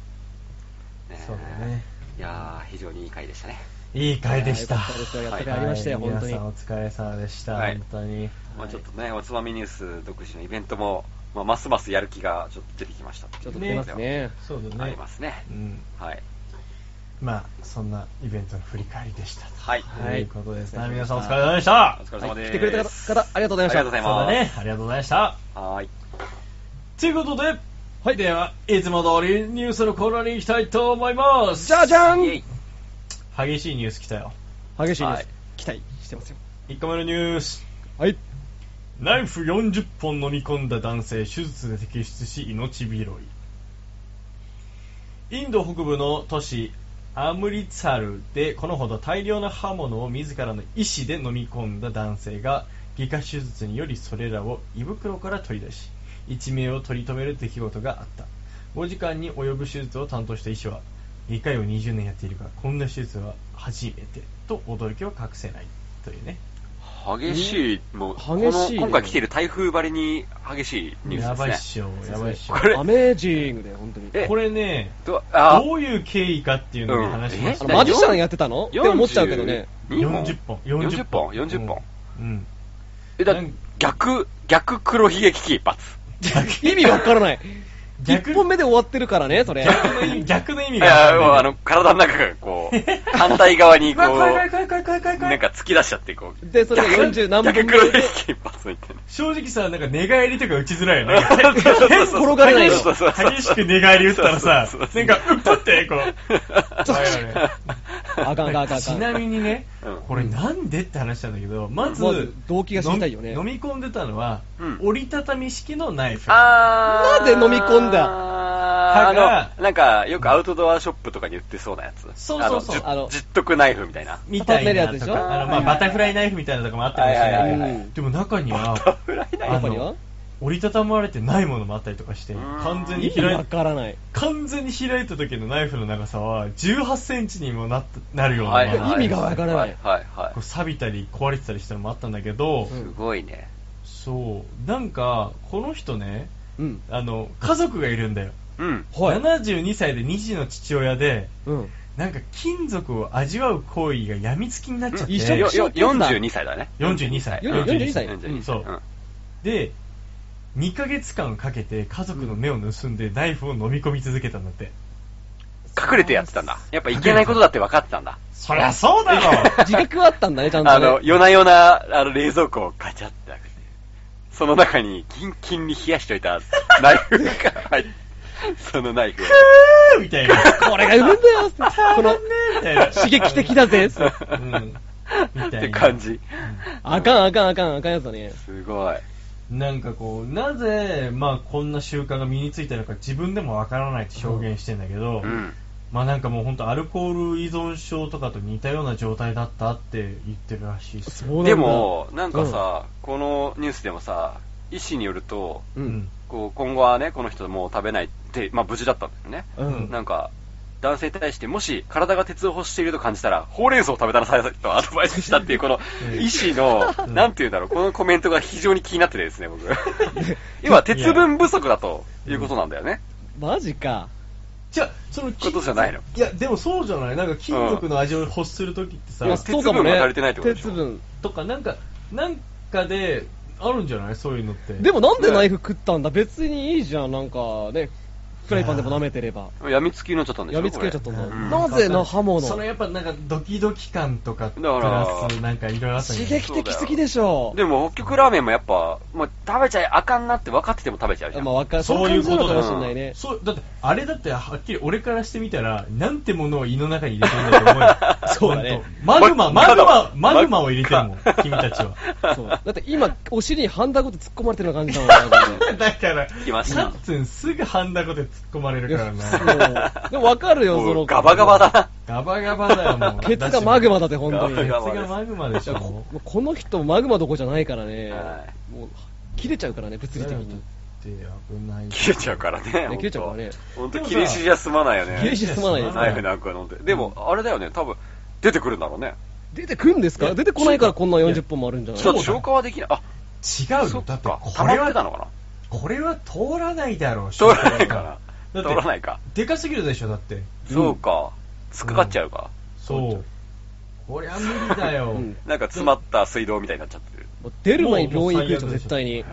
[SPEAKER 4] そうだね。
[SPEAKER 2] いやー、非常にいい回でしたね。
[SPEAKER 4] いい回でした。
[SPEAKER 3] いやーよかったですよやっぱりありましたよ、
[SPEAKER 4] はい
[SPEAKER 3] 本当に
[SPEAKER 4] 皆さん。お疲れ様でした、
[SPEAKER 2] はい
[SPEAKER 4] 本当に。
[SPEAKER 2] まあちょっとね、おつまみニュース独自のイベントも、まあ、ますますやる気がちょっと出てきました
[SPEAKER 3] ちょっと出ますね。
[SPEAKER 4] そうだね。
[SPEAKER 2] ありますね。
[SPEAKER 4] うん。
[SPEAKER 2] はい。
[SPEAKER 4] まあ、そんなイベントの振り返りでしたと。
[SPEAKER 2] はい
[SPEAKER 4] ということですね。
[SPEAKER 3] はい
[SPEAKER 4] 皆さんお疲れ様でした
[SPEAKER 2] お。疲れ
[SPEAKER 3] は
[SPEAKER 2] 様
[SPEAKER 3] い、
[SPEAKER 2] です。
[SPEAKER 3] 来てくれた方、方ありがとうございまし
[SPEAKER 2] あ
[SPEAKER 3] た。
[SPEAKER 2] りがとうござい
[SPEAKER 4] そうだ
[SPEAKER 2] ます
[SPEAKER 4] ね。ありがとうございました。
[SPEAKER 2] はーい。
[SPEAKER 4] ということで、はい、では、いつも通りニュースのコーナーに行きたいと思います。
[SPEAKER 3] じゃじゃん
[SPEAKER 2] イェイ
[SPEAKER 3] 激
[SPEAKER 4] 激しいニュース来たよ。
[SPEAKER 3] しいニュース、
[SPEAKER 2] はい
[SPEAKER 3] 期待してますよ。
[SPEAKER 4] 1個目のニュース。
[SPEAKER 3] はい。
[SPEAKER 4] ナイフ40本飲み込んだ男性、手術で摘出し、命拾い。インド北部の都市アムリツァルでこのほど大量の刃物を自らの意思で飲み込んだ男性が外科手術によりそれらを胃袋から取り出し一命を取り留める出来事があった5時間に及ぶ手術を担当した医師は外科医を20年やっているがこんな手術は初めてと驚きを隠せないというね
[SPEAKER 2] 激しい、もう、この
[SPEAKER 3] 激しいね
[SPEAKER 2] 今回来ている台風ばりに激しいニュ
[SPEAKER 4] やばい
[SPEAKER 2] ー
[SPEAKER 4] っ
[SPEAKER 2] ス
[SPEAKER 4] しょやばいっしょ
[SPEAKER 2] これ
[SPEAKER 3] アメージングで、本当に。
[SPEAKER 2] え
[SPEAKER 4] これね
[SPEAKER 2] ですね。どあー
[SPEAKER 4] どういう経緯かっていうのを話しまし
[SPEAKER 3] あ
[SPEAKER 4] た
[SPEAKER 3] のマジシャンやってたのって思っちゃうけどね。
[SPEAKER 4] 40本
[SPEAKER 2] 40本 ?40 本。
[SPEAKER 4] うん
[SPEAKER 2] え、だ
[SPEAKER 4] なん
[SPEAKER 2] 逆、逆黒ひげ危機一発。
[SPEAKER 3] 意味わからない。
[SPEAKER 4] 逆
[SPEAKER 3] 1本目で終わってるからね、それ。
[SPEAKER 4] 逆の意味、逆の意
[SPEAKER 2] い
[SPEAKER 4] 味が
[SPEAKER 2] や、もう
[SPEAKER 4] わか
[SPEAKER 2] あ
[SPEAKER 4] んない。
[SPEAKER 2] の、体の中がこう、反対側にこう、
[SPEAKER 4] 怖い怖
[SPEAKER 2] ない
[SPEAKER 4] 怖い怖い怖い怖い怖
[SPEAKER 2] ん
[SPEAKER 4] い。
[SPEAKER 2] か突き出しちゃって、こう。
[SPEAKER 3] でそれが
[SPEAKER 2] 逆
[SPEAKER 3] 40何本目で
[SPEAKER 2] 逆黒ひげ一発みたいな。
[SPEAKER 4] 正直さ、なんか寝返りとか打ちづらいよね。なんか
[SPEAKER 3] 転がれないの
[SPEAKER 2] そうそうそう
[SPEAKER 4] 激しく寝返り打ったらさ
[SPEAKER 2] そうそう、そう
[SPEAKER 4] なんか、うっぱって、こう。怖いよね
[SPEAKER 3] あかんあかんあかんあかん。
[SPEAKER 4] ちなみにね
[SPEAKER 2] うん、
[SPEAKER 4] これなんでって話なんだけど、まず、
[SPEAKER 3] まず動機が知りたいよね
[SPEAKER 4] 飲み飲み込んでたのは
[SPEAKER 2] うん、
[SPEAKER 4] 折りたたみ式のナイフ。
[SPEAKER 2] あ
[SPEAKER 3] なんで飲み込んだ
[SPEAKER 2] あ
[SPEAKER 4] 歯が
[SPEAKER 2] の、なんか、よくアウトドアショップとかに売ってそうなやつ。
[SPEAKER 4] そうそうそう
[SPEAKER 2] あの、じじっとくナイフみたいな。
[SPEAKER 4] みたいな
[SPEAKER 3] 畳めるやつ
[SPEAKER 4] と
[SPEAKER 3] でしょ
[SPEAKER 4] か、あの、まあ、
[SPEAKER 2] はいはいはい
[SPEAKER 4] バタフライナイフみたいなとかもあったかもしれ
[SPEAKER 2] はいはい
[SPEAKER 4] な
[SPEAKER 2] はいい
[SPEAKER 4] け
[SPEAKER 2] は
[SPEAKER 4] ど、でも中には、
[SPEAKER 2] 裏にない
[SPEAKER 4] あ
[SPEAKER 3] やっぱりは
[SPEAKER 4] の折りたたまれてないものもあったりとかして、
[SPEAKER 2] うん
[SPEAKER 4] 完全
[SPEAKER 3] 意
[SPEAKER 4] に
[SPEAKER 3] 味
[SPEAKER 4] 開
[SPEAKER 3] わ
[SPEAKER 4] い
[SPEAKER 3] からない。
[SPEAKER 4] 完全に開いた時のナイフの長さは18センチにもなっなるようなも
[SPEAKER 2] はい
[SPEAKER 4] の
[SPEAKER 2] はいはい
[SPEAKER 3] 意味がわからない
[SPEAKER 2] はいはいは
[SPEAKER 4] こう錆びたり壊れてたりしたのもあったんだけど、
[SPEAKER 2] い。すごいね。
[SPEAKER 4] そうなんかこの人ね
[SPEAKER 3] うん。
[SPEAKER 4] あの家族がいるんだよ、
[SPEAKER 2] うん。
[SPEAKER 3] はい。
[SPEAKER 4] 72歳で2児の父親で
[SPEAKER 3] うん。
[SPEAKER 4] なんか金属を味わう行為が病みつきになっちゃって、
[SPEAKER 3] 一緒に
[SPEAKER 2] よ
[SPEAKER 3] しよ
[SPEAKER 2] よ
[SPEAKER 3] うってやつだ
[SPEAKER 2] 42歳だね。
[SPEAKER 4] 42歳
[SPEAKER 3] 42
[SPEAKER 4] 42
[SPEAKER 3] 歳
[SPEAKER 2] 42
[SPEAKER 3] うん
[SPEAKER 4] そうで2ヶ月間かけて家族の目を盗んでナイフを飲み込み続けたんだって
[SPEAKER 2] 隠れてやってたんだ。やっぱいけないことだって分かってたんだ。
[SPEAKER 4] そりゃそ うだろ
[SPEAKER 3] 自覚はあったんだね、ちゃん
[SPEAKER 2] あ
[SPEAKER 3] と、ね。
[SPEAKER 2] の、夜な夜な、あの、冷蔵庫をガチャって開けて、その中に、キンキンに冷やしとい たナイフが入って、そのナイフを。
[SPEAKER 4] みたいな。
[SPEAKER 3] これが生むんだよこの、
[SPEAKER 4] みたいな。
[SPEAKER 3] 刺激的 だぜ。
[SPEAKER 4] うん。み
[SPEAKER 2] った
[SPEAKER 4] いな。
[SPEAKER 2] て感じ。
[SPEAKER 3] あかんあかんあかんあかんやつだね。
[SPEAKER 2] すごい。
[SPEAKER 4] なんかこう、なぜ、まあこんな習慣が身についたのか自分でもわからないって表現してんだけど、
[SPEAKER 2] うん。
[SPEAKER 4] まあなんかもう本当アルコール依存症とかと似たような状態だったって言ってるらしいですよ。
[SPEAKER 2] でも、なんかさ、このニュースでもさ、医師によると、
[SPEAKER 3] う
[SPEAKER 4] うんん。
[SPEAKER 2] こう今後はね、この人もう食べないって、まあ無事だったんだよね。
[SPEAKER 3] うん
[SPEAKER 2] なんか、男性に対して、もし体が鉄を欲していると感じたら、ほうれん草を食べたらさいとアドバイスしたっていう、この
[SPEAKER 4] うん
[SPEAKER 2] 医師の、
[SPEAKER 4] うん
[SPEAKER 2] なんていうんだろう、このコメントが非常に気になっててですね、僕。今、鉄分不足だということなんだよね。
[SPEAKER 3] マジか。
[SPEAKER 4] じゃあ、その
[SPEAKER 2] ことじゃないの
[SPEAKER 4] いや、でもそうじゃないなんか金属の味を欲するときってさ、
[SPEAKER 3] いや
[SPEAKER 2] 鉄分が足りてないってことでしょ
[SPEAKER 3] 鉄分。
[SPEAKER 4] とかなんか、なんかで、あるんじゃないそういうのって。
[SPEAKER 3] でもなんでナイフ食ったんだ別にいいじゃん、なんかね。フライパンでも舐めてれば。
[SPEAKER 2] やみつきになっちゃったんでしょ
[SPEAKER 3] やみつけちゃったんだ。
[SPEAKER 2] これ
[SPEAKER 4] うん
[SPEAKER 3] なぜな刃物。
[SPEAKER 4] そのやっぱなんかドキドキ感とかプ
[SPEAKER 2] だから
[SPEAKER 4] ラスなんかいろいろあったんじ
[SPEAKER 3] 刺
[SPEAKER 4] ゃない
[SPEAKER 3] 激的すぎでしょ。
[SPEAKER 2] でも、北極ラーメンもやっぱ、もう食べちゃいあかんなって分かってても食べちゃうじゃん。
[SPEAKER 3] まあ、わかる。
[SPEAKER 4] そういうことだ
[SPEAKER 3] そう
[SPEAKER 4] よ
[SPEAKER 3] 感じなのかもしれないね。
[SPEAKER 4] そうだってあれだってはっきり俺からしてみたらなんてものを胃の中に入れてるんだと思
[SPEAKER 3] そ
[SPEAKER 4] うよ
[SPEAKER 3] うだね
[SPEAKER 4] ほんとマグ
[SPEAKER 2] 真
[SPEAKER 4] マ
[SPEAKER 2] っ
[SPEAKER 4] マ
[SPEAKER 2] 赤
[SPEAKER 4] グ
[SPEAKER 2] だ
[SPEAKER 4] ママグマを入れてるもん
[SPEAKER 2] 真っ赤
[SPEAKER 4] 君たちは
[SPEAKER 3] そう。だって今、お尻にハンダごと突っ込まれてるような感じだもんなんかね
[SPEAKER 4] だから
[SPEAKER 2] きました
[SPEAKER 4] カッツンすぐハンダコで突っ込まれ
[SPEAKER 3] い
[SPEAKER 4] るからな
[SPEAKER 3] やそうでもわかるよ、
[SPEAKER 2] も
[SPEAKER 3] そうの。
[SPEAKER 2] ガバガバだ。な。
[SPEAKER 4] ガバガバだよもう
[SPEAKER 3] ケツがマグマだって、本当に。
[SPEAKER 2] ガ
[SPEAKER 4] ケツ
[SPEAKER 2] バガバ
[SPEAKER 4] がマグマでしょもう
[SPEAKER 3] もうこの人、マグマどころじゃないからね、
[SPEAKER 2] は
[SPEAKER 3] もう切れちゃうからね、物理的に。
[SPEAKER 4] だよだって危ない
[SPEAKER 2] 切れちゃうからね。
[SPEAKER 3] ね切れちゃうからね
[SPEAKER 2] 本当
[SPEAKER 4] でもさ
[SPEAKER 2] 切れ死じゃ済まないよね。
[SPEAKER 3] 切れ死進まないです
[SPEAKER 2] ナイフ
[SPEAKER 3] ね。
[SPEAKER 2] なんか飲んで。でも、あれだよね、多分、出てくるんだろうね。
[SPEAKER 3] 出てくるんです
[SPEAKER 4] い
[SPEAKER 3] か
[SPEAKER 4] や
[SPEAKER 3] 出てこないからこんな
[SPEAKER 4] そうだ
[SPEAKER 3] 40本もあるんじゃない
[SPEAKER 2] ちょっと
[SPEAKER 4] そうだ
[SPEAKER 2] 消化はできない。あ、
[SPEAKER 4] 違う
[SPEAKER 2] そ
[SPEAKER 4] よ
[SPEAKER 2] っ
[SPEAKER 4] だ
[SPEAKER 2] か
[SPEAKER 4] って。
[SPEAKER 2] 溜
[SPEAKER 4] こ
[SPEAKER 2] ま
[SPEAKER 4] れ
[SPEAKER 2] ってた
[SPEAKER 4] は
[SPEAKER 2] のか
[SPEAKER 4] これは通らないだろう
[SPEAKER 2] な通らないか
[SPEAKER 4] だ
[SPEAKER 2] な。
[SPEAKER 4] って
[SPEAKER 2] 通らないか。
[SPEAKER 4] でかすぎるでしょだって
[SPEAKER 2] そうか。突っかかっちゃうか、
[SPEAKER 4] そう。こりゃ無理だよ。
[SPEAKER 3] う
[SPEAKER 4] うんん
[SPEAKER 2] なんか詰まった水道みたいになっちゃってる。
[SPEAKER 3] もう出る前に病院行くでしょ、絶対に。
[SPEAKER 2] へ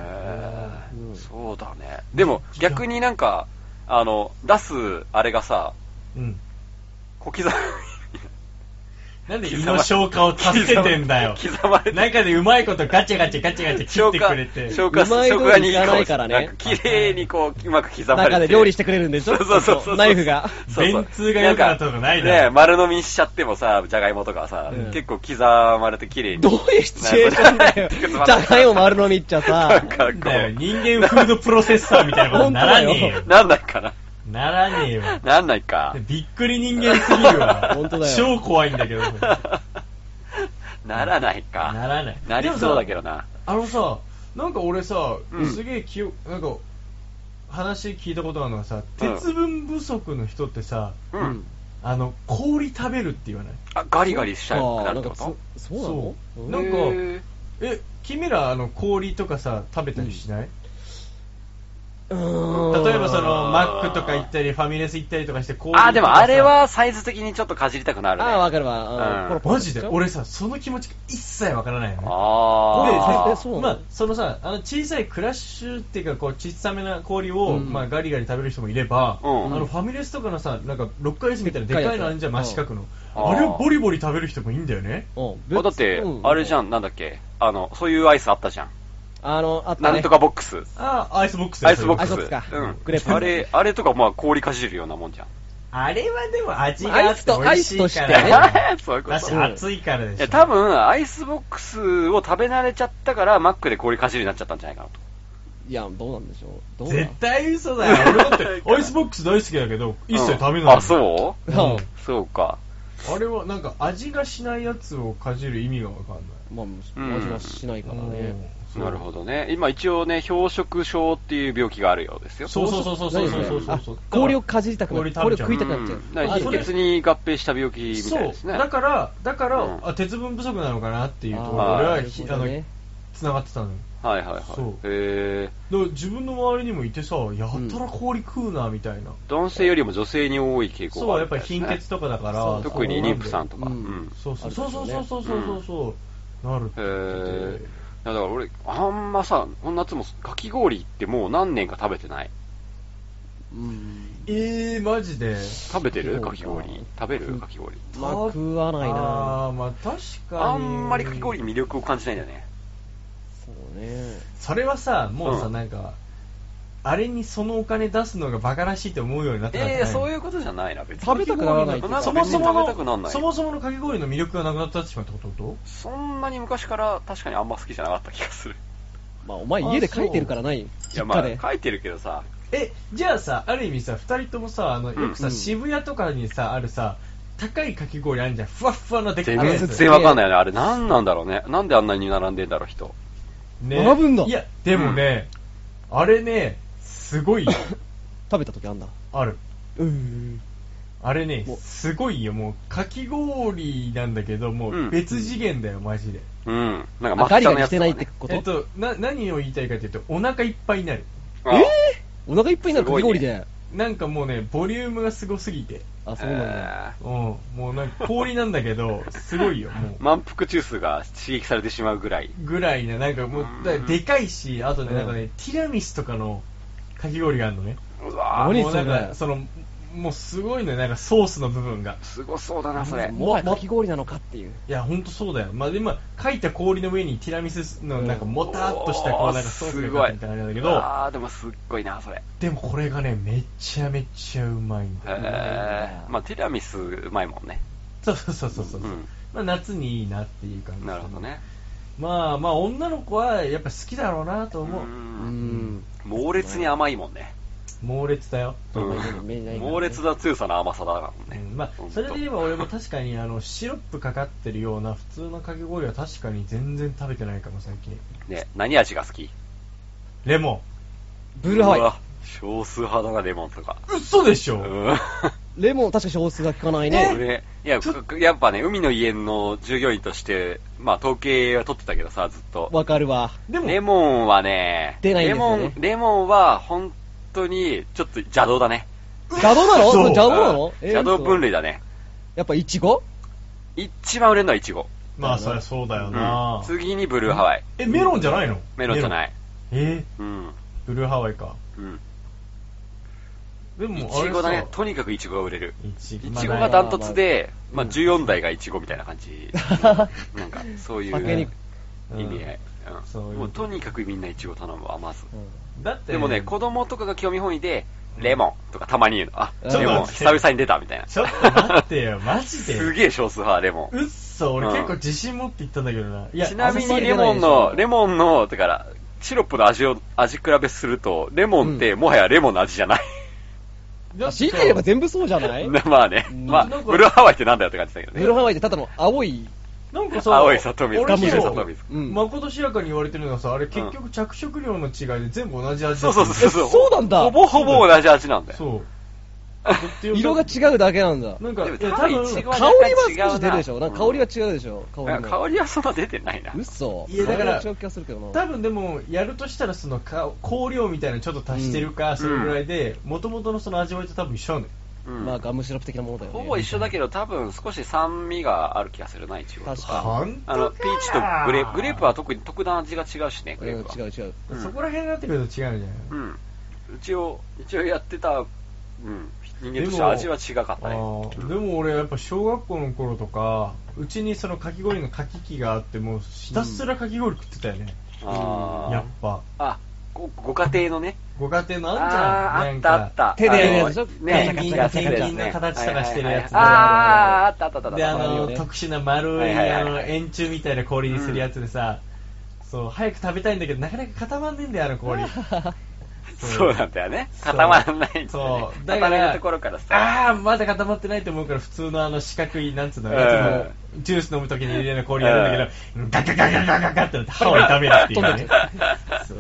[SPEAKER 2] ー
[SPEAKER 3] うん
[SPEAKER 2] そうだね。でも逆になんか、あの、出すあれがさ、小刻み。
[SPEAKER 4] なんで胃の消化を助けてんだよ。
[SPEAKER 2] 刻まれて
[SPEAKER 4] 中でうまいことガチャガチャガチャガチャ切ってくれて。
[SPEAKER 2] 消化、
[SPEAKER 3] うまいこ
[SPEAKER 2] 消
[SPEAKER 3] と
[SPEAKER 2] 化に
[SPEAKER 3] いかないからね
[SPEAKER 2] こうなんか綺麗にこう、うまく刻まれて。
[SPEAKER 3] 中で料理してくれるんでし
[SPEAKER 2] そ
[SPEAKER 3] ょ
[SPEAKER 2] うそうそうそう。
[SPEAKER 3] ナイフが。
[SPEAKER 4] 便通が良くなったとかないだろ
[SPEAKER 2] ね丸飲みしちゃってもさ、じゃがいもとかはさ、
[SPEAKER 4] うん
[SPEAKER 2] 結構刻まれて綺麗に。
[SPEAKER 3] どういうシチュエーションだよ。じゃがいも丸飲みっちゃ
[SPEAKER 2] な
[SPEAKER 3] さ
[SPEAKER 2] ん。かこ
[SPEAKER 4] なんだよ。
[SPEAKER 2] う、
[SPEAKER 4] 人間フードプロセッサーみたいなことにならねえよ
[SPEAKER 3] 本。
[SPEAKER 2] なんないかな。
[SPEAKER 4] ならねえよ。
[SPEAKER 2] なんないか。
[SPEAKER 4] びっくり人間すぎるわ。
[SPEAKER 3] 本当だよ
[SPEAKER 4] 超怖いんだけど。
[SPEAKER 2] ならないか。
[SPEAKER 4] ならない
[SPEAKER 2] なりそうだけどな。
[SPEAKER 4] あのさ、なんか俺さ、
[SPEAKER 2] うん
[SPEAKER 4] すげえ記憶、なんか、話聞いたことあるのはさ、
[SPEAKER 2] うん
[SPEAKER 4] 鉄分不足の人ってさ、
[SPEAKER 2] うん。
[SPEAKER 4] あの、氷食べるって言わない
[SPEAKER 2] あ、ガリガリしちゃうくな
[SPEAKER 3] あ
[SPEAKER 2] る
[SPEAKER 3] な
[SPEAKER 2] って
[SPEAKER 3] んか
[SPEAKER 2] こ
[SPEAKER 3] そ
[SPEAKER 2] と
[SPEAKER 3] そうな
[SPEAKER 4] な
[SPEAKER 3] の
[SPEAKER 4] んか
[SPEAKER 2] へー
[SPEAKER 4] え、君ら、あの、氷とかさ、食べたりしない、
[SPEAKER 3] うーん
[SPEAKER 4] 例えばその、マックとか行ったり、ファミレス行ったりとかして氷とかさ
[SPEAKER 2] あ、でもあれ、はサイズ的にちょっとかじりたくなるね。
[SPEAKER 3] ああ、わかるわ。
[SPEAKER 2] う
[SPEAKER 3] うんんポロポロ
[SPEAKER 4] マジで俺さ、その気持ちが一切わからないよね。
[SPEAKER 2] あー
[SPEAKER 3] でえそうなの
[SPEAKER 4] まあ、そのさ、あの小さいクラッシュっていうか、こう、小さめな氷
[SPEAKER 3] う
[SPEAKER 4] を、
[SPEAKER 3] ん
[SPEAKER 4] まあ、ガリガリ食べる人もいれば、
[SPEAKER 2] うん
[SPEAKER 4] あの、ファミレスとかのさ、なんか、ロッカーレスみたいなで
[SPEAKER 3] でっ
[SPEAKER 4] か
[SPEAKER 3] か
[SPEAKER 4] い
[SPEAKER 3] い
[SPEAKER 4] の
[SPEAKER 3] やつ
[SPEAKER 4] あんじゃん、真四角の。
[SPEAKER 2] あー
[SPEAKER 4] あれをボリボリ食べる人もいいんだよね。
[SPEAKER 3] うん
[SPEAKER 2] あだって
[SPEAKER 3] う、ん
[SPEAKER 2] あれじゃん、なんだっけ、あの、そういうアイスあったじゃん。
[SPEAKER 3] あの、あった
[SPEAKER 2] な
[SPEAKER 3] ね。
[SPEAKER 2] んとかボックス。
[SPEAKER 4] ああ、アイスボックスだよ
[SPEAKER 2] アイスボックス。
[SPEAKER 3] アイスボックスか
[SPEAKER 2] うん。
[SPEAKER 3] グレープ
[SPEAKER 2] あれ、あれとか、まあ、氷かじるようなもんじゃん。
[SPEAKER 4] あれはでも味
[SPEAKER 3] があって美味しいからね
[SPEAKER 2] そういうこと。
[SPEAKER 4] だし、暑いからでしょ。
[SPEAKER 2] いや、多分、アイスボックスを食べ慣れちゃったから、マックで氷かじるようになっちゃったんじゃないかなと。
[SPEAKER 3] いや、どうなんでしょう。どうなん
[SPEAKER 4] 絶対 嘘だよ。俺だって、 アイスボックス大好きだけど、一切食べないの。
[SPEAKER 2] あ、そう
[SPEAKER 3] うん
[SPEAKER 2] そうか。
[SPEAKER 4] あれは、なんか、味がしないやつをかじる意味がわかんない。
[SPEAKER 3] ま
[SPEAKER 2] ん
[SPEAKER 3] あ、味はしないからね。
[SPEAKER 4] うん
[SPEAKER 2] なるほどね。今一応ね、氷食症っていう病気があるようですよ。
[SPEAKER 4] そうそうそうそうそうそうそうそうそう。
[SPEAKER 3] あ氷をかじりたくなる。
[SPEAKER 4] 氷食べ
[SPEAKER 3] 氷を
[SPEAKER 4] ちゃう
[SPEAKER 3] 食いたくなっちゃ
[SPEAKER 2] ん
[SPEAKER 3] う。
[SPEAKER 2] だから
[SPEAKER 3] あいい
[SPEAKER 2] 貧
[SPEAKER 4] そ
[SPEAKER 3] ね
[SPEAKER 4] れ
[SPEAKER 2] 血に合併した病気みたいです
[SPEAKER 4] そう、
[SPEAKER 2] ね。
[SPEAKER 4] だから、だから、
[SPEAKER 2] うん
[SPEAKER 4] あ鉄分不足なのかなっていうところ
[SPEAKER 2] あー
[SPEAKER 4] 俺は
[SPEAKER 3] なる
[SPEAKER 4] ひ、
[SPEAKER 3] ほ
[SPEAKER 4] あ
[SPEAKER 3] ど
[SPEAKER 4] の
[SPEAKER 3] ね、
[SPEAKER 4] 繋がってたのよ。
[SPEAKER 2] はいはいはい。
[SPEAKER 4] そう
[SPEAKER 2] へえ。
[SPEAKER 4] だから自分の周りにもいてさ、やたら氷食うな、みたいな。
[SPEAKER 2] 男性よりも女性に多い傾向
[SPEAKER 4] そ
[SPEAKER 2] が
[SPEAKER 4] う、
[SPEAKER 2] あ
[SPEAKER 4] や
[SPEAKER 2] る
[SPEAKER 4] っ
[SPEAKER 2] み
[SPEAKER 4] ぱ
[SPEAKER 2] たいです
[SPEAKER 4] り
[SPEAKER 2] ね
[SPEAKER 4] 貧血とかだから。
[SPEAKER 2] 特に妊婦さんとか。う
[SPEAKER 3] うん
[SPEAKER 2] ん。
[SPEAKER 4] そうそう
[SPEAKER 3] あ
[SPEAKER 4] そう
[SPEAKER 3] るでし
[SPEAKER 4] そ
[SPEAKER 3] ょ
[SPEAKER 4] う
[SPEAKER 3] うね
[SPEAKER 4] そうそうそうそう。なるって
[SPEAKER 2] へ
[SPEAKER 4] 言っ
[SPEAKER 2] え
[SPEAKER 4] てて。。
[SPEAKER 2] だから俺、あんまさ、この夏もかき氷ってもう何年か食べてない。
[SPEAKER 3] うん
[SPEAKER 4] えー、マジで。
[SPEAKER 2] 食べてる
[SPEAKER 3] そうか
[SPEAKER 2] かき氷。食べるかき氷。
[SPEAKER 3] まあ、食わない
[SPEAKER 4] あ
[SPEAKER 3] な
[SPEAKER 4] ーまあ確かに。
[SPEAKER 2] あんまりかき氷に魅力を感じないんだよね。
[SPEAKER 3] そうね。
[SPEAKER 4] それはさ、もうさ、
[SPEAKER 2] うん
[SPEAKER 4] なんか、あれにそのお金出すのがバカらしいって思うようになったからじゃ
[SPEAKER 2] え
[SPEAKER 4] ない
[SPEAKER 2] え、そういうことじゃないな、別に。
[SPEAKER 3] 食べたくならないっていうか
[SPEAKER 2] そ
[SPEAKER 4] そ
[SPEAKER 2] も
[SPEAKER 4] も
[SPEAKER 2] そ
[SPEAKER 4] そ
[SPEAKER 2] も
[SPEAKER 4] も
[SPEAKER 2] 食べたくならな
[SPEAKER 4] の、
[SPEAKER 2] い。
[SPEAKER 4] そもそものかき氷の魅力がなくなってしまったってこと
[SPEAKER 2] そんなに昔から確かにあんま好きじゃなかった気がす る。
[SPEAKER 3] まあ、お前家で書いてるからない。
[SPEAKER 2] いや
[SPEAKER 3] 実
[SPEAKER 2] ま
[SPEAKER 3] 家
[SPEAKER 2] あ
[SPEAKER 3] で。
[SPEAKER 2] 書いてるけどさ、
[SPEAKER 4] え、じゃあさ、ある意味さ、二人ともさ、あの、よくさ、
[SPEAKER 3] うん
[SPEAKER 4] 渋谷とかにさ、あるさ、高いかき氷あんじゃん。ふわっふわのでっかい
[SPEAKER 2] 全
[SPEAKER 4] やつ。
[SPEAKER 2] 然わかんないよね。あれ何なんだろうね。なんであんなに並んでんだろう人。
[SPEAKER 4] ね
[SPEAKER 3] 並ぶんだ
[SPEAKER 4] いや、でもね、あれね、すごい、
[SPEAKER 3] 食べた時あんだ。
[SPEAKER 4] ある。
[SPEAKER 3] うーん。
[SPEAKER 4] あれね
[SPEAKER 3] お、
[SPEAKER 4] すごいよ、もう、かき氷なんだけど、も
[SPEAKER 2] うん
[SPEAKER 4] う、別次元だよ、マジで。
[SPEAKER 2] うん。なんか
[SPEAKER 3] あガ
[SPEAKER 2] 抹
[SPEAKER 3] リ
[SPEAKER 2] 茶
[SPEAKER 3] ガ
[SPEAKER 2] の
[SPEAKER 3] リ
[SPEAKER 2] や
[SPEAKER 3] し
[SPEAKER 2] つと
[SPEAKER 3] て
[SPEAKER 2] か
[SPEAKER 3] な
[SPEAKER 2] ね、
[SPEAKER 3] いってこと
[SPEAKER 4] えっと、な、何を言いたいかというと、お腹いっぱいになる。
[SPEAKER 2] あ
[SPEAKER 3] えーお腹いっぱいになるかき氷
[SPEAKER 2] すごい
[SPEAKER 3] で。
[SPEAKER 4] なんかもうね、ボリュームがすごすぎて。
[SPEAKER 3] あ、そうなんだ。
[SPEAKER 2] えー
[SPEAKER 4] うん、もうなんか氷なんだけど、すごいよ、もう。
[SPEAKER 2] 満腹中枢が刺激されてしまうぐらい。
[SPEAKER 4] ぐらいな、なんかもう、だでかいし、あとね、
[SPEAKER 3] うん
[SPEAKER 4] なんかね、ティラミスとかのかき氷があるのね。
[SPEAKER 2] うわぁ、
[SPEAKER 3] 何
[SPEAKER 4] もうなん
[SPEAKER 3] そ
[SPEAKER 4] か、
[SPEAKER 3] れ
[SPEAKER 4] その、もうすごいのよ、なんかソースの部分が。
[SPEAKER 2] すごそうだな、それ。
[SPEAKER 3] もはやかき氷なのかっていう。
[SPEAKER 4] いや、ほんとそうだよ。まあ、で今、書いた氷の上にティラミスの、
[SPEAKER 3] うん
[SPEAKER 4] なんか、もたっとした、こう、なんかソースがかかってるみたいなのあれだけ
[SPEAKER 2] う
[SPEAKER 4] ど、
[SPEAKER 2] わぁ、でもすっごいな、それ。
[SPEAKER 4] でもこれがね、めちゃめちゃうまいん
[SPEAKER 2] へ
[SPEAKER 4] だよ。
[SPEAKER 2] えまあ、ティラミスうまいもんね。
[SPEAKER 4] そうそうそうそうそう。
[SPEAKER 2] うん
[SPEAKER 4] まあ、夏にいいなっていう感じ。
[SPEAKER 2] なるほどね。。
[SPEAKER 4] まあまあ、女の子はやっぱ好きだろうなと思う。
[SPEAKER 3] う
[SPEAKER 2] うん
[SPEAKER 3] ん。
[SPEAKER 2] 猛烈に甘いもんね。
[SPEAKER 4] 猛烈だよ。
[SPEAKER 3] うん
[SPEAKER 2] うん猛烈な強さの甘さだから
[SPEAKER 4] う
[SPEAKER 2] ね
[SPEAKER 4] ん。まあ、それで言えば俺も確かにあのシロップかかってるような普通のかき氷は確かに全然食べてないかも最近
[SPEAKER 2] ね、何味が好き
[SPEAKER 4] レモ
[SPEAKER 3] ブルーハ
[SPEAKER 2] う
[SPEAKER 3] ワ
[SPEAKER 2] わ少数派だな、レモンとか。
[SPEAKER 4] ン嘘でし
[SPEAKER 2] う
[SPEAKER 4] ょ
[SPEAKER 2] ん。
[SPEAKER 3] イ。レモン確か少数が効かないね。
[SPEAKER 2] 俺、いや、やっぱね、海の家の従業員として、まあ、統計は取ってたけどさ、ずっと。
[SPEAKER 3] わかるわ。
[SPEAKER 4] でも
[SPEAKER 2] レモンはね、
[SPEAKER 3] 出ないん
[SPEAKER 2] レ
[SPEAKER 3] です
[SPEAKER 2] モ
[SPEAKER 3] よ
[SPEAKER 2] ン
[SPEAKER 3] ね、
[SPEAKER 2] レモンは本当に、ちょっと邪道だね。
[SPEAKER 3] 邪道なの
[SPEAKER 4] そう
[SPEAKER 3] 邪道なの
[SPEAKER 2] うん邪道分類だね。
[SPEAKER 3] やっぱイチゴ
[SPEAKER 2] 一番売れるのはイチゴ。
[SPEAKER 4] まあ、そりゃそうだよ
[SPEAKER 2] うん
[SPEAKER 4] な。
[SPEAKER 2] 次にブルーハワイ。
[SPEAKER 4] え、メロンじゃないの
[SPEAKER 2] メロンじゃない。
[SPEAKER 4] え
[SPEAKER 2] うん。
[SPEAKER 4] ーブルーハワイか。
[SPEAKER 2] うん。
[SPEAKER 4] でも、
[SPEAKER 2] イ
[SPEAKER 4] あ
[SPEAKER 2] チ
[SPEAKER 4] れ
[SPEAKER 2] ゴだね
[SPEAKER 4] さ。
[SPEAKER 2] とにかくイチゴが売れる。
[SPEAKER 4] いち
[SPEAKER 2] イ
[SPEAKER 4] まあ
[SPEAKER 2] チゴが
[SPEAKER 3] だ
[SPEAKER 2] ダントツで、まあ14台がイチゴみたいな感じ。なんか、そういう
[SPEAKER 3] 酒に
[SPEAKER 2] 意味合い。
[SPEAKER 4] そううい
[SPEAKER 2] ん
[SPEAKER 4] う
[SPEAKER 2] もうとにかくみんなイチゴ頼むわ、まず。
[SPEAKER 4] だって、
[SPEAKER 2] でもね、子供とかが興味本位で、レモンとかたまに言うの。あ、
[SPEAKER 3] ちょっと
[SPEAKER 2] レモン、
[SPEAKER 4] 待って
[SPEAKER 2] 久々に出たみたいな。
[SPEAKER 4] ちょっと待ってよ、マジで。
[SPEAKER 2] すげえ少数派、レモン。
[SPEAKER 4] うっそ、俺
[SPEAKER 2] うん
[SPEAKER 4] 結構自信持って言ったんだけどな。いや、
[SPEAKER 2] ちなみ
[SPEAKER 3] あんま
[SPEAKER 2] に
[SPEAKER 3] り
[SPEAKER 2] レ
[SPEAKER 3] 出な
[SPEAKER 2] モ
[SPEAKER 3] い
[SPEAKER 2] ン
[SPEAKER 3] でしょ
[SPEAKER 2] の、レモンの、だから、シロップの味を、味比べすると、レモンってもはやレモンの味じゃない。
[SPEAKER 4] だって
[SPEAKER 3] 強いて言えば全部そうじゃないブ
[SPEAKER 2] まあね、
[SPEAKER 3] うん
[SPEAKER 2] まあ、
[SPEAKER 4] なんか
[SPEAKER 2] ブルーハワイってなんだよって感じだけどね。
[SPEAKER 3] ルーハワイってただの青い、
[SPEAKER 4] なんかさ、
[SPEAKER 2] 青い砂糖水、
[SPEAKER 4] 俺
[SPEAKER 2] 黄
[SPEAKER 4] も
[SPEAKER 2] 色い砂
[SPEAKER 3] さ
[SPEAKER 2] 糖水。
[SPEAKER 3] うん。
[SPEAKER 4] まことしやかに言われてるのはさ、あれ結局着色料の違いで全部同じ味
[SPEAKER 2] そ
[SPEAKER 4] だ
[SPEAKER 2] うそうそうそう。
[SPEAKER 3] えそうなんだ
[SPEAKER 2] ほぼほぼ同じ味なんだよ。
[SPEAKER 4] そう。
[SPEAKER 3] 色が違うだけなんだ。
[SPEAKER 4] なんか、
[SPEAKER 2] でも
[SPEAKER 4] いや
[SPEAKER 2] 多
[SPEAKER 4] 多
[SPEAKER 2] 分
[SPEAKER 4] 分、
[SPEAKER 2] 一
[SPEAKER 4] い
[SPEAKER 2] 番
[SPEAKER 3] 香りは少し出るでし
[SPEAKER 2] 違う
[SPEAKER 3] ょ
[SPEAKER 2] な
[SPEAKER 3] なんか香りは違うでしょ香り
[SPEAKER 2] あ香
[SPEAKER 3] も。
[SPEAKER 2] りはそんな出てないな。
[SPEAKER 3] 嘘
[SPEAKER 4] いやだから
[SPEAKER 3] 香りは違う気がするけどな。
[SPEAKER 4] 多分でも、やるとしたらそのか香料みたいなのちょっと足してるか、それぐらいで、元々のその味わいと多分一緒なのよ。
[SPEAKER 2] うん
[SPEAKER 3] まあガムシロップ的なものだよね。
[SPEAKER 2] ほぼ一緒だけど、多分少し酸味がある気がするな、いちごと
[SPEAKER 3] 確か
[SPEAKER 2] か。
[SPEAKER 4] ほんとか
[SPEAKER 2] あの、ピーチとグレープ、グレープは特に特段味が違うしね、グ
[SPEAKER 3] うん
[SPEAKER 2] レー
[SPEAKER 3] 違う
[SPEAKER 2] プは。
[SPEAKER 3] 違う。
[SPEAKER 2] うん
[SPEAKER 4] そこら辺になってくると違うじゃん。
[SPEAKER 2] うん。一応、一応やってた、うん、人間とし
[SPEAKER 4] で
[SPEAKER 2] て
[SPEAKER 4] も
[SPEAKER 2] 味は違かった
[SPEAKER 4] あ
[SPEAKER 2] ね。
[SPEAKER 4] ーでも俺やっぱ小学校の頃とかうちにそのかき氷のかき器があってもうひたすらかき氷食ってたよね、やっ
[SPEAKER 2] あ
[SPEAKER 4] ぱ
[SPEAKER 2] ーあ、ご、ご家庭のね。
[SPEAKER 4] ご家庭の
[SPEAKER 2] あ
[SPEAKER 4] あ
[SPEAKER 2] ー
[SPEAKER 4] んじゃん
[SPEAKER 2] あったあ
[SPEAKER 4] な
[SPEAKER 2] った。
[SPEAKER 4] んか
[SPEAKER 3] 手でやるやつ
[SPEAKER 2] あの
[SPEAKER 3] でしょ
[SPEAKER 2] ね、
[SPEAKER 4] ペンギン
[SPEAKER 2] ガチャガチャやつね
[SPEAKER 4] ペンギンの形とかしてるやつ
[SPEAKER 2] はいはいはいあー、あったあったあった。
[SPEAKER 4] であ
[SPEAKER 3] あるよ
[SPEAKER 4] の、
[SPEAKER 3] ね
[SPEAKER 4] 特殊な丸い、
[SPEAKER 2] はいはいはい
[SPEAKER 4] あの円柱みたいな氷にするやつでさ、そう早く食べたいんだけどなかなか固まんねえんだよあ の氷
[SPEAKER 2] そうなんだよね。固まらないんだよね。
[SPEAKER 4] そうだか
[SPEAKER 2] 固
[SPEAKER 4] ら
[SPEAKER 2] めるところからさ。
[SPEAKER 4] ああまだ固まってないと思うから普通のあの四角いなんつうの
[SPEAKER 2] うん
[SPEAKER 4] やつのジュース飲むときに入れる氷やるんだけどガガガガガガガってなって歯を痛めるってい うねそう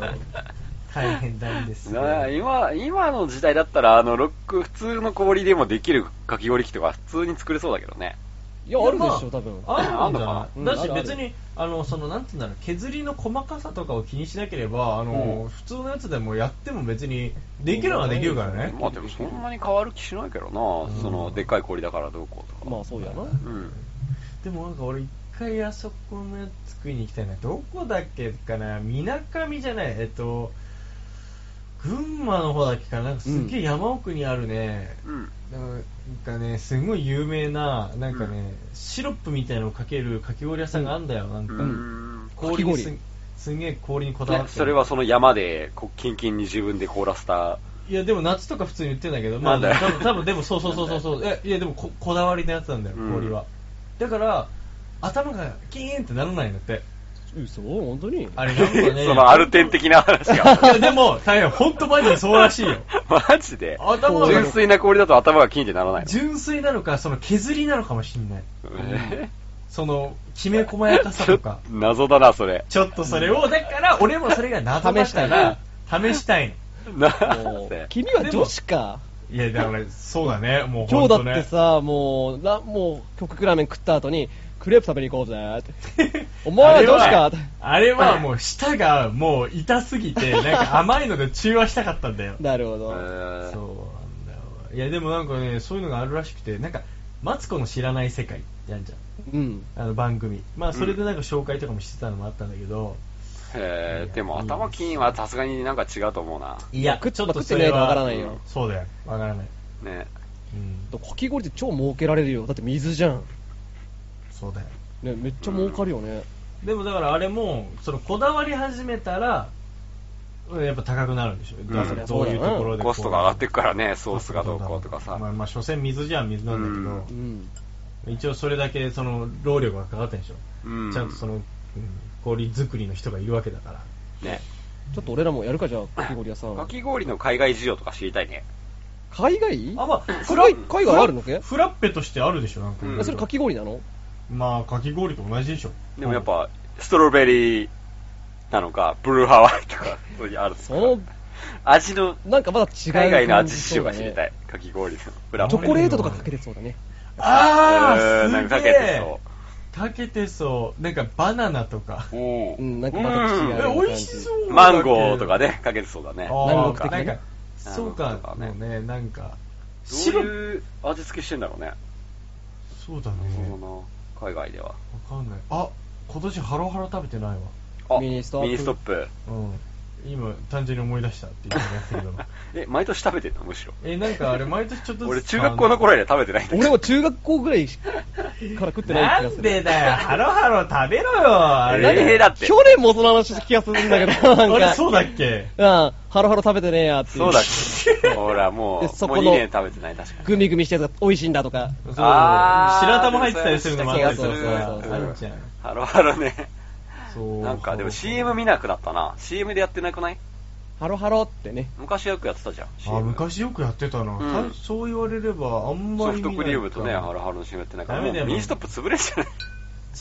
[SPEAKER 4] 大変なんですよ
[SPEAKER 2] なあ今、今の時代だったら、あの、ロック、普通の氷でもできるかき氷機とか普通に作れそうだけどね。
[SPEAKER 3] いや、あるでしょ、多分。
[SPEAKER 4] あるんじゃ
[SPEAKER 2] あ
[SPEAKER 3] る
[SPEAKER 4] な
[SPEAKER 3] のかな
[SPEAKER 4] いだし
[SPEAKER 3] うんあるある
[SPEAKER 4] 別に、あの、その、なんて言うんだろう、削りの細かさとかを気にしなければ、あ
[SPEAKER 2] うん
[SPEAKER 4] の、普通のやつでもやっても別に、できるのはできるからね。
[SPEAKER 2] まあでもそんなに変わる気しないけどな、
[SPEAKER 4] うん
[SPEAKER 2] その、でっかい氷だからどうこうとか。
[SPEAKER 3] まあそうやな。
[SPEAKER 2] うん。
[SPEAKER 4] でもなんか俺一回あそこのやつ食いに行きたいな。どこだっけかなみなかみじゃない。えっと、群馬の方だっけかななんかすっげえ山奥にあるね、
[SPEAKER 2] うん。
[SPEAKER 4] なんかね、すごい有名な、なんかね、シロップみたいのをかけるかき氷屋さんがあんだよ、なんか。
[SPEAKER 2] うん。
[SPEAKER 4] 氷にす
[SPEAKER 3] かき氷
[SPEAKER 4] すんげえ氷にこだわっ
[SPEAKER 2] ね、
[SPEAKER 4] てる
[SPEAKER 2] それはその山で、こう、キンキンに自分で凍らせた。
[SPEAKER 4] いやでも夏とか普通に売ってんだけどま
[SPEAKER 2] な
[SPEAKER 4] あ
[SPEAKER 2] んだよ
[SPEAKER 4] 多分多分でもそうそうそうそうそういやいやでもここだわりのやつなんだよ
[SPEAKER 2] うん
[SPEAKER 4] 氷は、だから頭がキーンってならないんだって
[SPEAKER 3] 嘘本当に
[SPEAKER 4] あれなんか ね
[SPEAKER 2] そのアルテン的な話
[SPEAKER 4] い
[SPEAKER 2] が。
[SPEAKER 4] やでも大変本当マジでそうらしいよ
[SPEAKER 2] マジで
[SPEAKER 4] 頭
[SPEAKER 2] 純
[SPEAKER 4] が
[SPEAKER 2] 粋な氷だと頭がキンってならない の。
[SPEAKER 4] 純粋なのかその削りなのかもしんない
[SPEAKER 2] え
[SPEAKER 4] そのきめ細やかさ
[SPEAKER 2] ちょ
[SPEAKER 4] と
[SPEAKER 2] っと
[SPEAKER 4] か
[SPEAKER 2] 謎だな、それ。
[SPEAKER 4] ちょっとそれをだから俺もそれが謎だから試したいの
[SPEAKER 2] なん
[SPEAKER 3] もう
[SPEAKER 2] て。
[SPEAKER 3] 君は女子か。
[SPEAKER 4] いやだからそうだねもう
[SPEAKER 3] 今
[SPEAKER 4] 本
[SPEAKER 3] 日だ
[SPEAKER 4] 当
[SPEAKER 3] って
[SPEAKER 4] ね
[SPEAKER 3] さ、もう、なもう、極ラーメン食った後に、クレープ食べに行こうぜって。お前
[SPEAKER 4] あ
[SPEAKER 3] は
[SPEAKER 4] れ
[SPEAKER 3] どうしか。
[SPEAKER 4] はあれはもう舌がもう痛すぎて、なんか甘いので中和したかったんだよ
[SPEAKER 3] なるほ
[SPEAKER 2] え
[SPEAKER 3] ど。
[SPEAKER 4] そう
[SPEAKER 2] ー
[SPEAKER 4] なんだよ。いやでもなんかね、そういうのがあるらしくて、なんか、マツコの知らない世界ってあるじ
[SPEAKER 3] うん。
[SPEAKER 4] ゃん。あの番組。まあそれでなんか紹介とかもしてたのもあったんだけど、
[SPEAKER 2] えーでも頭金はさすがになんか違うと思うな。
[SPEAKER 4] いや、
[SPEAKER 3] 食っ
[SPEAKER 4] ちょっとそ
[SPEAKER 3] 食ってねえ
[SPEAKER 4] れ
[SPEAKER 3] と
[SPEAKER 4] は
[SPEAKER 3] わからないよ
[SPEAKER 4] そうだよ。わからない。
[SPEAKER 2] ね。
[SPEAKER 4] うん。
[SPEAKER 3] かき氷って超儲けられるよ。だって水じゃん。
[SPEAKER 4] そうだよ。
[SPEAKER 3] ね、めっちゃ儲かるよね。
[SPEAKER 4] でもだからあれも、そのこだわり始めたら、うんやっぱ高くなるんでしょ。だからどういうところでこう。
[SPEAKER 2] コストが上がってくからね、ソースがどうこうとかさ。
[SPEAKER 4] まあまあ、所詮水じゃ水なんだけど、
[SPEAKER 2] うん
[SPEAKER 3] うん。
[SPEAKER 4] 一応それだけその労力がかかってんでしょ、
[SPEAKER 2] うん
[SPEAKER 4] ちゃんとその、うん氷作りの人がいるわけだから
[SPEAKER 2] ね。
[SPEAKER 3] ちょっと俺らもやるか、じゃあ、かき氷屋さ
[SPEAKER 2] か
[SPEAKER 3] ん。
[SPEAKER 2] き氷の海外事情とか知りたいね。
[SPEAKER 3] 海外
[SPEAKER 4] あまあ
[SPEAKER 3] フライ海外あるのけ
[SPEAKER 4] フラッペとしてあるでしょなんか、
[SPEAKER 2] うん
[SPEAKER 3] えそれかき氷なの
[SPEAKER 4] まあかき氷と同じでしょ
[SPEAKER 2] でもやっぱ、ストロベリーなのか、ブルーハワイとか、そういうあるんですか
[SPEAKER 3] その、
[SPEAKER 2] 味の、
[SPEAKER 3] なんかまだ違う。
[SPEAKER 2] 海外の味事情が知りた
[SPEAKER 3] い。
[SPEAKER 2] い。かき氷の裏
[SPEAKER 3] チ
[SPEAKER 2] も
[SPEAKER 3] ョコレートとかかけてそうだね。
[SPEAKER 4] あ
[SPEAKER 2] う
[SPEAKER 4] ー
[SPEAKER 2] んなんかか
[SPEAKER 4] すげ
[SPEAKER 2] けて
[SPEAKER 4] え
[SPEAKER 2] そ
[SPEAKER 4] かけてそうなんかバナナとか
[SPEAKER 2] う。お
[SPEAKER 3] う
[SPEAKER 2] ー
[SPEAKER 3] ん、なんかまた違う。
[SPEAKER 4] え美味しそうだけど
[SPEAKER 2] マンゴーとかね、かけてそうだね。
[SPEAKER 4] あ
[SPEAKER 3] 南国的
[SPEAKER 4] ー
[SPEAKER 3] な
[SPEAKER 4] なん
[SPEAKER 3] ね
[SPEAKER 4] かそう
[SPEAKER 2] 南国と
[SPEAKER 4] か
[SPEAKER 2] かね
[SPEAKER 4] もうねなんか
[SPEAKER 2] どういう味付けしてんだろうね。
[SPEAKER 4] そうだね。
[SPEAKER 2] そうだな。海外では。
[SPEAKER 4] わかんない。あ、今年ハロハロ食べてないわ。
[SPEAKER 2] あ、
[SPEAKER 3] ミニストップ
[SPEAKER 2] ミニストップ。
[SPEAKER 4] うん。今、単純に思い出したって言ってやってるの。
[SPEAKER 2] え、毎年食べてんのむしろ。
[SPEAKER 4] え、なんかあれ、毎年ちょっとず
[SPEAKER 2] 俺、
[SPEAKER 4] つ
[SPEAKER 2] 中学校の頃以来食べてないんだけど。
[SPEAKER 3] 俺も中学校ぐらいから食ってな
[SPEAKER 4] ない
[SPEAKER 3] 気がす
[SPEAKER 4] ん
[SPEAKER 3] る。
[SPEAKER 4] でだよ、ハロハロ食べろよ、あ
[SPEAKER 2] え
[SPEAKER 4] れ。
[SPEAKER 2] ーだって
[SPEAKER 3] 去年もその話した気がするんだけ ど、なんか。
[SPEAKER 4] あれ、そうだっけ
[SPEAKER 3] うん、ハロハロ食べてねえやってい
[SPEAKER 2] そうだっけほら、もう、
[SPEAKER 3] で
[SPEAKER 2] もう
[SPEAKER 3] そこの
[SPEAKER 2] 2年食べてない、確かに。
[SPEAKER 3] グミグミしたやつが美味しいんだとか。
[SPEAKER 4] そう
[SPEAKER 2] あー
[SPEAKER 4] 白玉入ってたりするのもあったりとか
[SPEAKER 3] そうそうそうそう
[SPEAKER 4] さ、あるじゃん。
[SPEAKER 2] ハロハロね。
[SPEAKER 4] そう。
[SPEAKER 2] なんか、でも CM 見なくなったな。CM でやってなくない
[SPEAKER 3] ハロハロってね。
[SPEAKER 2] 昔よくやってたじゃん。
[SPEAKER 4] あ、
[SPEAKER 2] CM
[SPEAKER 4] 昔よくやってたな。
[SPEAKER 2] うん
[SPEAKER 4] たそう言われれば、あん
[SPEAKER 2] ソ
[SPEAKER 4] まり
[SPEAKER 2] フト
[SPEAKER 4] 見ない
[SPEAKER 2] ク
[SPEAKER 4] か。
[SPEAKER 2] リームとね、ハロハロの CM やってないから、
[SPEAKER 4] ダ
[SPEAKER 2] もう
[SPEAKER 4] メだよ
[SPEAKER 2] ミニストップ潰れんじゃない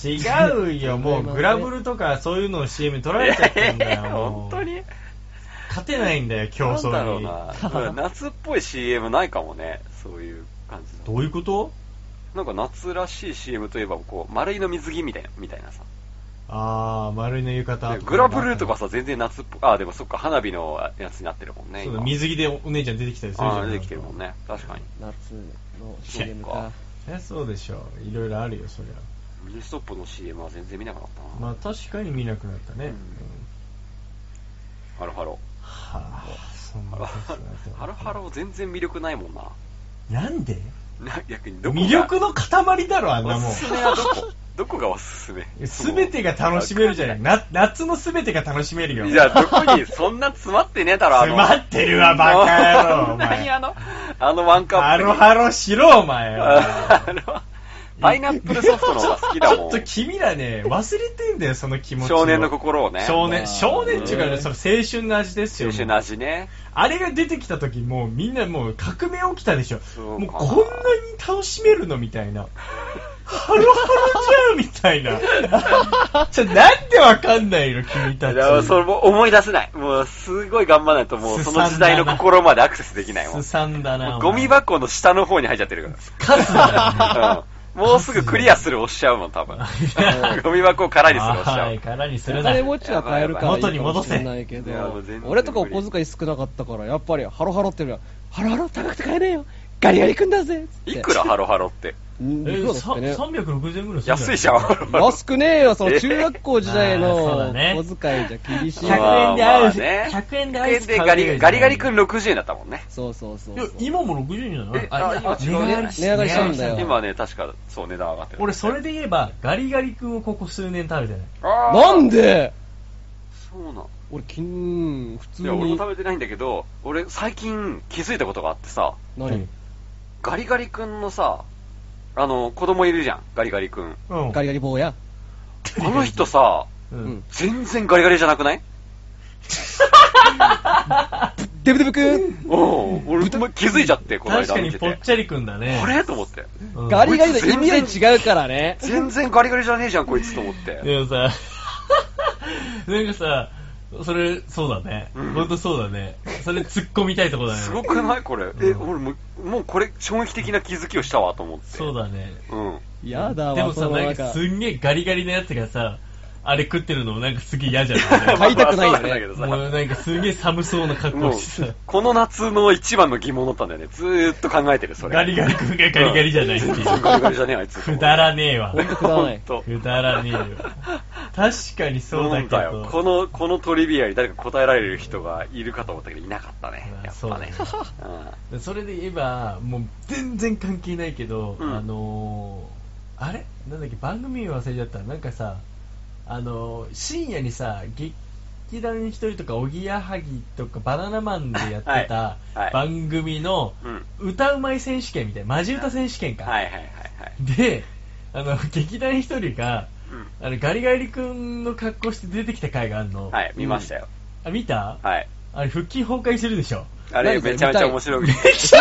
[SPEAKER 4] 違うよ、もうグラブルとかそういうのを CM 取られちゃってんだよ。も
[SPEAKER 2] 本
[SPEAKER 4] う
[SPEAKER 2] 当に
[SPEAKER 4] 勝てないんだよ、競
[SPEAKER 2] なんだろう
[SPEAKER 4] 争に。
[SPEAKER 2] な。うん夏っぽい CM ないかもね。そういう感じの。
[SPEAKER 4] どういうこと
[SPEAKER 2] なんか夏らしい CM といえば、こう、丸いの水着みたいな、みたいなさ。
[SPEAKER 4] あー、丸いの浴衣。
[SPEAKER 2] でグラブルーとかさ、全然夏っぽい。あ、でもそっか、花火のやつになってるもんね。
[SPEAKER 4] そうだ、
[SPEAKER 2] 今
[SPEAKER 4] 水着でお姉ちゃん出てきたりするじ
[SPEAKER 2] あ
[SPEAKER 4] ゃん。
[SPEAKER 2] 出てきてるもんね。確かに。
[SPEAKER 3] 夏の CM
[SPEAKER 2] そっ
[SPEAKER 3] か
[SPEAKER 2] か。
[SPEAKER 4] え、そうでしょ。いろいろあるよ、そり
[SPEAKER 2] ミニストップの CM は全然見なくなった
[SPEAKER 4] ゃ。
[SPEAKER 2] な。
[SPEAKER 4] まあ確かに見なくなったね。
[SPEAKER 2] うん
[SPEAKER 4] うん
[SPEAKER 2] ハロハロ。
[SPEAKER 4] はぁ、そんな
[SPEAKER 2] ハ
[SPEAKER 4] こ
[SPEAKER 2] ロ
[SPEAKER 4] とになって
[SPEAKER 2] ハロハロ全然魅力ないもんな。
[SPEAKER 4] なんで
[SPEAKER 2] な逆にどこが
[SPEAKER 4] 魅力の塊だろ、あんな
[SPEAKER 2] お
[SPEAKER 4] もん
[SPEAKER 2] す。すめはどこ どこがおすすめ
[SPEAKER 4] すべてが楽しめるじゃない。な夏のすべてが楽しめるよ。
[SPEAKER 2] いや、どこに、そんな詰まってねえだろ、あの。
[SPEAKER 4] 詰まってるわ、バカ野 郎、お
[SPEAKER 2] 何あ
[SPEAKER 4] 前。
[SPEAKER 2] の、あのワンカップ。
[SPEAKER 4] ハロハロしろ、お 前。
[SPEAKER 2] あのパイナップルソフトの方が好きだもん。
[SPEAKER 4] ちょっと君らね、忘れてんだよ、その気持ちを。
[SPEAKER 2] 少年の心をね。
[SPEAKER 4] 少
[SPEAKER 3] まあ
[SPEAKER 4] 年、少年っていうかね、
[SPEAKER 3] うん
[SPEAKER 4] その青春の味ですよ。
[SPEAKER 2] 青春の味ね。
[SPEAKER 4] あれが出てきた時、もうみんなもう革命起きたでしょ。
[SPEAKER 2] そう
[SPEAKER 4] も
[SPEAKER 2] か
[SPEAKER 4] うこんなに楽しめるのみたいな。ハロハロじゃんみたい な。じゃ、なんでわかんないの君
[SPEAKER 2] だ
[SPEAKER 4] たち。
[SPEAKER 2] からそれも思い出せない。もう、すごい頑張らないと、もう、その時代の心までアクセスできないもん
[SPEAKER 4] す。さんだ
[SPEAKER 2] もう
[SPEAKER 4] な。お前
[SPEAKER 2] ゴミ箱の下の方に入っちゃってる
[SPEAKER 4] カスだな。
[SPEAKER 2] から。うんもうすぐクリアする押しちゃうもん、多 分。ゴミ箱を空にする押しちゃ
[SPEAKER 4] は
[SPEAKER 2] う
[SPEAKER 4] い、。空にす
[SPEAKER 3] お
[SPEAKER 4] るな。
[SPEAKER 3] 金持ちは買えるからいいかもしれないけ
[SPEAKER 2] 元に戻
[SPEAKER 3] ど
[SPEAKER 2] せいや全然無理
[SPEAKER 3] 俺とかお小遣い少なかったからやっぱりハロハロっていうのはハロハロ高くて買えねえよガリガリくんだぜっつって
[SPEAKER 2] いくらハロハロって。
[SPEAKER 3] うん
[SPEAKER 4] え
[SPEAKER 3] いくらだってね
[SPEAKER 4] さ360円ぐらいするじゃん
[SPEAKER 2] 安いじゃん、ハロハロ。
[SPEAKER 3] 安くねえよその中学校時代
[SPEAKER 4] え ーあーそう
[SPEAKER 3] の
[SPEAKER 4] だね
[SPEAKER 3] 小遣いじゃ厳しい
[SPEAKER 2] まあ
[SPEAKER 4] 100円でアイス
[SPEAKER 2] まあね
[SPEAKER 4] 100円でア
[SPEAKER 2] 100
[SPEAKER 4] イ
[SPEAKER 2] 円
[SPEAKER 4] ス
[SPEAKER 2] で
[SPEAKER 4] 買う
[SPEAKER 2] ガリガリガリ君60円だったもんね。
[SPEAKER 3] そうそうそう
[SPEAKER 4] い
[SPEAKER 3] そ
[SPEAKER 4] や
[SPEAKER 3] う、
[SPEAKER 4] 今も60円じゃない
[SPEAKER 2] えあ今違うね
[SPEAKER 3] 値上がりしたんだよ
[SPEAKER 2] 今ね、確か、そう、値段上がってる。
[SPEAKER 4] 俺、それで言えば、ガリガリ君をここ数年食べてない。
[SPEAKER 2] あー
[SPEAKER 3] なんで
[SPEAKER 2] そうなん。
[SPEAKER 3] 俺金普通
[SPEAKER 2] いや、俺も
[SPEAKER 3] に
[SPEAKER 2] 食べてないんだけど、俺、最近気づいたことがあってさ、
[SPEAKER 3] 何
[SPEAKER 2] ガリガリ君のさ、あの、子供いるじゃん、ガリガリ君。
[SPEAKER 4] うん。
[SPEAKER 3] ガリガリ坊や
[SPEAKER 2] あの人さ、
[SPEAKER 4] う
[SPEAKER 3] うんん。
[SPEAKER 2] 全然ガリガリじゃなくない
[SPEAKER 3] デブデブくん
[SPEAKER 2] うん。俺、お前気づいちゃって、この
[SPEAKER 4] 確
[SPEAKER 2] 間
[SPEAKER 4] か
[SPEAKER 2] 見
[SPEAKER 4] に
[SPEAKER 2] て
[SPEAKER 4] ぽ
[SPEAKER 2] て
[SPEAKER 4] っ。ちゃり君だね。
[SPEAKER 2] あれと思って。
[SPEAKER 4] うん
[SPEAKER 3] ガリガリの意味合い違うからね
[SPEAKER 2] 全然ガリガリじゃねえじゃん、こいつと思って。
[SPEAKER 4] でもさ、 なんかさ、それ、そうだね。
[SPEAKER 2] うん
[SPEAKER 4] ほんとそうだね。それ突っ込みたいとこだね。
[SPEAKER 2] すごくないこれ。え、俺もう、もうこれ、衝撃的な気づきをしたわ、と思って。
[SPEAKER 4] そうだね。
[SPEAKER 2] うん。
[SPEAKER 3] やだわ
[SPEAKER 4] でもさ、
[SPEAKER 3] その
[SPEAKER 4] な
[SPEAKER 3] なんんか
[SPEAKER 4] かすんげえガリガリなやつがさ、あれ食ってるのもなんかすげえ嫌じゃ な
[SPEAKER 3] 買いたくない
[SPEAKER 2] まあまあそうな
[SPEAKER 3] よね
[SPEAKER 2] んだけどさ
[SPEAKER 4] いもうなんかすんげえ寒そうな格
[SPEAKER 2] も
[SPEAKER 4] 好
[SPEAKER 2] う
[SPEAKER 4] してさ、、
[SPEAKER 2] この夏の一番の疑問だったんだよね。ずーっと考えてる、それ。
[SPEAKER 4] ガリガリ君がガリガリじゃないってい
[SPEAKER 2] ガリ
[SPEAKER 4] う。
[SPEAKER 2] ガリじゃねえ、あいつ。
[SPEAKER 4] くだらねえわ。
[SPEAKER 3] ほんとくだら ない
[SPEAKER 2] ほんと
[SPEAKER 4] くだらねえよ。確かにそう
[SPEAKER 2] な
[SPEAKER 4] だけ
[SPEAKER 2] んだよ。こ
[SPEAKER 4] ど。
[SPEAKER 2] の、このトリビアに誰か答えられる人がいるかと思ったけど、いなかったね
[SPEAKER 4] ま。あ
[SPEAKER 2] やっぱね。
[SPEAKER 4] そう それで言えば、もう全然関係ないけど、
[SPEAKER 2] うん
[SPEAKER 4] あのー、あれなんだっけ、番組名忘れちゃった。なんかさ、あのー、深夜にさ、劇団一人とか、おぎやはぎとか、バナナマンでやってた
[SPEAKER 2] はいはい
[SPEAKER 4] 番組の
[SPEAKER 2] うん。うん。
[SPEAKER 4] 歌うまい選手権みたいな、マジ歌選手権か。
[SPEAKER 2] はいはいはいはい。
[SPEAKER 4] で、あの、劇団一人が、
[SPEAKER 2] う
[SPEAKER 4] あの、ガリガリ君の格好して出てきた回があるの。
[SPEAKER 2] ん。はい、見ましたよ。
[SPEAKER 4] あ、見た
[SPEAKER 2] はい。
[SPEAKER 4] あれ、腹筋崩壊してる でしょ。
[SPEAKER 2] あれ、
[SPEAKER 3] 何それ
[SPEAKER 2] めちゃめちゃ面白い。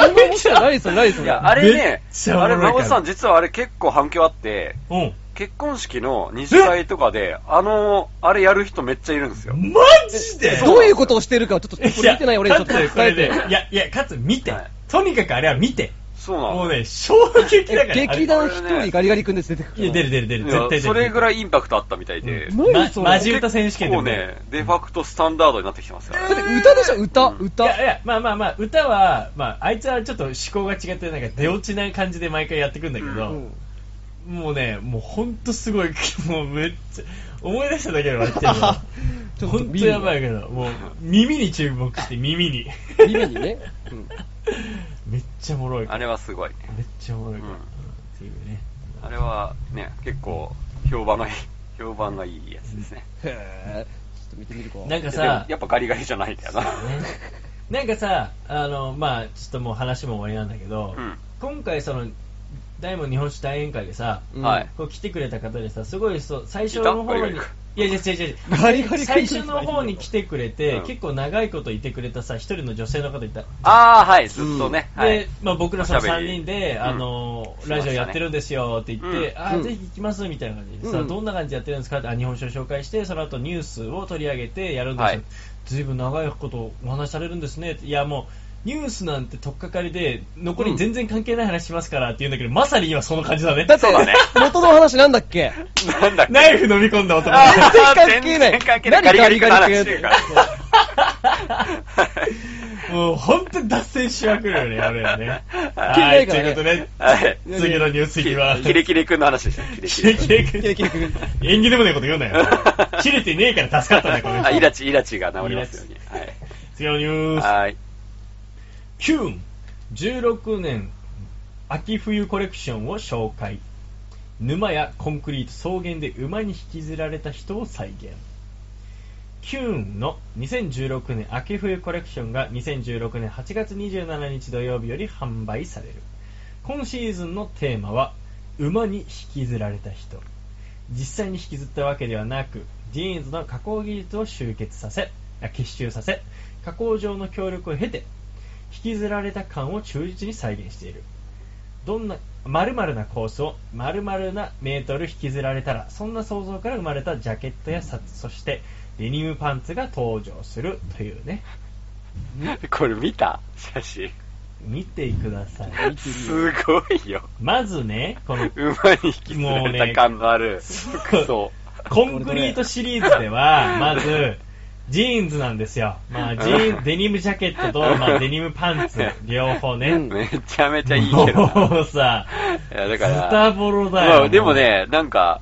[SPEAKER 3] 何それ何そ
[SPEAKER 2] い
[SPEAKER 3] れ
[SPEAKER 2] や、あれ
[SPEAKER 4] めっ
[SPEAKER 2] ね
[SPEAKER 4] ち、ゃ
[SPEAKER 2] あ
[SPEAKER 4] 面
[SPEAKER 2] れ、
[SPEAKER 4] 白いから
[SPEAKER 2] 孫さん、実はあれ結構反響あって、
[SPEAKER 4] うん。
[SPEAKER 2] 結婚式の二次会とかで、あの、あれやる人めっちゃいるんですよ。
[SPEAKER 4] マジで
[SPEAKER 3] どういうことをしてるかをちょっとこれ見てない俺にちょっと
[SPEAKER 4] いや
[SPEAKER 3] 伝
[SPEAKER 4] かつそれ
[SPEAKER 3] え
[SPEAKER 4] で
[SPEAKER 3] て。
[SPEAKER 4] いや、いや、かつ見て
[SPEAKER 2] はい。
[SPEAKER 4] とにかくあれは見て。
[SPEAKER 2] そうなの。
[SPEAKER 4] もうね、衝撃だか
[SPEAKER 3] え
[SPEAKER 4] ら。
[SPEAKER 3] 劇
[SPEAKER 4] あ
[SPEAKER 3] 団一人ガリガリ君です出てく
[SPEAKER 4] れい
[SPEAKER 3] る
[SPEAKER 4] や、出る出る出る。
[SPEAKER 2] いや
[SPEAKER 4] 絶対出る。
[SPEAKER 2] それぐ
[SPEAKER 4] い。
[SPEAKER 2] らいインパクトあったみたいで。
[SPEAKER 3] 何
[SPEAKER 4] ま
[SPEAKER 3] それ
[SPEAKER 4] マジ歌選手権で
[SPEAKER 2] も
[SPEAKER 4] も
[SPEAKER 2] うね、デファクトスタンダードになってきてますから
[SPEAKER 3] だっ
[SPEAKER 2] ね。
[SPEAKER 3] て歌でしょ歌
[SPEAKER 2] うん
[SPEAKER 3] 歌
[SPEAKER 4] いやいや、まあまあまあ、歌は、まあ、あいつはちょっと思考が違って、なんか出落ちない感じで毎回やってくんだけど、
[SPEAKER 3] うん
[SPEAKER 4] もうね、もうほんとすごい、 もうめっちゃ、思い出しただけで笑っちゃうわ
[SPEAKER 3] ちょっと
[SPEAKER 4] ほんとやばいけど、もう耳に注目して、耳に。
[SPEAKER 3] 耳にね。
[SPEAKER 2] うん
[SPEAKER 4] めっちゃおもろい。
[SPEAKER 2] あれはすごい。
[SPEAKER 4] めっちゃおもろいから。
[SPEAKER 2] うん
[SPEAKER 4] っていうね。
[SPEAKER 2] あれはね、結構評判のいい、評判のいいやつですね。
[SPEAKER 3] へえ。ちょっと見てみるか。
[SPEAKER 4] なんか
[SPEAKER 2] でも
[SPEAKER 4] さ、
[SPEAKER 2] やっぱガリガリじゃないんだよな。
[SPEAKER 4] ねなんかさ、あの、まあちょっともう話も終わりなんだけど、
[SPEAKER 2] うん
[SPEAKER 4] 今回その、大門日本酒大宴会でさ、
[SPEAKER 3] うん
[SPEAKER 2] はい。
[SPEAKER 4] こう来てくれた方でさ、すごいそう、最初
[SPEAKER 2] い
[SPEAKER 4] の
[SPEAKER 2] た
[SPEAKER 4] 方
[SPEAKER 2] ガリ
[SPEAKER 4] に、
[SPEAKER 2] ガ
[SPEAKER 4] いやいや違う違う
[SPEAKER 3] ガリガリ
[SPEAKER 4] 最初の方に来てくれて、
[SPEAKER 2] うん
[SPEAKER 4] 結構長いこといてくれたさ、一人の女性の方いた。
[SPEAKER 2] ああ、はい、ずっとね。
[SPEAKER 4] で、
[SPEAKER 2] はい。
[SPEAKER 4] まあ、僕らその
[SPEAKER 2] おしゃべ
[SPEAKER 4] 3
[SPEAKER 2] り
[SPEAKER 4] 人で、
[SPEAKER 2] うん
[SPEAKER 4] あの
[SPEAKER 2] しましたね
[SPEAKER 4] ラジオやってるんですよって言って、
[SPEAKER 2] うん
[SPEAKER 4] あー
[SPEAKER 3] うん
[SPEAKER 4] ぜひ行きますみたいな感じでさ、
[SPEAKER 3] うん
[SPEAKER 4] どんな感じでやってるんですかってあ日本酒を紹介してその後ニュースを取り上げてやるんですよ、
[SPEAKER 2] はい
[SPEAKER 4] ずいぶん長いことお話しされるんですねっていやもうニュースなんて取っかかりで残り全然関係ない話しますからって言うんだけど、まさに今その感じだね
[SPEAKER 3] だって
[SPEAKER 2] そうだね、
[SPEAKER 3] 元の話なんだっけ
[SPEAKER 2] なんだっけ
[SPEAKER 4] ナイフ飲み込んだ男
[SPEAKER 3] あー
[SPEAKER 2] 全然関係ない。
[SPEAKER 3] 全然関係ない
[SPEAKER 2] ガリガリの話してるから。
[SPEAKER 4] もう本当に脱線しまくるよね、あれは ね。
[SPEAKER 2] はい
[SPEAKER 4] はい、ということで、
[SPEAKER 2] はい。
[SPEAKER 4] 次のニュースいきます。
[SPEAKER 2] キレキレ君の話でした。キレキ
[SPEAKER 4] キ
[SPEAKER 2] レ
[SPEAKER 4] レ
[SPEAKER 2] 君。
[SPEAKER 4] キレ君。
[SPEAKER 3] キレキレ 君
[SPEAKER 4] 縁起でもないこと言うなよ。切れてねえから助かったね、この
[SPEAKER 2] あ、イラチ、イラチが治りますように。
[SPEAKER 4] 次のニュース。
[SPEAKER 2] はい。はい。
[SPEAKER 4] キューン。16年秋冬コレクションを紹介。沼やコンクリート草原で馬に引きずられた人を再現。キューンの2016年秋冬コレクションが2016年8月27日土曜日より販売される。今シーズンのテーマは、馬に引きずられた人。実際に引きずったわけではなく、ジーンズの加工技術を集結させ、あ結集させ、加工上の協力を経て、引きずられた感を忠実に再現している。どんな、〇〇なコースを〇〇なメートル引きずられたら、そんな想像から生まれたジャケットやさ、そしてデニムパンツが登場するというね。
[SPEAKER 2] これ見た写真。
[SPEAKER 4] 見てください。
[SPEAKER 2] すごいよ。
[SPEAKER 4] まずね、この
[SPEAKER 2] 馬に引きずられた感のある服装。
[SPEAKER 4] コンクリートシリーズでは、まず、ジーンズなんですよ。まあ、ジーン、デニムジャケットと、 まあ、デニムパンツ、両方ね。
[SPEAKER 2] めちゃめちゃいいけどな。
[SPEAKER 4] もうさ、
[SPEAKER 2] いや、だ
[SPEAKER 4] ズ
[SPEAKER 2] から。
[SPEAKER 4] タボロだ
[SPEAKER 2] ま
[SPEAKER 4] よ。
[SPEAKER 2] あでも、ね、なんか、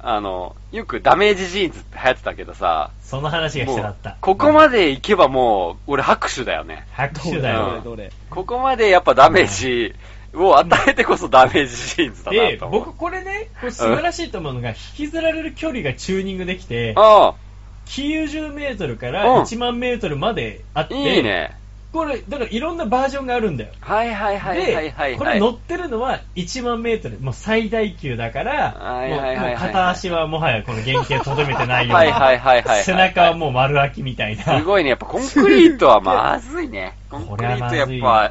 [SPEAKER 2] あの、よくダメージジーンズって流行ってたけどさ、
[SPEAKER 4] その話が
[SPEAKER 2] も
[SPEAKER 4] したかっ
[SPEAKER 2] う
[SPEAKER 4] た。
[SPEAKER 2] ここまで行けばもう、俺拍手だよね。
[SPEAKER 4] 拍
[SPEAKER 3] ど
[SPEAKER 4] 手
[SPEAKER 3] れ
[SPEAKER 4] だ
[SPEAKER 3] どれ
[SPEAKER 4] よ。
[SPEAKER 3] どれ
[SPEAKER 2] ここまでやっぱダメージを与えてこそダメージジーンズだな
[SPEAKER 4] で
[SPEAKER 2] と、思う。
[SPEAKER 4] 僕これね、これ素晴らしいと思うのが、引きずられる距離がチューニングできて、
[SPEAKER 2] あ
[SPEAKER 4] 90メートルか
[SPEAKER 2] うん
[SPEAKER 4] ら1万メートルまであっ
[SPEAKER 2] あ、
[SPEAKER 4] て、
[SPEAKER 2] いいね。
[SPEAKER 4] これ、だからいろんなバージョンがあるんだよ。
[SPEAKER 2] はいはいはいはいはい、はい。
[SPEAKER 4] で、これ乗ってるのは1万メートル、もう最大級だから、
[SPEAKER 2] はいはいはいはい
[SPEAKER 4] もうもう片足はもはやこの原型をとどめてないような、
[SPEAKER 2] はいはいはいはいはい
[SPEAKER 4] 背中はもう丸開きみたいな。
[SPEAKER 2] すごいね。やっぱコンクリートはまずいね。コンクリートやっぱ、
[SPEAKER 4] これはまずいよや
[SPEAKER 2] い
[SPEAKER 4] ば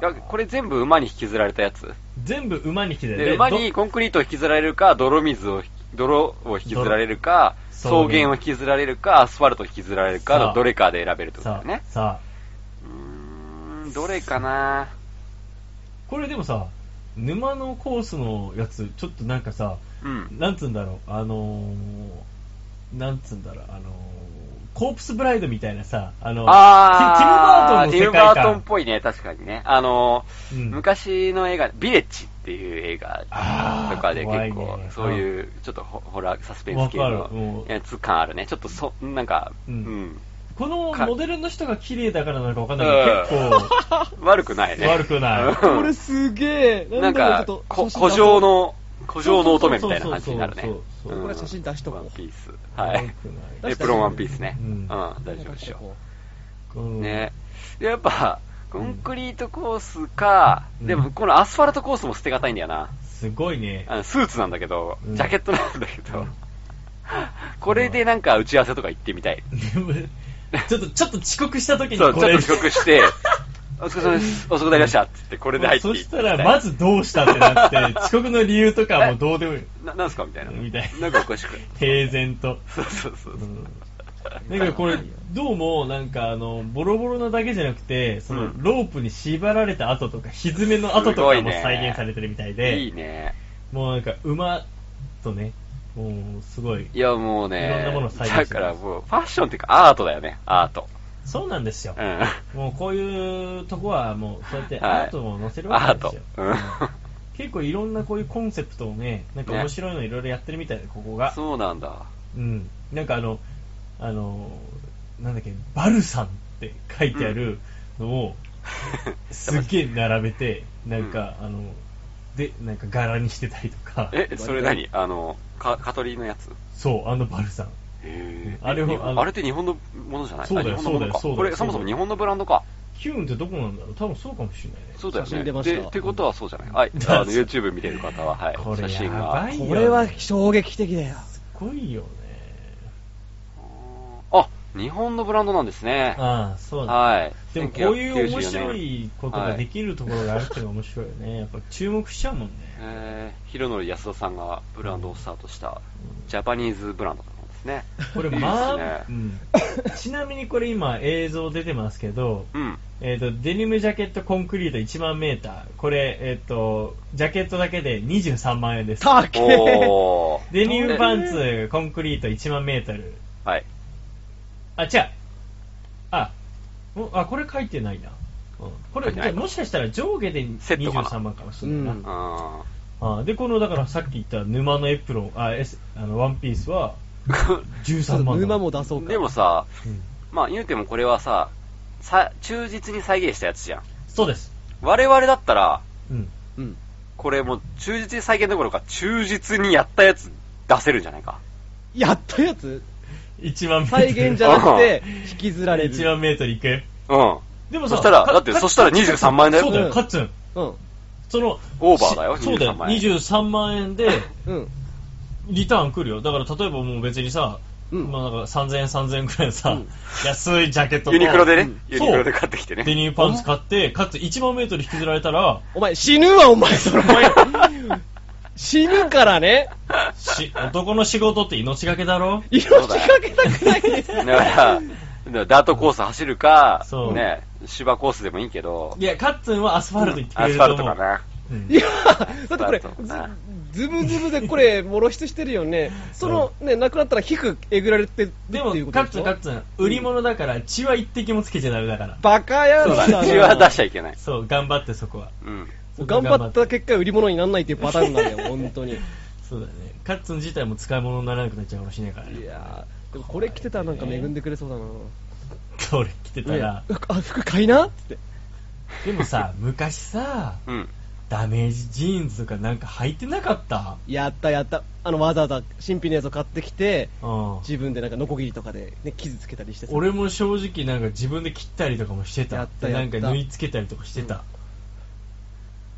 [SPEAKER 2] や
[SPEAKER 4] いよ。
[SPEAKER 2] これ全部馬に引きずられたやつ。
[SPEAKER 4] 全部馬に引きずられ
[SPEAKER 2] で
[SPEAKER 4] て
[SPEAKER 2] 馬にコンクリートを引きずられるか、泥水を、泥を引きずられるか、草
[SPEAKER 4] 泥
[SPEAKER 2] 原を引きずられるか、アスファルトを引きずられるか
[SPEAKER 4] そ
[SPEAKER 2] の
[SPEAKER 4] う
[SPEAKER 2] どれかで選べるってことだ
[SPEAKER 4] さ
[SPEAKER 2] よ
[SPEAKER 4] あ、
[SPEAKER 2] ね。
[SPEAKER 4] さあ、
[SPEAKER 2] うーん、どれかな
[SPEAKER 4] これでもさ、沼のコースのやつ、ちょっとなんかさ、
[SPEAKER 2] うん。
[SPEAKER 4] なんつうんだろう、あのー、なんつうんだろう、あのー、コープスブライドみたいなさ、あの、
[SPEAKER 2] あー、
[SPEAKER 4] ティ
[SPEAKER 2] テ
[SPEAKER 4] ティム・
[SPEAKER 2] ィム・
[SPEAKER 4] バー
[SPEAKER 2] バー
[SPEAKER 4] トンの世界
[SPEAKER 2] トン
[SPEAKER 4] 観
[SPEAKER 2] っ。ぽいね、確かにね。あのー、
[SPEAKER 4] うん
[SPEAKER 2] 昔の映画、ビレッジっていう映画
[SPEAKER 4] あー
[SPEAKER 2] とかで結
[SPEAKER 4] 怖
[SPEAKER 2] 構
[SPEAKER 4] い、ね
[SPEAKER 2] そういう、ちょっとホホラー、サスペンス系
[SPEAKER 4] わかる
[SPEAKER 2] の
[SPEAKER 4] もう
[SPEAKER 2] やつ感あるね。ちょっとそ、なんか、う
[SPEAKER 4] うんん。この
[SPEAKER 2] か
[SPEAKER 4] モデルの人が綺麗だからなのかわかんないけど、結
[SPEAKER 2] 悪くないね。
[SPEAKER 4] 悪くない
[SPEAKER 2] うん
[SPEAKER 3] これすげえ。
[SPEAKER 2] なん
[SPEAKER 3] だ
[SPEAKER 2] か、
[SPEAKER 3] ろう
[SPEAKER 2] こ
[SPEAKER 3] ちょっと
[SPEAKER 2] 古城。の、古城の乙女みたいな感じになる
[SPEAKER 4] そ
[SPEAKER 2] ね
[SPEAKER 4] う。そうそうそう
[SPEAKER 2] うん
[SPEAKER 3] これ写真出しとこう
[SPEAKER 2] ワンピース。
[SPEAKER 4] 構、
[SPEAKER 2] はい。
[SPEAKER 4] 悪くない
[SPEAKER 2] エプロンワンピースね。う
[SPEAKER 4] うんん、
[SPEAKER 2] 大
[SPEAKER 3] 出し
[SPEAKER 2] 丈夫
[SPEAKER 3] とこう
[SPEAKER 2] でしょ
[SPEAKER 4] こ
[SPEAKER 2] う。
[SPEAKER 4] の
[SPEAKER 2] ね。でやっぱ、コンクリートコースか、でもこのアスファルトコースも捨てがたいんだよな。
[SPEAKER 4] すごいね。
[SPEAKER 2] あのスーツなんだけど、
[SPEAKER 4] うん
[SPEAKER 2] ジャケットなんだけ
[SPEAKER 4] う
[SPEAKER 2] ど
[SPEAKER 4] ん、
[SPEAKER 2] これでなんか打ち合わせとか行ってみたい。
[SPEAKER 4] ちょっと、ちょっと遅刻した時に
[SPEAKER 2] そう、
[SPEAKER 4] こ
[SPEAKER 2] ちょっ
[SPEAKER 4] れ
[SPEAKER 2] と、遅刻 して、お疲れ様です、お疲れ様でしたって言って、これで入ってい
[SPEAKER 4] そ
[SPEAKER 2] って
[SPEAKER 4] したら、まずどうしたってなって、遅刻の理由とかはもうどうでもいい。
[SPEAKER 2] な、なんすかみたいな。
[SPEAKER 4] みたい
[SPEAKER 2] な
[SPEAKER 4] な
[SPEAKER 2] んかおかしく。
[SPEAKER 4] 平然と。
[SPEAKER 2] そうそうそうそう。
[SPEAKER 4] なんかこれ、どうも、なんかあの、ボロボロなだけじゃなくて、その
[SPEAKER 2] う、ん
[SPEAKER 4] ロープに縛られた跡とか、ひずめの跡
[SPEAKER 2] す
[SPEAKER 4] と
[SPEAKER 2] ご
[SPEAKER 4] か
[SPEAKER 2] い
[SPEAKER 4] も
[SPEAKER 2] ね
[SPEAKER 4] 再現されてるみたいで、
[SPEAKER 2] いいね。
[SPEAKER 4] もうなんか、馬とね、もう、すごい。
[SPEAKER 2] いや、もう
[SPEAKER 4] いろん
[SPEAKER 2] ね
[SPEAKER 4] なものを、
[SPEAKER 2] だ
[SPEAKER 4] 再現してます
[SPEAKER 2] からもう、ファッションっていうか、アートだよね、アート。
[SPEAKER 4] そうなんですよ
[SPEAKER 2] う。ん。
[SPEAKER 4] もうこういうとこは、もう、そうやって
[SPEAKER 2] はい
[SPEAKER 4] アートを載せる
[SPEAKER 2] アー
[SPEAKER 4] わけで
[SPEAKER 2] ト
[SPEAKER 4] すよ。。
[SPEAKER 2] うん。
[SPEAKER 4] 結構いろんなこういうコンセプトをね、なんか
[SPEAKER 2] ね
[SPEAKER 4] 面白いのいろいろやってるみたいで、ここが。
[SPEAKER 2] そうなんだ。
[SPEAKER 4] うん。なんかあの、あの、なんだっけ、バルさんって書いてあるのを、すっげえ並べて、なんか、あの、で、なんか柄にしてたりとか、
[SPEAKER 2] え、それ何あの、か、カトリーのやつ
[SPEAKER 4] そう、あのバルさん。
[SPEAKER 2] へー
[SPEAKER 4] あれを
[SPEAKER 2] え日
[SPEAKER 4] あ
[SPEAKER 2] 本
[SPEAKER 4] の
[SPEAKER 2] あれって日本のものじゃない
[SPEAKER 4] そうだよ
[SPEAKER 2] あ日本のものか
[SPEAKER 4] そうだ
[SPEAKER 2] これ、
[SPEAKER 4] よそうだよ
[SPEAKER 2] そもそも日本のブランドか。
[SPEAKER 4] キューンってどこなんだろう多分そうかもしれないね。
[SPEAKER 2] そうだよ
[SPEAKER 3] 写
[SPEAKER 2] ね。
[SPEAKER 3] 真出ました
[SPEAKER 2] で、ってことはそうじゃない。はい。 あの、YouTube 見てる方は、はい。
[SPEAKER 4] これ
[SPEAKER 2] 写真
[SPEAKER 4] やば
[SPEAKER 2] が。
[SPEAKER 4] いよ、ね。
[SPEAKER 3] これは衝撃的だよ。
[SPEAKER 4] すごいよね。
[SPEAKER 2] あ、日本のブランドなんですね。
[SPEAKER 4] ああ、そうだ、
[SPEAKER 2] はい。
[SPEAKER 4] でもこういう面
[SPEAKER 2] 1994
[SPEAKER 4] 白
[SPEAKER 2] 年。
[SPEAKER 4] いことができるところがあるっていうのが面白いよね。やっぱ注目しちゃうもんね。
[SPEAKER 2] えー、広則安田さんがブランドをスタートしたジャパニーズブランドなんですね。
[SPEAKER 4] こ
[SPEAKER 2] い
[SPEAKER 4] れ、
[SPEAKER 2] いです
[SPEAKER 4] まあ
[SPEAKER 2] ね、
[SPEAKER 4] うんちなみにこれ今映像出てますけど、
[SPEAKER 2] うん。
[SPEAKER 4] えっ、と、デニムジャケットコンクリート1万メーター。これ、えっ、と、ジャケットだけで23万 円です。
[SPEAKER 3] たっけー
[SPEAKER 2] おー。
[SPEAKER 4] デニムパンツコンクリート1万メーター。
[SPEAKER 2] はい。
[SPEAKER 4] あ、違う。あ、おあ、これ書いてないな。うん
[SPEAKER 2] 書
[SPEAKER 4] これ、
[SPEAKER 2] いて
[SPEAKER 4] じ
[SPEAKER 2] ない
[SPEAKER 4] ゃあもしかしたら上下で
[SPEAKER 2] セットかな
[SPEAKER 4] 23万かもしれない
[SPEAKER 3] う
[SPEAKER 4] な。
[SPEAKER 3] ん
[SPEAKER 2] あ
[SPEAKER 4] あで、この、だからさっき言った沼のエプロン、あ、エスあの、ワンピースは
[SPEAKER 2] ー
[SPEAKER 4] 13万だ。
[SPEAKER 3] 沼も出そうか。
[SPEAKER 2] でもさ、
[SPEAKER 4] うん
[SPEAKER 2] まあ言うてもこれはさ、さ、忠実に再現したやつじゃん。
[SPEAKER 4] そうです。
[SPEAKER 2] 我々だったら、
[SPEAKER 4] うん。
[SPEAKER 3] うん。
[SPEAKER 2] これもう忠実に再現どころか、忠実にやったやつ出せるんじゃないか。
[SPEAKER 3] やったやつ
[SPEAKER 4] 1万メートル。
[SPEAKER 3] 再現じゃなくて、引きずられる。
[SPEAKER 4] 1万メートルいく
[SPEAKER 2] うん。
[SPEAKER 4] でも
[SPEAKER 2] そ
[SPEAKER 4] さ、
[SPEAKER 2] したら、
[SPEAKER 4] か
[SPEAKER 2] だって、
[SPEAKER 4] か
[SPEAKER 2] そしたら23万円だ
[SPEAKER 4] そ
[SPEAKER 2] よ。
[SPEAKER 4] うだ
[SPEAKER 3] う
[SPEAKER 4] よ、
[SPEAKER 3] ん
[SPEAKER 4] カッツン。
[SPEAKER 3] うん。
[SPEAKER 4] その、
[SPEAKER 2] オーバーだよ
[SPEAKER 4] しそうだ
[SPEAKER 2] 23
[SPEAKER 4] よ、
[SPEAKER 2] 万円
[SPEAKER 4] 23万円で、
[SPEAKER 3] うん。
[SPEAKER 4] リターン来るよ。だから、例えばもう別にさ、
[SPEAKER 3] うん
[SPEAKER 4] まあなんか3000円3000円くらいのさ、
[SPEAKER 3] うん
[SPEAKER 4] 安いジャケットと
[SPEAKER 2] ユニクロでね、
[SPEAKER 4] うん
[SPEAKER 2] ユニクロで買ってきてね。
[SPEAKER 4] デニムパンツ買って、かつ1万メートル引きずられたら、
[SPEAKER 3] お前、死ぬわ、お前、 それ。死ぬからね。
[SPEAKER 4] し男の仕事って命がけだろ
[SPEAKER 3] 命かけたくないです。
[SPEAKER 2] だから、ダートコース走るか、
[SPEAKER 4] そう
[SPEAKER 2] ね、芝コースでもいいけど
[SPEAKER 4] い、や、カッツンはアスファルト行ってく
[SPEAKER 2] ア
[SPEAKER 4] れ
[SPEAKER 2] ス
[SPEAKER 4] る
[SPEAKER 2] ファル
[SPEAKER 4] と
[SPEAKER 2] ト
[SPEAKER 4] 思う。
[SPEAKER 2] かな。
[SPEAKER 4] うん
[SPEAKER 3] いや、だってこれ
[SPEAKER 2] スタートな、
[SPEAKER 3] ズズブズブでこれ、もろ出してるよね。その、ね、なくなったら皮膚えぐられてるって
[SPEAKER 4] で
[SPEAKER 3] いう
[SPEAKER 4] も、
[SPEAKER 3] こ
[SPEAKER 4] カ
[SPEAKER 3] とでしょ
[SPEAKER 4] ッツン、カッツン、売り物だから血は一滴もつけちゃダメだから。
[SPEAKER 3] バカ野
[SPEAKER 2] そ
[SPEAKER 3] 郎
[SPEAKER 2] うだ
[SPEAKER 3] だな
[SPEAKER 2] ね。血は出しちゃいけない。
[SPEAKER 4] そう、頑張ってそこは。
[SPEAKER 2] うん。
[SPEAKER 3] 頑張った結果、売り物にならないっていうパターンなんだよ、本当に。い
[SPEAKER 4] そうだね。カッツン自体も使い物にならなくなっちゃうかもしれないからね。
[SPEAKER 3] やー、でもこれ着てたらなんか恵んでくれそうだな。
[SPEAKER 4] これ着てた
[SPEAKER 3] ね。
[SPEAKER 4] ら
[SPEAKER 3] あ、服買いなって。
[SPEAKER 4] でもさ、昔さ、
[SPEAKER 2] うん。
[SPEAKER 4] ダメージジーンズとかなんか履いてなかった
[SPEAKER 3] やったやった。あの、わざわざ新品のやつを買ってきて、
[SPEAKER 4] うん。
[SPEAKER 3] 自分でなんかノコギリとかで、ね、傷つけたりしてさ
[SPEAKER 4] 俺も正直なんか自分で切ったりとかもしてた。
[SPEAKER 3] やったやった
[SPEAKER 4] なんか縫い付けたりとかしてた。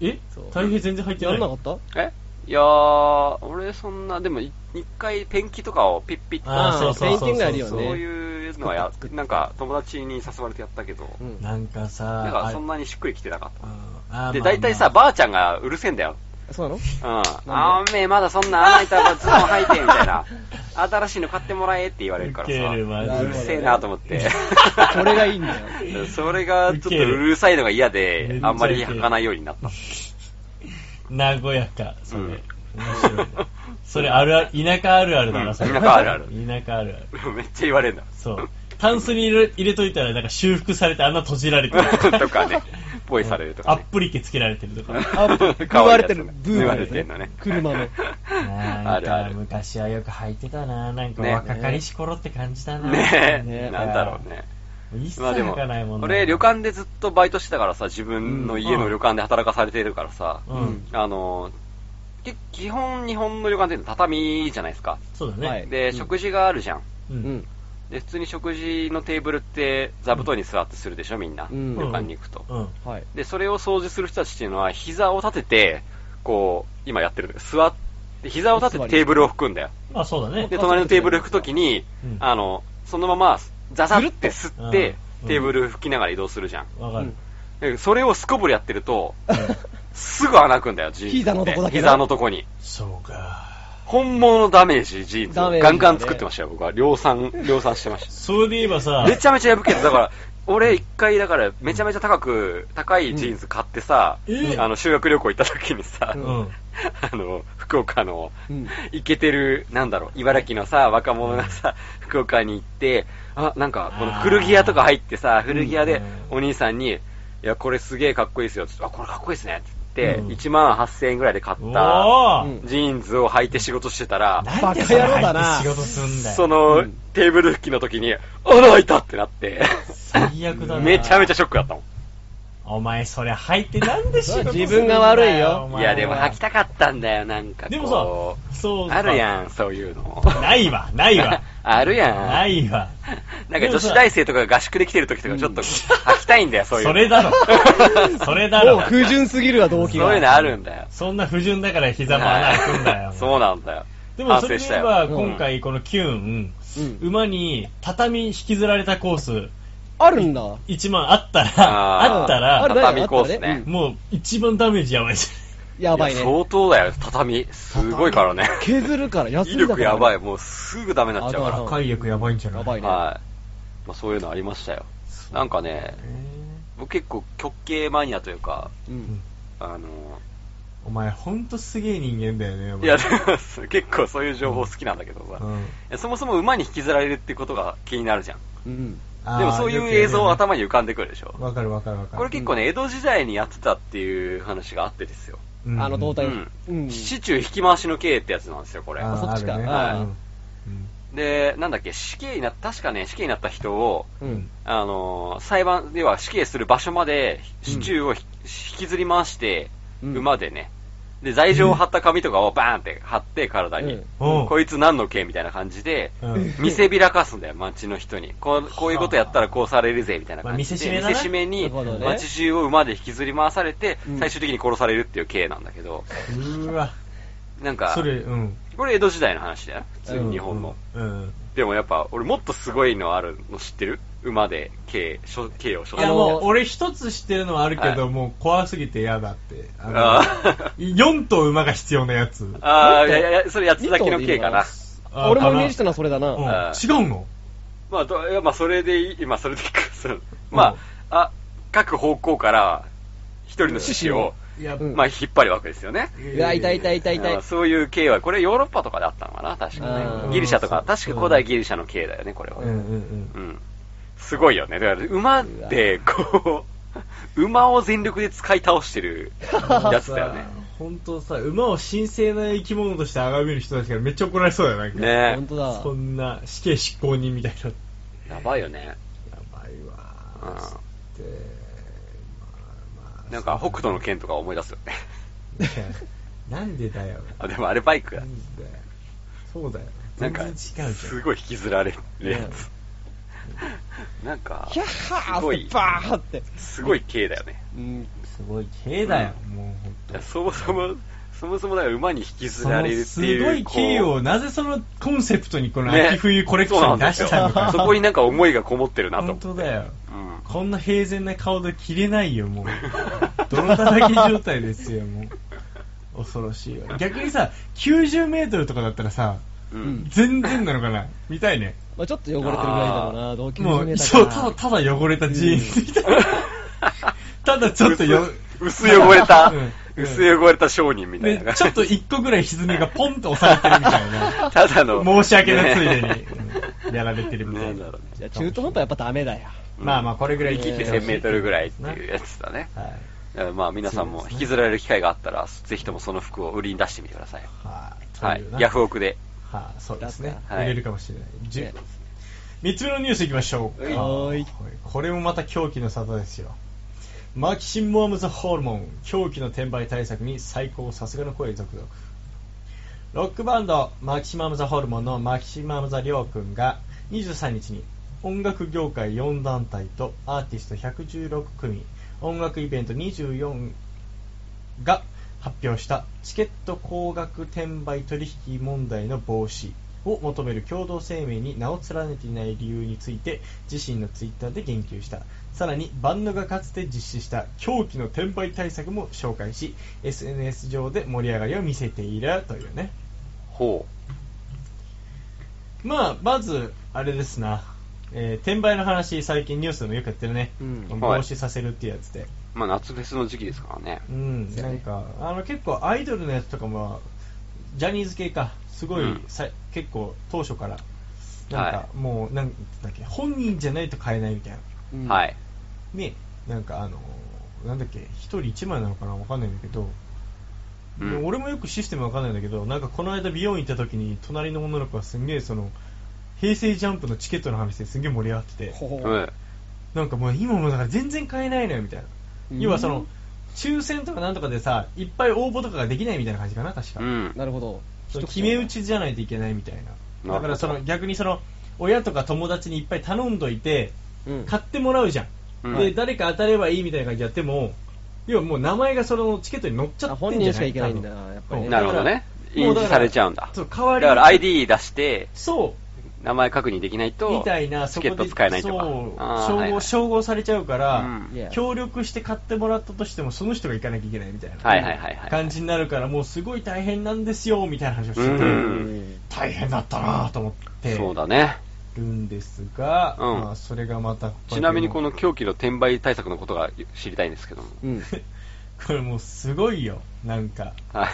[SPEAKER 4] え
[SPEAKER 3] そう
[SPEAKER 4] 大平全然履いて
[SPEAKER 3] や
[SPEAKER 4] ない。
[SPEAKER 3] らなかった
[SPEAKER 2] えいやー、俺そんな、でもい一回ペンキとかをピッピッと、
[SPEAKER 4] あーそうそうそうそう。
[SPEAKER 3] ペインティングあるよ
[SPEAKER 2] そう
[SPEAKER 3] ね
[SPEAKER 2] いうのはや
[SPEAKER 3] 作っ、た
[SPEAKER 2] なんか友達に誘われてやったけど、
[SPEAKER 3] うん
[SPEAKER 4] なんかさ、
[SPEAKER 2] なんかそん
[SPEAKER 4] な、
[SPEAKER 2] なにしっくりきてなかっ
[SPEAKER 4] あ
[SPEAKER 2] た。で、大体さ、ばあちゃんがうるせえんだよ。
[SPEAKER 3] そうなの
[SPEAKER 2] うん。あーめえ、まだそんな穴開いたらズボン履いて、みたいな。 新しいの買ってもらえって言われるから
[SPEAKER 4] ウケるわ
[SPEAKER 2] さ。うるせえなと思って。
[SPEAKER 3] それがいいんだよ。
[SPEAKER 2] それがちょっとうるさいのが嫌
[SPEAKER 4] ウケ
[SPEAKER 2] で
[SPEAKER 4] る、
[SPEAKER 2] あんまり履かないようになった。
[SPEAKER 4] ー、和やか、それ。
[SPEAKER 2] うん
[SPEAKER 4] 面白いね。それあるある、田舎あるあるだ
[SPEAKER 2] う
[SPEAKER 4] な、
[SPEAKER 2] ん
[SPEAKER 4] それ
[SPEAKER 2] 田舎あるある
[SPEAKER 4] 田舎あるあ る。
[SPEAKER 2] めっちゃ言われるんだ。
[SPEAKER 4] そう。タンスに入れ入れといたら、なんか修復されて穴閉じられてる
[SPEAKER 2] とか ね、ポイされると
[SPEAKER 4] ア
[SPEAKER 2] かね
[SPEAKER 4] ッ。プリケつけられてるとか。
[SPEAKER 3] アップ、言われてる、ブーム
[SPEAKER 2] 言わ
[SPEAKER 3] で
[SPEAKER 2] れ
[SPEAKER 3] す
[SPEAKER 2] てん
[SPEAKER 3] ね
[SPEAKER 2] の ね。。
[SPEAKER 3] 車の。
[SPEAKER 4] な
[SPEAKER 2] あ
[SPEAKER 4] ん
[SPEAKER 2] るあ
[SPEAKER 4] か
[SPEAKER 2] る
[SPEAKER 4] 昔はよく履いてたななんか
[SPEAKER 2] ね
[SPEAKER 4] 若かりし頃って感じだな、
[SPEAKER 2] ねえ、
[SPEAKER 3] ね
[SPEAKER 2] なんだろうね。
[SPEAKER 4] 一切
[SPEAKER 2] まあで
[SPEAKER 4] 履
[SPEAKER 2] も
[SPEAKER 4] かないもん、な
[SPEAKER 2] 俺、旅館でずっとバイトしてたからさ、自分の家の旅館で働かされてるからさ、
[SPEAKER 4] うん、
[SPEAKER 3] うん
[SPEAKER 2] あの、き基本日本の旅館って畳じゃないですか。
[SPEAKER 4] そうだね、
[SPEAKER 3] はい
[SPEAKER 2] で、
[SPEAKER 3] うん
[SPEAKER 2] 食事があるじゃん。
[SPEAKER 4] う
[SPEAKER 3] うんん。
[SPEAKER 2] で、普通に食事のテーブルって座布団に座ってするでしょ、みんな。
[SPEAKER 3] うん
[SPEAKER 2] 旅館に行くと。
[SPEAKER 4] うん
[SPEAKER 3] はい。
[SPEAKER 2] で、それを掃除する人たちっていうのは、膝を立てて、こう、今やってるんだけど座って、膝を立ててテーブルを拭くんだよ。
[SPEAKER 4] まあそうだね
[SPEAKER 2] で、隣のテーブル拭くときに
[SPEAKER 4] うん、
[SPEAKER 2] あの、そのまま、ザザって吸って
[SPEAKER 4] う、ん
[SPEAKER 2] テーブル拭きながら移動するじゃん。
[SPEAKER 4] わかる、
[SPEAKER 2] でそれをすこぶりやってると、すぐ穴開くんだよ、ジーンズって。
[SPEAKER 3] 膝のとこだけな
[SPEAKER 2] 膝のとこに。
[SPEAKER 4] そうか
[SPEAKER 2] 本物のダメージ、ジーンズ
[SPEAKER 3] ダ
[SPEAKER 2] を
[SPEAKER 3] メージ
[SPEAKER 2] ガンガン作ってましたよ、僕は。量産、量産してまし
[SPEAKER 4] それで言えばさ
[SPEAKER 2] た。めちゃめちゃ破けて、だから、俺一回、だから、めちゃめちゃ高く、高いジーンズ買ってさ、
[SPEAKER 4] え
[SPEAKER 2] あの、修学旅行行った時にさ、
[SPEAKER 3] う
[SPEAKER 4] うんん
[SPEAKER 2] あの、福岡の
[SPEAKER 3] うん、
[SPEAKER 2] イケてる、なんだろう、茨城のさ、若者がさ、福岡に行って、あ、なんか、この古着屋とか入ってさ、古着屋でお兄さんに、いや、これすげえかっこいいですよ、つって、あ、これかっこいいですね、ってて、
[SPEAKER 4] うん
[SPEAKER 2] 1万8000円ぐらいで買っ
[SPEAKER 4] お
[SPEAKER 2] た
[SPEAKER 4] ー、
[SPEAKER 3] うん
[SPEAKER 2] ジーンズを履いて仕事してたら、
[SPEAKER 4] なんでそれ
[SPEAKER 3] バカ野郎だな
[SPEAKER 4] 入って仕事すんだよ。
[SPEAKER 2] その、
[SPEAKER 3] うん
[SPEAKER 2] テーブル付近の時に、穴開いたってなって、
[SPEAKER 4] 最悪だな。
[SPEAKER 2] めちゃめちゃショックだったもん。
[SPEAKER 4] お前それ履いてなんで 仕事すんだよ
[SPEAKER 3] 自分が悪いよ
[SPEAKER 4] お
[SPEAKER 2] い
[SPEAKER 4] 前
[SPEAKER 2] や、でも履きたかったんだよ、なんかこう。
[SPEAKER 4] でもさ、そう。
[SPEAKER 2] ある
[SPEAKER 4] ん。
[SPEAKER 2] やん、そういうの。
[SPEAKER 4] ないわ、ないわ。
[SPEAKER 2] あるやん。
[SPEAKER 4] ないわ。
[SPEAKER 2] なんか女子大生とかが合宿で来てる時とかちょっと履きたいんだよ、そういうの。
[SPEAKER 4] それだ ろ。それだろ
[SPEAKER 3] もう。不純すぎるわ、動機
[SPEAKER 2] そういう
[SPEAKER 3] が。
[SPEAKER 2] のあるんだよ。
[SPEAKER 4] そんな不純だから膝も穴開くんだよ。
[SPEAKER 2] そうなんだよ。
[SPEAKER 4] でもそ
[SPEAKER 2] 反省
[SPEAKER 4] れで
[SPEAKER 2] し
[SPEAKER 4] 言
[SPEAKER 2] た
[SPEAKER 4] え
[SPEAKER 2] よ
[SPEAKER 4] ば、
[SPEAKER 3] うん
[SPEAKER 4] 今回このキューン、
[SPEAKER 3] うん
[SPEAKER 4] 馬に畳引きずられたコース、
[SPEAKER 3] あるんだ。
[SPEAKER 4] 1万あったら、
[SPEAKER 2] あー
[SPEAKER 4] あったら、
[SPEAKER 3] あるね
[SPEAKER 2] 畳コース
[SPEAKER 3] あった
[SPEAKER 2] ね
[SPEAKER 3] ね。
[SPEAKER 4] もう一番ダメージやばいじ
[SPEAKER 3] やばい
[SPEAKER 2] いや
[SPEAKER 3] ね。
[SPEAKER 2] 相当だよ、畳。すごいからね。
[SPEAKER 3] 削るから、休
[SPEAKER 2] 威
[SPEAKER 3] みだ
[SPEAKER 2] 力
[SPEAKER 3] から。
[SPEAKER 2] やばい、
[SPEAKER 3] い。
[SPEAKER 2] もうすぐダメになっちゃうから。
[SPEAKER 4] ゃん。
[SPEAKER 3] あ
[SPEAKER 2] は
[SPEAKER 3] ー
[SPEAKER 4] 快力やばいんじゃない
[SPEAKER 3] やば
[SPEAKER 2] い。
[SPEAKER 3] いね。
[SPEAKER 2] まあ、そういうのありましたよ。なんかね、
[SPEAKER 4] えー
[SPEAKER 2] 僕結構極刑マニアというか、
[SPEAKER 3] うん。
[SPEAKER 2] あの、
[SPEAKER 4] お前ほんとすげえ人間だよね、お前
[SPEAKER 2] いや、で も結構そういう情報好きなんだけどさ
[SPEAKER 4] う、ん
[SPEAKER 2] いやそもそも馬に引きずられるってことが気になるじゃん。
[SPEAKER 3] うん。
[SPEAKER 4] あー
[SPEAKER 2] でもそういう映像は頭に浮かんでくるでしょ。
[SPEAKER 4] わかるわかるわかる。
[SPEAKER 2] これ結構ね、江戸時代にやってたっていう話があってですよ。
[SPEAKER 4] うん
[SPEAKER 3] あの胴体
[SPEAKER 2] うん。
[SPEAKER 3] うん。
[SPEAKER 2] 市中引き回しの刑ってやつなんですよ、これ。
[SPEAKER 4] あー
[SPEAKER 3] そっちか
[SPEAKER 4] あるね
[SPEAKER 3] はい
[SPEAKER 2] で、なんだっけ、死刑になった、確かね、死刑になった人を、
[SPEAKER 3] うん。
[SPEAKER 2] あのー裁判、要は死刑する場所まで、市中をひ、引きずり回して、
[SPEAKER 3] うん
[SPEAKER 2] 馬でね。で、罪状を貼った紙とかをバーンって貼って、体に。
[SPEAKER 4] うん
[SPEAKER 2] こいつ何の刑みたいな感じで、
[SPEAKER 4] うんうん
[SPEAKER 2] 見せびらかすんだよ、街の人に。こうこういうことやったらこうされるぜ、みたいな感じで。
[SPEAKER 4] まあ見せしめだな
[SPEAKER 2] 見せしめに
[SPEAKER 3] なるほど、ね
[SPEAKER 2] 街中を馬で引きずり回されて
[SPEAKER 3] う、ん
[SPEAKER 2] 最終的に殺されるっていう刑なんだけど、
[SPEAKER 4] うーわ。
[SPEAKER 2] なんか
[SPEAKER 4] そ、れ、うん。
[SPEAKER 2] これ江戸時代の話だよ、普通に日本の。
[SPEAKER 4] うん。うん。
[SPEAKER 2] でもやっぱ、俺もっとすごいのあるの知ってる馬で刑、処刑を処
[SPEAKER 4] い
[SPEAKER 2] す
[SPEAKER 4] や
[SPEAKER 2] る。
[SPEAKER 4] もう、俺一つ知ってるのはあるけど、
[SPEAKER 2] は
[SPEAKER 4] もう怖すぎて嫌だって。あの
[SPEAKER 2] あー
[SPEAKER 4] 4頭馬が必要なやつ。
[SPEAKER 2] あ
[SPEAKER 3] も
[SPEAKER 2] ー、
[SPEAKER 3] っと
[SPEAKER 2] いやいや、それやつだけの刑かな。
[SPEAKER 4] あ
[SPEAKER 3] 俺も
[SPEAKER 4] か
[SPEAKER 3] イ
[SPEAKER 4] な
[SPEAKER 3] メージしたのはそれだ
[SPEAKER 4] うん
[SPEAKER 3] な。
[SPEAKER 2] あ
[SPEAKER 4] 違うの
[SPEAKER 2] まあ、どいやまあ、それでいい、今、それでいいか。そのまあ、あ、各方向から、一人の獅子を、
[SPEAKER 4] いや、
[SPEAKER 3] うん
[SPEAKER 2] まあ、引っ張るわけですよね。
[SPEAKER 3] うわ、痛い痛い痛い痛
[SPEAKER 2] あ
[SPEAKER 3] い
[SPEAKER 2] ー。そういう刑は、これヨーロッパとかであったのかな、確か
[SPEAKER 3] う
[SPEAKER 2] ね。
[SPEAKER 3] ん
[SPEAKER 2] ギリシャとか、
[SPEAKER 4] うん
[SPEAKER 2] 確か古代ギリシャの刑だよね、これは。
[SPEAKER 4] うんうんうん。
[SPEAKER 2] うんすごいよね。だから、馬で、こう、 馬を全力で使い倒してるやつだよね。
[SPEAKER 4] 本当さ、馬を神聖な生き物として崇める人たちからめっちゃ怒られ そうだよ、なんか。
[SPEAKER 2] ね
[SPEAKER 3] 本当だ。
[SPEAKER 4] そんな死刑執行人みたいな。や
[SPEAKER 2] え。やばいよね。
[SPEAKER 4] ばいわー。つって、まあまあ。
[SPEAKER 2] なんか、北斗の剣とか思い出すよね。
[SPEAKER 4] なんでだよ。
[SPEAKER 2] あ、でもあれバイク
[SPEAKER 4] な
[SPEAKER 2] だ。
[SPEAKER 4] んでだよ。そうだよ。
[SPEAKER 2] なん
[SPEAKER 4] 全
[SPEAKER 2] か
[SPEAKER 4] 然違う、じゃん。
[SPEAKER 2] すごい引きずられるやつ。なんか
[SPEAKER 3] キャ、ッハ
[SPEAKER 2] すご
[SPEAKER 3] ーっ
[SPEAKER 2] い
[SPEAKER 3] て、バーって。
[SPEAKER 2] すごい刑だよね。
[SPEAKER 3] うん。
[SPEAKER 4] すごい刑だよ、もう本
[SPEAKER 2] い
[SPEAKER 4] 当
[SPEAKER 2] やそもそも、そもそもだから馬に引きず
[SPEAKER 4] そ
[SPEAKER 2] ら
[SPEAKER 4] の
[SPEAKER 2] れるって
[SPEAKER 4] す
[SPEAKER 2] いう。
[SPEAKER 4] ごい刑
[SPEAKER 2] こう
[SPEAKER 4] を、なぜそのコンセプトにこの秋冬コレクションに出し
[SPEAKER 2] そうな
[SPEAKER 4] た
[SPEAKER 2] ん
[SPEAKER 4] の
[SPEAKER 2] ですよ
[SPEAKER 4] か。
[SPEAKER 2] そこになんか思いがこもってるなと思
[SPEAKER 4] 本
[SPEAKER 2] って。
[SPEAKER 4] 当だ
[SPEAKER 2] う
[SPEAKER 4] よ。
[SPEAKER 2] ん。
[SPEAKER 4] こんな平然な顔で着れないよ、もう。泥だらけ状態ですよ、もう。恐ろしいわ。逆にさ、90メートルとかだったらさ、
[SPEAKER 2] うん。
[SPEAKER 4] 全然なのかな見たいね。
[SPEAKER 3] まあちょっと汚れてるぐらいだろうな、同級
[SPEAKER 4] も
[SPEAKER 3] 生
[SPEAKER 4] う、
[SPEAKER 3] だ
[SPEAKER 4] そう、
[SPEAKER 3] から
[SPEAKER 4] ただ、ただ汚れたジーンズみたいな。ただちょっとよ、
[SPEAKER 2] 薄汚れた
[SPEAKER 4] うん、
[SPEAKER 2] 薄汚れた商人みたい
[SPEAKER 4] で
[SPEAKER 2] な。
[SPEAKER 4] ちょっと一個ぐらい歪みがポンと押されてるみたいな。
[SPEAKER 2] ただの。
[SPEAKER 4] 申し訳ないついで
[SPEAKER 2] ね
[SPEAKER 4] に、やられてるみた
[SPEAKER 2] ないんだ
[SPEAKER 4] な
[SPEAKER 2] ろ。うね
[SPEAKER 3] いや中途半端やっぱダメだよ。
[SPEAKER 4] まあまあ、これぐらい
[SPEAKER 2] 生きて1000メートルぐらいっていうやつだね。
[SPEAKER 4] はい。
[SPEAKER 2] だからまあ皆さんも引きずられる機会があったら、ぜひともその服を売りに出してみてください。
[SPEAKER 4] はい。
[SPEAKER 2] はい
[SPEAKER 4] とう。な
[SPEAKER 2] ヤフオクで。
[SPEAKER 4] はい、そうですね。
[SPEAKER 2] はい
[SPEAKER 4] 売れるかもしれない。じゅ
[SPEAKER 3] ね
[SPEAKER 4] 三つ目のニュースいきましょうか。
[SPEAKER 3] はーい
[SPEAKER 4] これもまた狂気の沙汰ですよ。マキシモームズホルモン、狂気の転売対策に最高さすがの声続々。ロックバンド、マキシマムザホルモンのマキシマムザリョウ君が23日に音楽業界4団体とアーティスト116組、音楽イベント24が発表したチケット高額転売取引問題の防止を求める共同声明に名を連ねていない理由について自身のツイッターで言及したさらにバンドがかつて実施した狂気の転売対策も紹介し SNS 上で盛り上がりを見せているというね
[SPEAKER 2] ほ
[SPEAKER 4] まあまずあれですな、えー転売の話最近ニュースでもよくやってるね、
[SPEAKER 3] うん
[SPEAKER 4] 防
[SPEAKER 2] はい
[SPEAKER 4] 止させるっていうやつで、
[SPEAKER 2] う。まあ夏フェスの時期ですからね。
[SPEAKER 4] うん、
[SPEAKER 3] そうや
[SPEAKER 4] な
[SPEAKER 3] ね
[SPEAKER 4] んかあの結構アイドルのやつとかもジャニーズ系かすごい、
[SPEAKER 2] うん
[SPEAKER 4] さ結構当初からなんか、
[SPEAKER 2] は
[SPEAKER 4] もうなんだっけ本人じゃないと買えないみたいな
[SPEAKER 3] うん
[SPEAKER 2] はい。
[SPEAKER 4] ねなんかあのなんだっけ、1人1枚なのかなわかんないんだけど、
[SPEAKER 2] うん
[SPEAKER 4] で俺もよくシステムわかんないんだけど、なんかこの間美容院行った時に、隣の女の子がすんげえその、平成ジャンプのチケットの話ですんげえ盛り上がってて、
[SPEAKER 3] ほ
[SPEAKER 2] うん。
[SPEAKER 4] なんかもう今もだから全然買えないのよみたいな。
[SPEAKER 3] うん
[SPEAKER 4] 要はその、抽選とかなんとかでさ、いっぱい応募とかができないみたいな感じかな、確か。
[SPEAKER 2] うん。
[SPEAKER 3] なるほど。
[SPEAKER 4] そう決め打ちじゃないといけないみたいな。だからそ
[SPEAKER 2] なるほ
[SPEAKER 4] の
[SPEAKER 2] ど
[SPEAKER 4] 逆にその、親とか友達にいっぱい頼んどいて、
[SPEAKER 3] うん。
[SPEAKER 4] 買ってもらうじゃん。
[SPEAKER 2] うん
[SPEAKER 4] で、誰か当たればいいみたいな感じやっても、要はもう名前がそのチケットに載っちゃってんじゃな
[SPEAKER 3] あ本
[SPEAKER 4] い
[SPEAKER 3] 人しか行けないんだやっぱりね
[SPEAKER 4] うん
[SPEAKER 2] なるほどね。
[SPEAKER 4] も
[SPEAKER 2] 印
[SPEAKER 4] うだ
[SPEAKER 2] 字
[SPEAKER 4] から
[SPEAKER 2] されちゃうんだ。
[SPEAKER 4] そう、代わ
[SPEAKER 2] だ
[SPEAKER 4] り
[SPEAKER 2] か
[SPEAKER 4] に
[SPEAKER 2] ら ID 出して、
[SPEAKER 4] そ、
[SPEAKER 2] 名前確認できないうと
[SPEAKER 4] みたいな、、そ
[SPEAKER 2] チ
[SPEAKER 4] こ
[SPEAKER 2] ケ
[SPEAKER 4] で、
[SPEAKER 2] ット使えないとか。
[SPEAKER 4] そう、
[SPEAKER 2] あー
[SPEAKER 4] 称号、
[SPEAKER 2] はいはい
[SPEAKER 4] 称号されちゃうから、
[SPEAKER 2] うん
[SPEAKER 3] いや
[SPEAKER 4] 協力して買ってもらったとしても、その人が行かなきゃいけないみたいな。
[SPEAKER 2] はいはいはいはい。
[SPEAKER 4] 感じになるから、もうすごい大変なんですよ、みたいな話をしてて、
[SPEAKER 2] うん
[SPEAKER 4] 大変だったなぁと思って
[SPEAKER 2] そうだね。
[SPEAKER 4] るんですが、
[SPEAKER 2] うん
[SPEAKER 4] まあ、それがまた、
[SPEAKER 2] ちなみにこの狂気の転売対策のことが知りたいんですけども。
[SPEAKER 3] うん。
[SPEAKER 4] これもうすごいよ、なんか。
[SPEAKER 2] はい。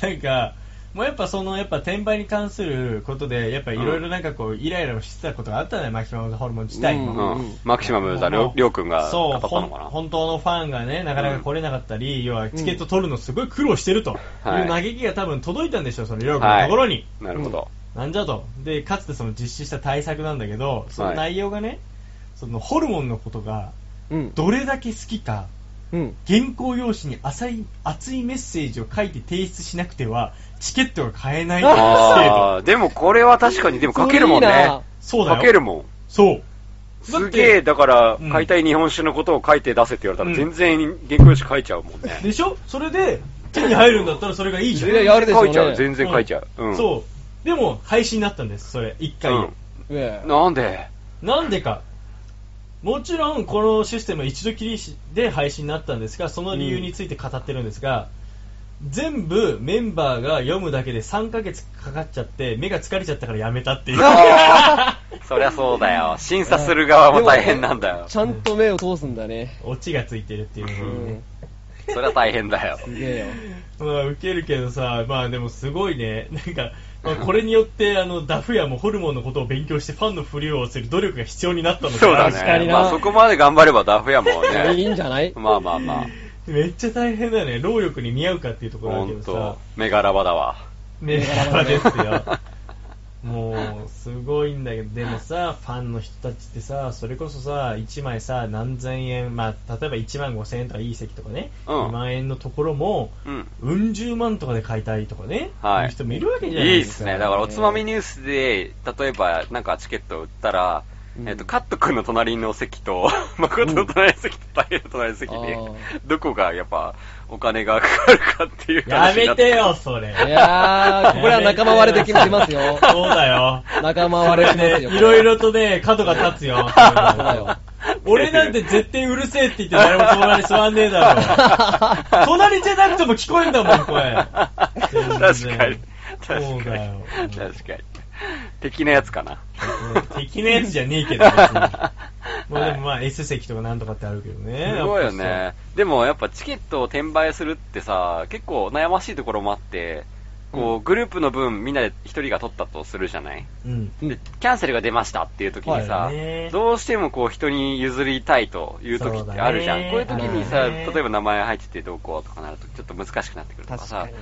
[SPEAKER 4] なんか、もうやっぱその、やっぱ転売に関することで、やっぱいろいろなんかこう、イライラしてたことがあったのよ、マキシマムホルモン自体
[SPEAKER 3] う
[SPEAKER 4] も。
[SPEAKER 2] う
[SPEAKER 3] うん
[SPEAKER 2] ん。マキシマムザ、りょうりょうくんが語
[SPEAKER 4] そう
[SPEAKER 2] ったのか
[SPEAKER 4] ほん
[SPEAKER 2] な。
[SPEAKER 4] 本当のファンがね、なかなか来れなかったり、要はチケット取るのすごい苦労してるという
[SPEAKER 2] はい
[SPEAKER 4] 嘆きが多分届いたんでしょう、そのりょうくんの
[SPEAKER 2] は
[SPEAKER 4] ところに。
[SPEAKER 2] い。なるほど。
[SPEAKER 4] なんじゃと。で、かつてその実施した対策なんだけど、そ
[SPEAKER 2] は
[SPEAKER 4] の
[SPEAKER 2] い
[SPEAKER 4] 内容がね、そのホルモンのことが
[SPEAKER 3] うん。
[SPEAKER 4] どれだけ好きか、
[SPEAKER 3] うん。
[SPEAKER 4] 原稿用紙に浅い熱いメッセージを書いて提出しなくては、チケットが買えないという制
[SPEAKER 2] あ
[SPEAKER 4] 度。
[SPEAKER 2] あ、でもこれは確かに、でも書けるもん
[SPEAKER 3] それいい
[SPEAKER 2] ね
[SPEAKER 3] な。
[SPEAKER 4] そうだよ。
[SPEAKER 2] 書けるもん。
[SPEAKER 4] そう。だって
[SPEAKER 2] すげえ、だから
[SPEAKER 4] う、ん
[SPEAKER 2] 買いたい日本酒のことを書いて出せって言われたら、
[SPEAKER 4] うん
[SPEAKER 2] 全然原稿用紙書いちゃうもんね。
[SPEAKER 4] でしょそれで、手に入るんだったらそれがいいじゃん。
[SPEAKER 3] いややるでしょう
[SPEAKER 2] 書
[SPEAKER 3] ね
[SPEAKER 2] いちゃう、全然書いちゃう。うん。
[SPEAKER 4] そう。でも、廃止になったんです、それ。一回。
[SPEAKER 2] うん
[SPEAKER 3] ええ
[SPEAKER 2] なんで
[SPEAKER 4] なんでか。もちろん、このシステムは一度きりで配信になったんですが、その理由について語ってるんですが、全部メンバーが読むだけで3ヶ月かかっちゃって、目が疲れちゃったからやめたっていう。
[SPEAKER 2] そりゃそうだよ。審査する側も大変なんだよ。
[SPEAKER 3] ちゃんと目を通すんだね。
[SPEAKER 4] オチがついてるっていう
[SPEAKER 3] う
[SPEAKER 4] のがね
[SPEAKER 3] ん。。
[SPEAKER 2] そりゃ大変だよ。
[SPEAKER 3] すげえよ。
[SPEAKER 4] まあ、ウケるけどさ、まあでもすごいね。なんか、まあこれによって、あの、ダフやもホルモンのことを勉強してファンのふりをする努力が必要になったのかな
[SPEAKER 2] そうだ
[SPEAKER 3] 確か
[SPEAKER 2] ね。
[SPEAKER 3] にな
[SPEAKER 2] まあそこまで頑張ればダフやもん
[SPEAKER 3] いいん
[SPEAKER 2] ね。
[SPEAKER 3] じゃない
[SPEAKER 2] まあまあまあ。
[SPEAKER 4] めっちゃ大変だよね。労力に見合うかっていうところ
[SPEAKER 2] ほ
[SPEAKER 4] だけ
[SPEAKER 2] ん
[SPEAKER 4] どさ
[SPEAKER 2] と。。メガラバだわ。
[SPEAKER 4] メガラですよ。もう、すごいんだけど、でもさ、ファンの人たちってさ、それこそさ、1枚さ、何千円、まあ、例えば1万5千円とかいい席とかね、
[SPEAKER 2] うん
[SPEAKER 4] 2万円のところも、
[SPEAKER 2] うん。
[SPEAKER 4] うん十万とかで買いたいとかね、
[SPEAKER 2] はい
[SPEAKER 4] いう人もいるわけじゃない
[SPEAKER 2] いいっ
[SPEAKER 4] です
[SPEAKER 2] す
[SPEAKER 4] か。
[SPEAKER 2] ね。だから、おつまみニュースで、例えば、なんかチケット売ったら、
[SPEAKER 3] うん
[SPEAKER 2] えっと、カット君の隣の席と、誠の隣の席と、大変の隣の席で
[SPEAKER 3] あー、
[SPEAKER 2] どこがやっぱ、お金がかかるかっていう
[SPEAKER 4] や
[SPEAKER 2] 話になっ
[SPEAKER 4] め
[SPEAKER 2] て
[SPEAKER 4] よ、それ。
[SPEAKER 3] いやー、これは仲間割れできますよ。
[SPEAKER 4] そうだよ。
[SPEAKER 3] 仲間割れしますよ。
[SPEAKER 4] いろいろとね、角が立つ よ。
[SPEAKER 3] そうだよ。
[SPEAKER 4] 俺なんて絶対うるせえって言って誰も隣座んねえだ ろ。隣じゃなくても聞こえんだもん、声。
[SPEAKER 2] 確かに。確
[SPEAKER 4] そう
[SPEAKER 2] か
[SPEAKER 4] だよ
[SPEAKER 2] に。確かに。的なやつかな。
[SPEAKER 4] 敵なやつじゃねえけど、別 に。まあでも
[SPEAKER 2] はい
[SPEAKER 4] まあ S 席とかなんとかってあるけど ね。
[SPEAKER 2] すごいよ
[SPEAKER 4] やっ
[SPEAKER 2] ね。でもやっぱチケットを転売するってさ、結構悩ましいところもあって、こう、グループの分みんなで一人が取ったとするじゃない
[SPEAKER 4] ぱさ。うん。
[SPEAKER 3] うん
[SPEAKER 2] で、キャンセルが出ましたっていう時に
[SPEAKER 4] は
[SPEAKER 2] さ
[SPEAKER 4] いね、
[SPEAKER 2] どうしてもこう人に譲りたいという時ってあるじゃん。
[SPEAKER 4] そうだね
[SPEAKER 2] こういう時にさ、
[SPEAKER 4] あるね
[SPEAKER 2] 例えば名前入っててどうこうとかなるとちょっと難しくなってくるとか
[SPEAKER 3] 確か
[SPEAKER 2] さ
[SPEAKER 3] に、ね。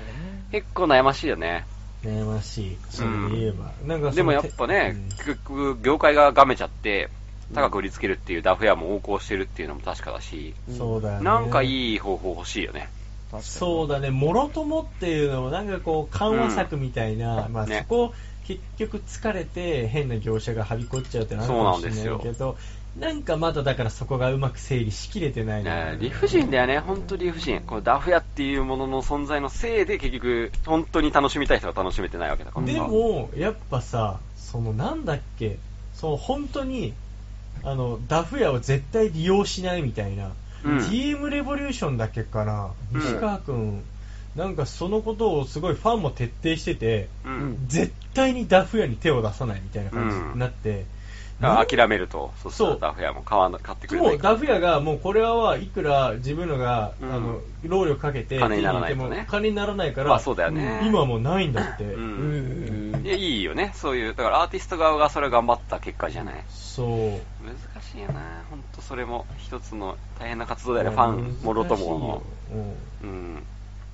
[SPEAKER 2] 結構悩ましいよね。
[SPEAKER 4] 悩ましい。それで言えば。なんかその
[SPEAKER 2] でもやっぱね、結局業界ががめちゃって、高く売りつけるっていうダフ屋も横行してるっていうのも確かだし、
[SPEAKER 4] うんそうだよね。
[SPEAKER 2] なんかいい方法欲しいよね。
[SPEAKER 3] 確かに。
[SPEAKER 4] そうだね、もろともっていうのも、なんかこう、緩和策みたいな、
[SPEAKER 2] うん
[SPEAKER 4] まあ、
[SPEAKER 2] ね
[SPEAKER 4] そこ、結局疲れて、変な業者がはびこっちゃうってなるか
[SPEAKER 2] そうな
[SPEAKER 4] も
[SPEAKER 2] ん
[SPEAKER 4] し
[SPEAKER 2] で
[SPEAKER 4] れ
[SPEAKER 2] すよ
[SPEAKER 4] ないけど、なんかまだだからそこがうまく整理しきれてないの
[SPEAKER 2] ね理不尽だよね、本当理不尽。このダフ屋っていうものの存在のせいで結局、本当に楽しみたい人が楽しめてないわけだからさ
[SPEAKER 4] で、も、やっぱさ、そのなんだっけ、その本当に、あの、ダフ屋を絶対利用しないみたいな、
[SPEAKER 2] うん
[SPEAKER 4] TM レボリューションだっけかな、
[SPEAKER 2] うん
[SPEAKER 4] 西川くん、なんかそのことをすごいファンも徹底してて、
[SPEAKER 2] うん。
[SPEAKER 4] 絶対にダフ屋に手を出さないみたいな感じになって、
[SPEAKER 2] あ諦めると。そしたら
[SPEAKER 4] そう
[SPEAKER 2] ダフ屋も買わな買ってくれな
[SPEAKER 4] も
[SPEAKER 2] いうから。
[SPEAKER 4] ダフ屋がもうこれはいくら自分のが、
[SPEAKER 2] うん
[SPEAKER 4] あの労力かけて
[SPEAKER 2] 金にならないとね
[SPEAKER 4] 手に入れても金にならないから、
[SPEAKER 2] まあそうだよね
[SPEAKER 4] ん今はもうないんだって、
[SPEAKER 2] う。
[SPEAKER 3] うんん
[SPEAKER 2] いや、いいよね。そういう、だからアーティスト側がそれを頑張った結果じゃない。
[SPEAKER 4] そう
[SPEAKER 2] 難しいよな。ほんとそれも一つの大変な活動だよね。ファン、もろともの。
[SPEAKER 4] う
[SPEAKER 2] うん。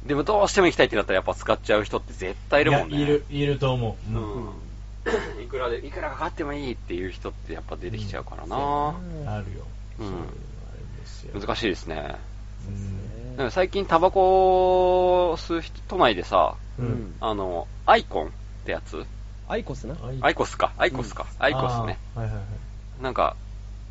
[SPEAKER 2] でもどうしても行きたいってなったらやっぱ使っちゃう人って絶対い
[SPEAKER 4] ん
[SPEAKER 2] るもんね。
[SPEAKER 4] いやいるいると思う、うん
[SPEAKER 2] うん。いくらで、いくらかかってもいいっていう人ってやっぱ出てきちゃうからな。
[SPEAKER 4] あるよ、
[SPEAKER 2] うん
[SPEAKER 4] そういうのあるんですよ
[SPEAKER 2] 難しいですね。
[SPEAKER 4] うん
[SPEAKER 2] なんか最近タバコを吸う人、都内でさ、
[SPEAKER 4] う
[SPEAKER 3] うんん
[SPEAKER 2] あの、アイコンってやつ
[SPEAKER 3] アイコスな。
[SPEAKER 2] アイコスか、アイコスか、アイコスね。
[SPEAKER 4] あーはいはいはい
[SPEAKER 2] なんか、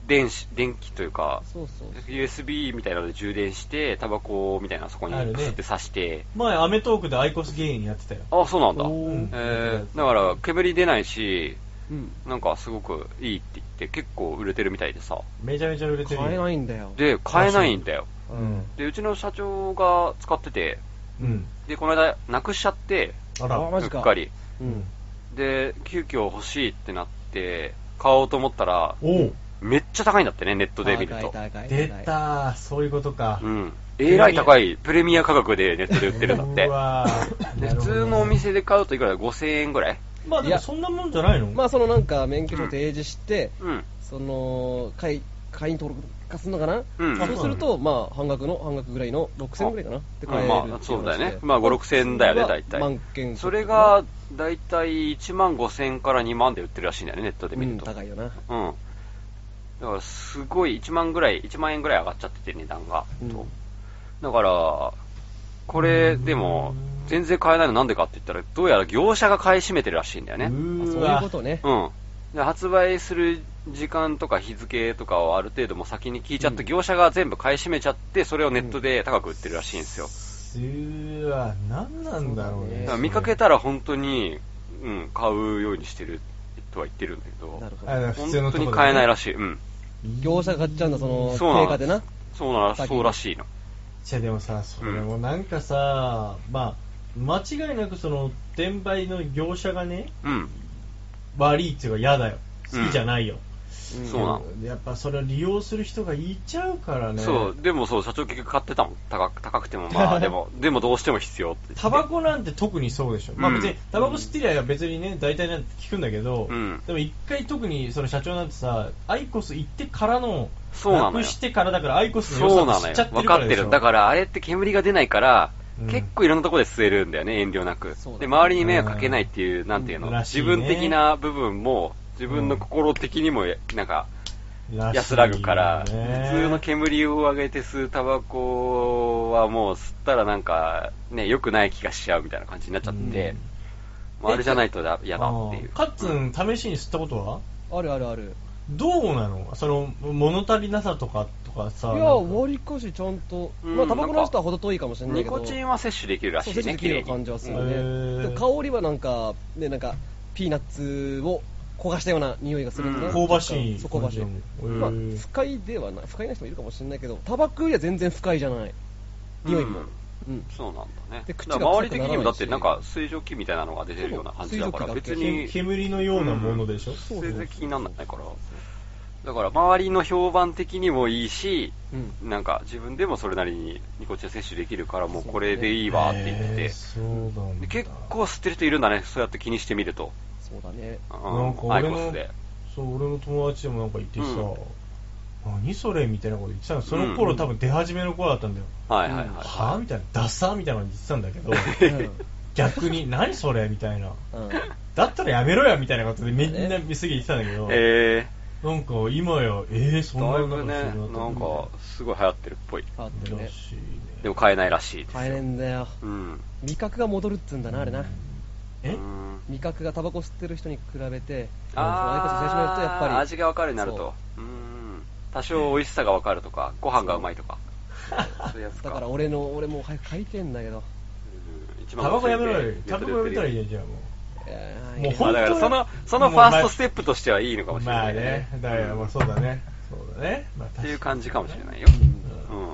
[SPEAKER 2] 電子、電気というか、
[SPEAKER 3] そうそう。
[SPEAKER 2] USB みたいなので充電して、タバコみたいなのそこに
[SPEAKER 4] あるね
[SPEAKER 2] プスって刺して、
[SPEAKER 4] 前アメトーークでアイコス芸人やってたよ
[SPEAKER 2] あ、そうなんだ。
[SPEAKER 3] おー
[SPEAKER 2] えー、だから、煙出ないし、
[SPEAKER 3] うん。
[SPEAKER 2] なんかすごくいいって言って、結構売れてるみたいでさ。
[SPEAKER 4] めちゃめちゃ売れて
[SPEAKER 3] 買
[SPEAKER 4] るよ
[SPEAKER 3] えないんだよ。
[SPEAKER 2] で、買えないんだよ。
[SPEAKER 4] うん
[SPEAKER 2] で、うちの社長が使ってて、
[SPEAKER 4] うん
[SPEAKER 2] で、この間、なくしちゃって、
[SPEAKER 4] あ
[SPEAKER 3] あ
[SPEAKER 4] ら
[SPEAKER 3] マ
[SPEAKER 2] うっ
[SPEAKER 3] ジか
[SPEAKER 2] かり。
[SPEAKER 3] うん。
[SPEAKER 2] で、急遽欲しいってなって、買おうと思ったら、
[SPEAKER 4] おう
[SPEAKER 2] めっちゃ高いんだってね、ネットで見ると。
[SPEAKER 3] 高い高い高い
[SPEAKER 4] 出たーそういうことか
[SPEAKER 2] うん。
[SPEAKER 4] ミア
[SPEAKER 2] えらい高い、プレミア価格でネットで売ってるんだって
[SPEAKER 4] う。わ ー
[SPEAKER 2] で
[SPEAKER 4] な
[SPEAKER 2] 普
[SPEAKER 4] るほ
[SPEAKER 2] 通
[SPEAKER 4] どね
[SPEAKER 2] のお店で買うといくらだ ?5000 円ぐらい
[SPEAKER 4] まあでもそんなもんじゃないの
[SPEAKER 3] まあそのなんか免許証提示して、
[SPEAKER 2] うん。
[SPEAKER 3] その会会員登録化するのかな、
[SPEAKER 2] うん
[SPEAKER 3] そうすると、まあ、半額の半額ぐらいの6000ぐらいかなって買えるってい
[SPEAKER 2] ま
[SPEAKER 3] う話
[SPEAKER 2] あ、
[SPEAKER 3] で
[SPEAKER 2] そうだよね。まあ、5、6000円だよね、大
[SPEAKER 3] 万
[SPEAKER 2] 体。
[SPEAKER 3] 件
[SPEAKER 2] それが、大体1万5000円から2万で売ってるらしいんだよね、ネットで
[SPEAKER 3] う
[SPEAKER 2] 見る
[SPEAKER 3] ん
[SPEAKER 2] と。
[SPEAKER 3] 高いよな、
[SPEAKER 2] うん。だから、すごい、1万ぐらい、1万円ぐらい上がっちゃってて、値段が。
[SPEAKER 3] うん
[SPEAKER 2] だから、これ、でも、全然買えないのなんでかって言ったら、どうやら業者が買い占めてるらしいんだよね。
[SPEAKER 4] う
[SPEAKER 3] まあ
[SPEAKER 4] ー
[SPEAKER 3] そうい
[SPEAKER 4] わ
[SPEAKER 3] うことね、
[SPEAKER 2] うん。で発売する時間とか日付とかをある程度もう先に聞いちゃって、
[SPEAKER 3] うん
[SPEAKER 2] 業者が全部買い占めちゃって、それをネットで高く売ってるらしいんですよ。
[SPEAKER 4] うーわ何なんだろうね
[SPEAKER 2] だから見かけたら本当に、うん、買うようにしてるとは言ってるんだけど、
[SPEAKER 3] なるほ
[SPEAKER 4] あ
[SPEAKER 3] ど、
[SPEAKER 4] だから
[SPEAKER 2] 本
[SPEAKER 4] 普通の
[SPEAKER 2] 当
[SPEAKER 4] とこ
[SPEAKER 2] に買えないら
[SPEAKER 4] し
[SPEAKER 2] しい。うん。
[SPEAKER 4] い
[SPEAKER 3] 業者が買っちゃうんだ、その
[SPEAKER 2] そうなん
[SPEAKER 3] 定価でな、
[SPEAKER 2] そうなら、
[SPEAKER 3] 先に
[SPEAKER 2] そうらしいの。
[SPEAKER 4] いやでもさそれもなんかさ、まあ間違いなくその転売の業者がね
[SPEAKER 2] うん。
[SPEAKER 4] 悪いっていうか嫌だよ好きじゃないよ、
[SPEAKER 3] うん
[SPEAKER 2] そうなの
[SPEAKER 4] やっぱそれを利用する人がいちゃうからね
[SPEAKER 2] そう、でもそう、社長結局買ってたもん。高く、高くても、まあ、 でも、でもどうしても必要って。
[SPEAKER 4] タバコなんて特にそうでしょ、まあ
[SPEAKER 2] うん
[SPEAKER 4] 別にタバコ吸ってりゃ別にね大体なんて聞くんだけど、
[SPEAKER 2] うん
[SPEAKER 4] でも一回特にその社長なんてさアイコス行ってからの
[SPEAKER 2] そうなのよ
[SPEAKER 4] くしてからだからアイコスの
[SPEAKER 2] そう
[SPEAKER 4] 良
[SPEAKER 2] なの
[SPEAKER 4] さ知っ
[SPEAKER 2] よ
[SPEAKER 4] ちゃっ。て
[SPEAKER 2] 分
[SPEAKER 4] るか
[SPEAKER 2] からって
[SPEAKER 4] でしょ
[SPEAKER 2] る。だから、あれって煙が出ないから、
[SPEAKER 4] うん
[SPEAKER 2] 結構いろんなところで吸えるんだよね、遠慮なく
[SPEAKER 3] そう。だね
[SPEAKER 2] で、周りに迷惑かけないっていう、なんていうの、
[SPEAKER 4] らしい
[SPEAKER 2] 自分
[SPEAKER 4] ね
[SPEAKER 2] 的な部分も、自分の心的にも、なんか、
[SPEAKER 4] ら
[SPEAKER 2] 安らぐから、
[SPEAKER 4] しいよね
[SPEAKER 2] 普通の煙を上げて吸うタバコはもう吸ったらなんか、ね、良くない気がしちゃうみたいな感じになっちゃって、まああれじゃないとだ嫌だっていう
[SPEAKER 4] あー。カッツン試しに吸ったことは
[SPEAKER 3] あるあるある、
[SPEAKER 4] どうなのその物足りなさとかとか
[SPEAKER 3] い
[SPEAKER 4] さ
[SPEAKER 3] や、
[SPEAKER 4] なんか
[SPEAKER 3] わりかしちゃんと、
[SPEAKER 2] うん
[SPEAKER 3] まあタバコの人はほど遠いかもしれない
[SPEAKER 2] ニ
[SPEAKER 3] けど、
[SPEAKER 2] コチンは摂取できるらしい
[SPEAKER 3] そう
[SPEAKER 2] ね、
[SPEAKER 3] 摂取できるような感じはするね、
[SPEAKER 4] へー
[SPEAKER 3] でも香りはなんか、ね、なんかピーナッツを焦がしたような匂いがするんだな、
[SPEAKER 2] うん
[SPEAKER 4] 香ばしい
[SPEAKER 3] そう香ばしい、
[SPEAKER 4] うん
[SPEAKER 3] まあ、不快ではない不快な人もいるかもしれないけどタバコよりは全然不快じゃない匂いも、
[SPEAKER 2] うん
[SPEAKER 3] うん
[SPEAKER 2] そうなんだね。
[SPEAKER 3] で
[SPEAKER 2] だ
[SPEAKER 3] 口
[SPEAKER 2] か
[SPEAKER 3] が
[SPEAKER 2] ら周り
[SPEAKER 3] 臭く
[SPEAKER 2] 的
[SPEAKER 3] ならないし
[SPEAKER 2] にもだってなんか水蒸気みたいなのが出てるような感じだから
[SPEAKER 3] そう
[SPEAKER 2] 別
[SPEAKER 3] 水蒸気だけ
[SPEAKER 2] に
[SPEAKER 4] け煙のようなものでしょ、
[SPEAKER 3] そうそう
[SPEAKER 2] 水蒸気にならないから。だから周りの評判的にもいいし、
[SPEAKER 3] うん
[SPEAKER 2] なんか自分でもそれなりにニコチン摂取できるからもう
[SPEAKER 3] そう
[SPEAKER 2] これでいいわって言って
[SPEAKER 4] へ
[SPEAKER 2] て
[SPEAKER 4] ー。そうなん
[SPEAKER 2] で
[SPEAKER 4] だ
[SPEAKER 2] 結構吸ってる人いるんだね、そうやって気にしてみると。
[SPEAKER 3] そうだね
[SPEAKER 2] う
[SPEAKER 4] なんか
[SPEAKER 2] アイ
[SPEAKER 4] 俺
[SPEAKER 2] コス
[SPEAKER 4] の
[SPEAKER 2] で。
[SPEAKER 4] そう俺の友達でもなんかいてさ、何それみたいなこと言ってたのその
[SPEAKER 2] う
[SPEAKER 4] 頃
[SPEAKER 2] ん
[SPEAKER 4] 多分出始めの頃だったんだよ、
[SPEAKER 2] はいはいはい
[SPEAKER 3] うん
[SPEAKER 4] はあみたいなダサみたいなの言ってたんだけど
[SPEAKER 3] うん、
[SPEAKER 4] 逆に何それみたいな
[SPEAKER 3] うん、
[SPEAKER 4] だったらやめろやみたいなことでみんな
[SPEAKER 3] ね
[SPEAKER 4] 見過ぎてたんだけど、
[SPEAKER 2] え
[SPEAKER 4] なんか今やえー、
[SPEAKER 2] ー、
[SPEAKER 4] そん
[SPEAKER 2] だ
[SPEAKER 4] ないの
[SPEAKER 2] ぶね、なんかすごい流行ってるっぽい。
[SPEAKER 3] あってね
[SPEAKER 4] らしいね
[SPEAKER 2] でも買えないらしいですよ。
[SPEAKER 3] 買えねえんだよ
[SPEAKER 2] うん。
[SPEAKER 3] 味覚が戻るっつうんだなあれな
[SPEAKER 4] え
[SPEAKER 2] うん
[SPEAKER 3] 味覚がタバコ吸ってる人に比べて
[SPEAKER 2] ー
[SPEAKER 3] そのアイコスを最初にやるとやっぱり
[SPEAKER 2] 味が分かるようになるとうーん多少美味しさが分かるとかご飯がうまいとかそういうやつ
[SPEAKER 3] だ
[SPEAKER 2] か
[SPEAKER 3] から俺の俺もう早く書いてんだけど、
[SPEAKER 2] うん一
[SPEAKER 4] タ
[SPEAKER 2] 番
[SPEAKER 4] バコやめろよ
[SPEAKER 2] ネッ
[SPEAKER 4] タ
[SPEAKER 2] トで
[SPEAKER 4] バコや
[SPEAKER 2] 売っ
[SPEAKER 4] め
[SPEAKER 2] て
[SPEAKER 4] たらい
[SPEAKER 2] る
[SPEAKER 4] い
[SPEAKER 2] よ
[SPEAKER 4] やじゃあもう
[SPEAKER 3] えー
[SPEAKER 4] もう
[SPEAKER 2] まあ
[SPEAKER 4] 本当
[SPEAKER 2] だからそのそのファーストステップとしてはいいのかもしれ
[SPEAKER 4] ま
[SPEAKER 2] な
[SPEAKER 4] あ
[SPEAKER 2] い
[SPEAKER 4] ね
[SPEAKER 2] ね
[SPEAKER 4] だからまあそうだねそうだね、まあ、
[SPEAKER 2] っていう感じかもしれないいようん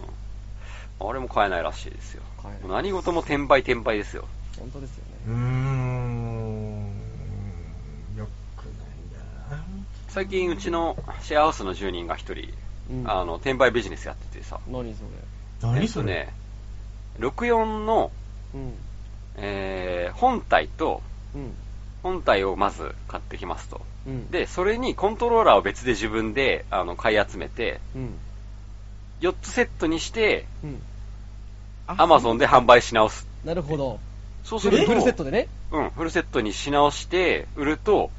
[SPEAKER 2] 俺も買えないらしいですよ
[SPEAKER 3] 買えない
[SPEAKER 2] もう何事も転売転売ですよ
[SPEAKER 3] 本当ですよ
[SPEAKER 4] うー
[SPEAKER 3] ね
[SPEAKER 4] ん、よくないな。
[SPEAKER 2] 最近うちのシェアハウスの住人が一人、
[SPEAKER 3] うん
[SPEAKER 2] あの、転売ビジネスやっててさ、
[SPEAKER 3] 何それ。
[SPEAKER 4] 何それ、
[SPEAKER 2] えっとね、64の、
[SPEAKER 3] うん。
[SPEAKER 2] えー本体と、
[SPEAKER 3] うん。
[SPEAKER 2] 本体をまず買ってきますと。
[SPEAKER 3] うん。、
[SPEAKER 2] で、それにコントローラーを別で自分であの買い集めて、
[SPEAKER 3] うん。
[SPEAKER 2] 4つセットにして、
[SPEAKER 3] うん。
[SPEAKER 2] アマゾンで販売し直す。
[SPEAKER 3] なるほど。
[SPEAKER 2] そうす
[SPEAKER 3] フ
[SPEAKER 2] ると、
[SPEAKER 3] ルセットでね。
[SPEAKER 2] うん、フルセットにし直して売ると、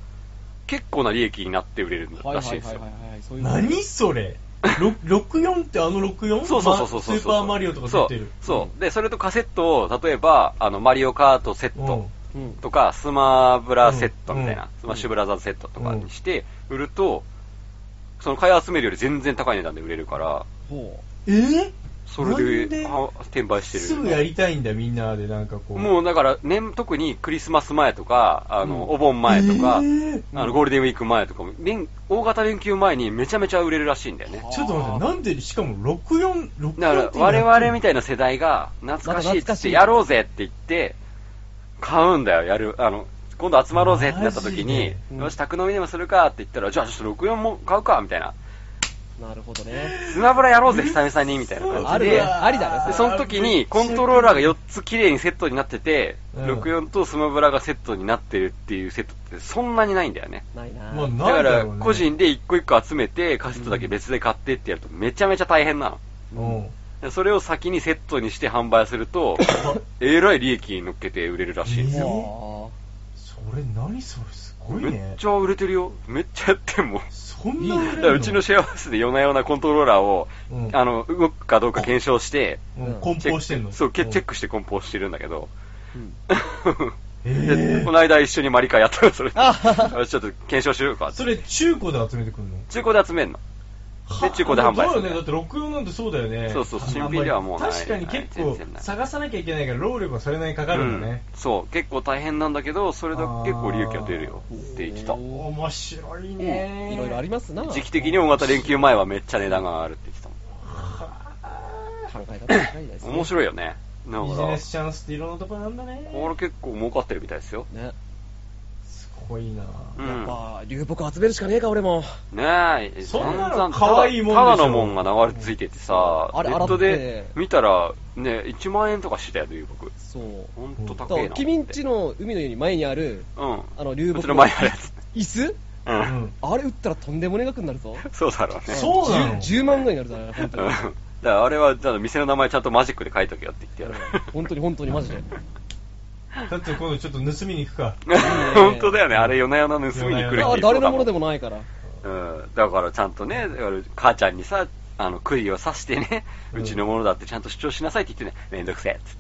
[SPEAKER 2] 結構な利益になって売れるんだ
[SPEAKER 3] はい
[SPEAKER 2] らし
[SPEAKER 3] はいい
[SPEAKER 2] んです
[SPEAKER 3] はい
[SPEAKER 2] よ。
[SPEAKER 3] はいはい。そういう。
[SPEAKER 4] 何それろ64ってあの 64?
[SPEAKER 2] そうそうそうそうそうそう。
[SPEAKER 4] まスーパーマリオとか出てる。
[SPEAKER 2] そう。そうで、それとカセットを、例えば、あの、マリオカートセッ
[SPEAKER 4] うん
[SPEAKER 2] ト
[SPEAKER 3] うん。
[SPEAKER 2] とか、スマブラセットみたいな、
[SPEAKER 4] うん
[SPEAKER 2] スマッシュブラザーズセットとかにして、売ると、その買い集めるより全然高い値段で売れるから、
[SPEAKER 3] ほ
[SPEAKER 4] えー
[SPEAKER 2] それで
[SPEAKER 4] なん
[SPEAKER 2] は転売してる。
[SPEAKER 4] すぐやりたいんだ、みんなで、なんかこう。
[SPEAKER 2] も
[SPEAKER 4] う、
[SPEAKER 2] うだから、年、特にクリスマス前とか、あの、
[SPEAKER 3] うん
[SPEAKER 2] お盆前とか、
[SPEAKER 4] えー
[SPEAKER 2] あの、ゴールデンウィーク前とかも、連大型連休前にめちゃめちゃ売れるらしいんだよね。
[SPEAKER 3] は
[SPEAKER 4] ちょっと待って、なんで、しかも64、64
[SPEAKER 2] だから、我々み
[SPEAKER 4] い
[SPEAKER 2] たいな世代が、懐かしいっ
[SPEAKER 3] また懐か
[SPEAKER 2] つっ
[SPEAKER 3] しい
[SPEAKER 2] て、やろうぜって言って、買うんだよ、やる、あの、今度集まろうぜってなった時に
[SPEAKER 4] マ、
[SPEAKER 3] ジで
[SPEAKER 2] よし、宅飲みでもするかって言ったら、じゃあちょっと64も買うか、みたいな。
[SPEAKER 3] う。なるほどね。
[SPEAKER 2] スマブラやろうぜ、久々に、みたいな
[SPEAKER 3] あ
[SPEAKER 2] 感
[SPEAKER 3] る
[SPEAKER 2] じ
[SPEAKER 3] ね。
[SPEAKER 2] で。
[SPEAKER 3] ありだ
[SPEAKER 2] で
[SPEAKER 3] ね。
[SPEAKER 2] その時に、コントローラーが4つ綺麗にセットになってて、
[SPEAKER 4] うん
[SPEAKER 2] 64とスマブラがセットになってるっていうセットってそんなにないんだよね。
[SPEAKER 3] ないな。
[SPEAKER 4] まあ、
[SPEAKER 2] だか
[SPEAKER 4] なんだ
[SPEAKER 2] ら
[SPEAKER 4] ろう、ね。
[SPEAKER 2] 個人で一個一個集めて、カセットだけ別で買ってってやるとめちゃめちゃ大変なの。
[SPEAKER 4] うん。
[SPEAKER 2] でそれを先にセットにして販売すると、 えらい利益に乗っけて売れるらしい。
[SPEAKER 4] え
[SPEAKER 3] ほ
[SPEAKER 4] それ、何それ、すごい
[SPEAKER 2] めっ
[SPEAKER 4] ね
[SPEAKER 2] ち。ゃ売れてるよ。めっちゃやってんもん。
[SPEAKER 4] そんな売れる
[SPEAKER 2] だ
[SPEAKER 4] の
[SPEAKER 2] からうちのシェアハウスで夜な夜なコントローラーを、
[SPEAKER 4] うん
[SPEAKER 2] あの、動くかどうか検証して、
[SPEAKER 4] うん梱包してんの。
[SPEAKER 2] そう、け
[SPEAKER 4] ん
[SPEAKER 2] チェッ。クして梱包してるんだけど、
[SPEAKER 3] ううん。
[SPEAKER 4] え
[SPEAKER 2] でこ
[SPEAKER 4] ー
[SPEAKER 2] の間一緒にマリカやったらそれ、
[SPEAKER 3] あはは
[SPEAKER 2] よしちょっと検証しようかって
[SPEAKER 4] それ、中古で集めてくんの
[SPEAKER 2] 中古で集めるの。で中古で販売する
[SPEAKER 4] そうだよね。だって64なんてそうだよね。
[SPEAKER 2] そうそう
[SPEAKER 4] あんまり
[SPEAKER 2] 新品ではもうない
[SPEAKER 4] 確かに結
[SPEAKER 2] ない全
[SPEAKER 4] 構
[SPEAKER 2] 然ない
[SPEAKER 4] 探さなきゃいけないから労力はそれなりにかかるんだね。
[SPEAKER 2] うんそう、結構大変なんだけど、それだけ結構利益が出るよって言ってた。
[SPEAKER 3] うん
[SPEAKER 4] 面白い
[SPEAKER 3] い
[SPEAKER 4] ね。
[SPEAKER 3] ろいろありますな。
[SPEAKER 2] 時期的に大型連休前はめっちゃ値段が上がるって言ってたも
[SPEAKER 3] 考え方高いですね。
[SPEAKER 2] ん。面白いよね。だ
[SPEAKER 4] ビ
[SPEAKER 2] か
[SPEAKER 4] ジ
[SPEAKER 2] ら
[SPEAKER 4] ネ、スチャンスっていろんなとこなんだね。
[SPEAKER 2] これ結構儲かってるみたいですよ。
[SPEAKER 3] ね。
[SPEAKER 4] すごいな。
[SPEAKER 2] う
[SPEAKER 3] やっ
[SPEAKER 2] ん。
[SPEAKER 3] ぱ、流木集めるしかねえか、俺も。
[SPEAKER 2] ねえ、
[SPEAKER 4] そんなの
[SPEAKER 2] 散々
[SPEAKER 4] 可愛いもんでしょ
[SPEAKER 2] ただただのもんが流れ着いててさ、
[SPEAKER 3] あれ
[SPEAKER 2] ネット
[SPEAKER 3] 洗っ
[SPEAKER 2] で
[SPEAKER 3] て
[SPEAKER 2] 見たら、ね、1万円とかしてたよ、流木。
[SPEAKER 3] そう。
[SPEAKER 2] ほんと
[SPEAKER 3] と
[SPEAKER 2] 高いな。
[SPEAKER 3] 君んちの海の家に前にある、
[SPEAKER 2] うん。
[SPEAKER 3] あの、流
[SPEAKER 2] う
[SPEAKER 3] 木
[SPEAKER 2] ちの前あるやつ。
[SPEAKER 3] 椅子
[SPEAKER 2] う。
[SPEAKER 4] うんん。
[SPEAKER 3] あれ打ったらとんでもねえ額になるぞ。
[SPEAKER 2] そうだろうね。
[SPEAKER 4] そうなの
[SPEAKER 3] 10, 万ぐらいになるぞ、本
[SPEAKER 2] うん
[SPEAKER 3] 当に
[SPEAKER 2] だ。からあれは、だから店の名前ちゃんとマジックで書いとけよって言ってやる。
[SPEAKER 3] 本当に本当にマジで。
[SPEAKER 4] だって今度ちょっと盗みに行くか。
[SPEAKER 2] 本当だよね、あれ夜な夜な盗みに来る
[SPEAKER 3] あ
[SPEAKER 2] 人いそ
[SPEAKER 3] 誰
[SPEAKER 2] うだ
[SPEAKER 3] のも
[SPEAKER 2] も
[SPEAKER 3] の
[SPEAKER 2] ん
[SPEAKER 3] でもないから。
[SPEAKER 2] うん、だからちゃんとね、だから母ちゃんにさ、あの、杭を刺してね、
[SPEAKER 4] うん
[SPEAKER 2] うちのものだってちゃんと主張しなさいって言ってね、めんどくせえっつっ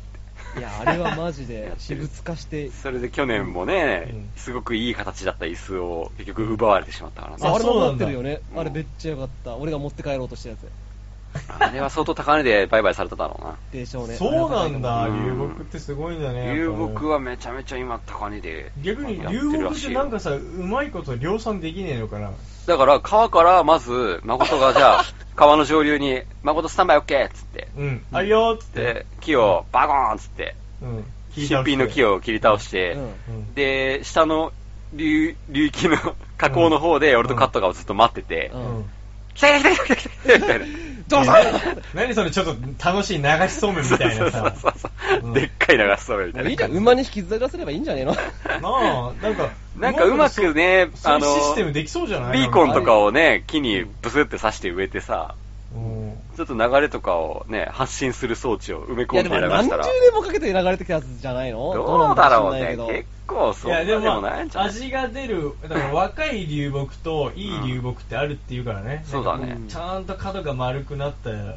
[SPEAKER 2] て。
[SPEAKER 3] いや、あれはマジで、私物化 して。
[SPEAKER 2] それで去年もね、
[SPEAKER 4] うん
[SPEAKER 2] すごくいい形だった椅子を結局奪われてしまったからね。
[SPEAKER 3] ああれも
[SPEAKER 4] そうな
[SPEAKER 3] 持
[SPEAKER 4] んだ
[SPEAKER 3] ってるよね。
[SPEAKER 2] うん
[SPEAKER 3] あれめっちゃよかった。俺が持って帰ろうとしたやつ。
[SPEAKER 2] あれは相当高値で売買されただろ うな。
[SPEAKER 3] でしょうね。
[SPEAKER 4] そうなんだ。
[SPEAKER 2] うん
[SPEAKER 4] 流木ってすごいんだね。
[SPEAKER 2] 流木
[SPEAKER 4] は。
[SPEAKER 2] はめちゃめちゃ今高値で。
[SPEAKER 4] 逆に
[SPEAKER 2] やって
[SPEAKER 4] 流
[SPEAKER 2] る
[SPEAKER 4] 木
[SPEAKER 2] ら
[SPEAKER 4] っ
[SPEAKER 2] していよ
[SPEAKER 4] なんかさ、うまいこと量産できねえのかな。
[SPEAKER 2] だから、川から、まず、誠が、じゃあ、川の上流に、誠スタンバイオッケーっつって、
[SPEAKER 4] うん。あいよーっつって
[SPEAKER 2] で。、木をバコーンっつって、
[SPEAKER 4] うん。
[SPEAKER 2] 新品の木を切り倒して、
[SPEAKER 3] うん
[SPEAKER 4] うん
[SPEAKER 2] で、下の流流域の河口の方で、俺とカットがずっと待ってて、
[SPEAKER 3] うん
[SPEAKER 4] うん
[SPEAKER 2] 来た来た来た来た来たみたいな。
[SPEAKER 3] どうぞ
[SPEAKER 4] 何それちょっと楽しい流しそうめんみたいなさ。
[SPEAKER 2] そうそうそう
[SPEAKER 4] うん
[SPEAKER 2] でっかい流しそうめんみたい
[SPEAKER 3] も
[SPEAKER 2] うな。
[SPEAKER 3] いいじゃん。馬に引きずらせればいいんじゃねえ の
[SPEAKER 4] なあ、なんか、
[SPEAKER 2] なんかうまくね
[SPEAKER 4] そう
[SPEAKER 2] あの
[SPEAKER 4] そういうシステムできそうじゃない
[SPEAKER 2] ビーコンとかをね、木にブスって刺して植えてさ、
[SPEAKER 4] うん
[SPEAKER 2] ちょっと流れとかをね、発信する装置を埋め
[SPEAKER 3] い
[SPEAKER 2] 込
[SPEAKER 3] や
[SPEAKER 2] んで
[SPEAKER 3] で
[SPEAKER 2] 流
[SPEAKER 3] も
[SPEAKER 2] し
[SPEAKER 3] 何十
[SPEAKER 2] たら、
[SPEAKER 3] 年もかけて流れてきたやつじゃないの
[SPEAKER 2] どうだろうね。
[SPEAKER 3] ど
[SPEAKER 2] 結構
[SPEAKER 4] い
[SPEAKER 2] そんな
[SPEAKER 4] や、
[SPEAKER 2] で
[SPEAKER 4] で
[SPEAKER 2] も
[SPEAKER 4] も
[SPEAKER 2] ないんじ、ゃない
[SPEAKER 4] 味が出る、だから若い流木といい流木ってあるっていうからね。
[SPEAKER 2] そうだね
[SPEAKER 4] なんかちゃんと角が丸くなった流
[SPEAKER 2] うん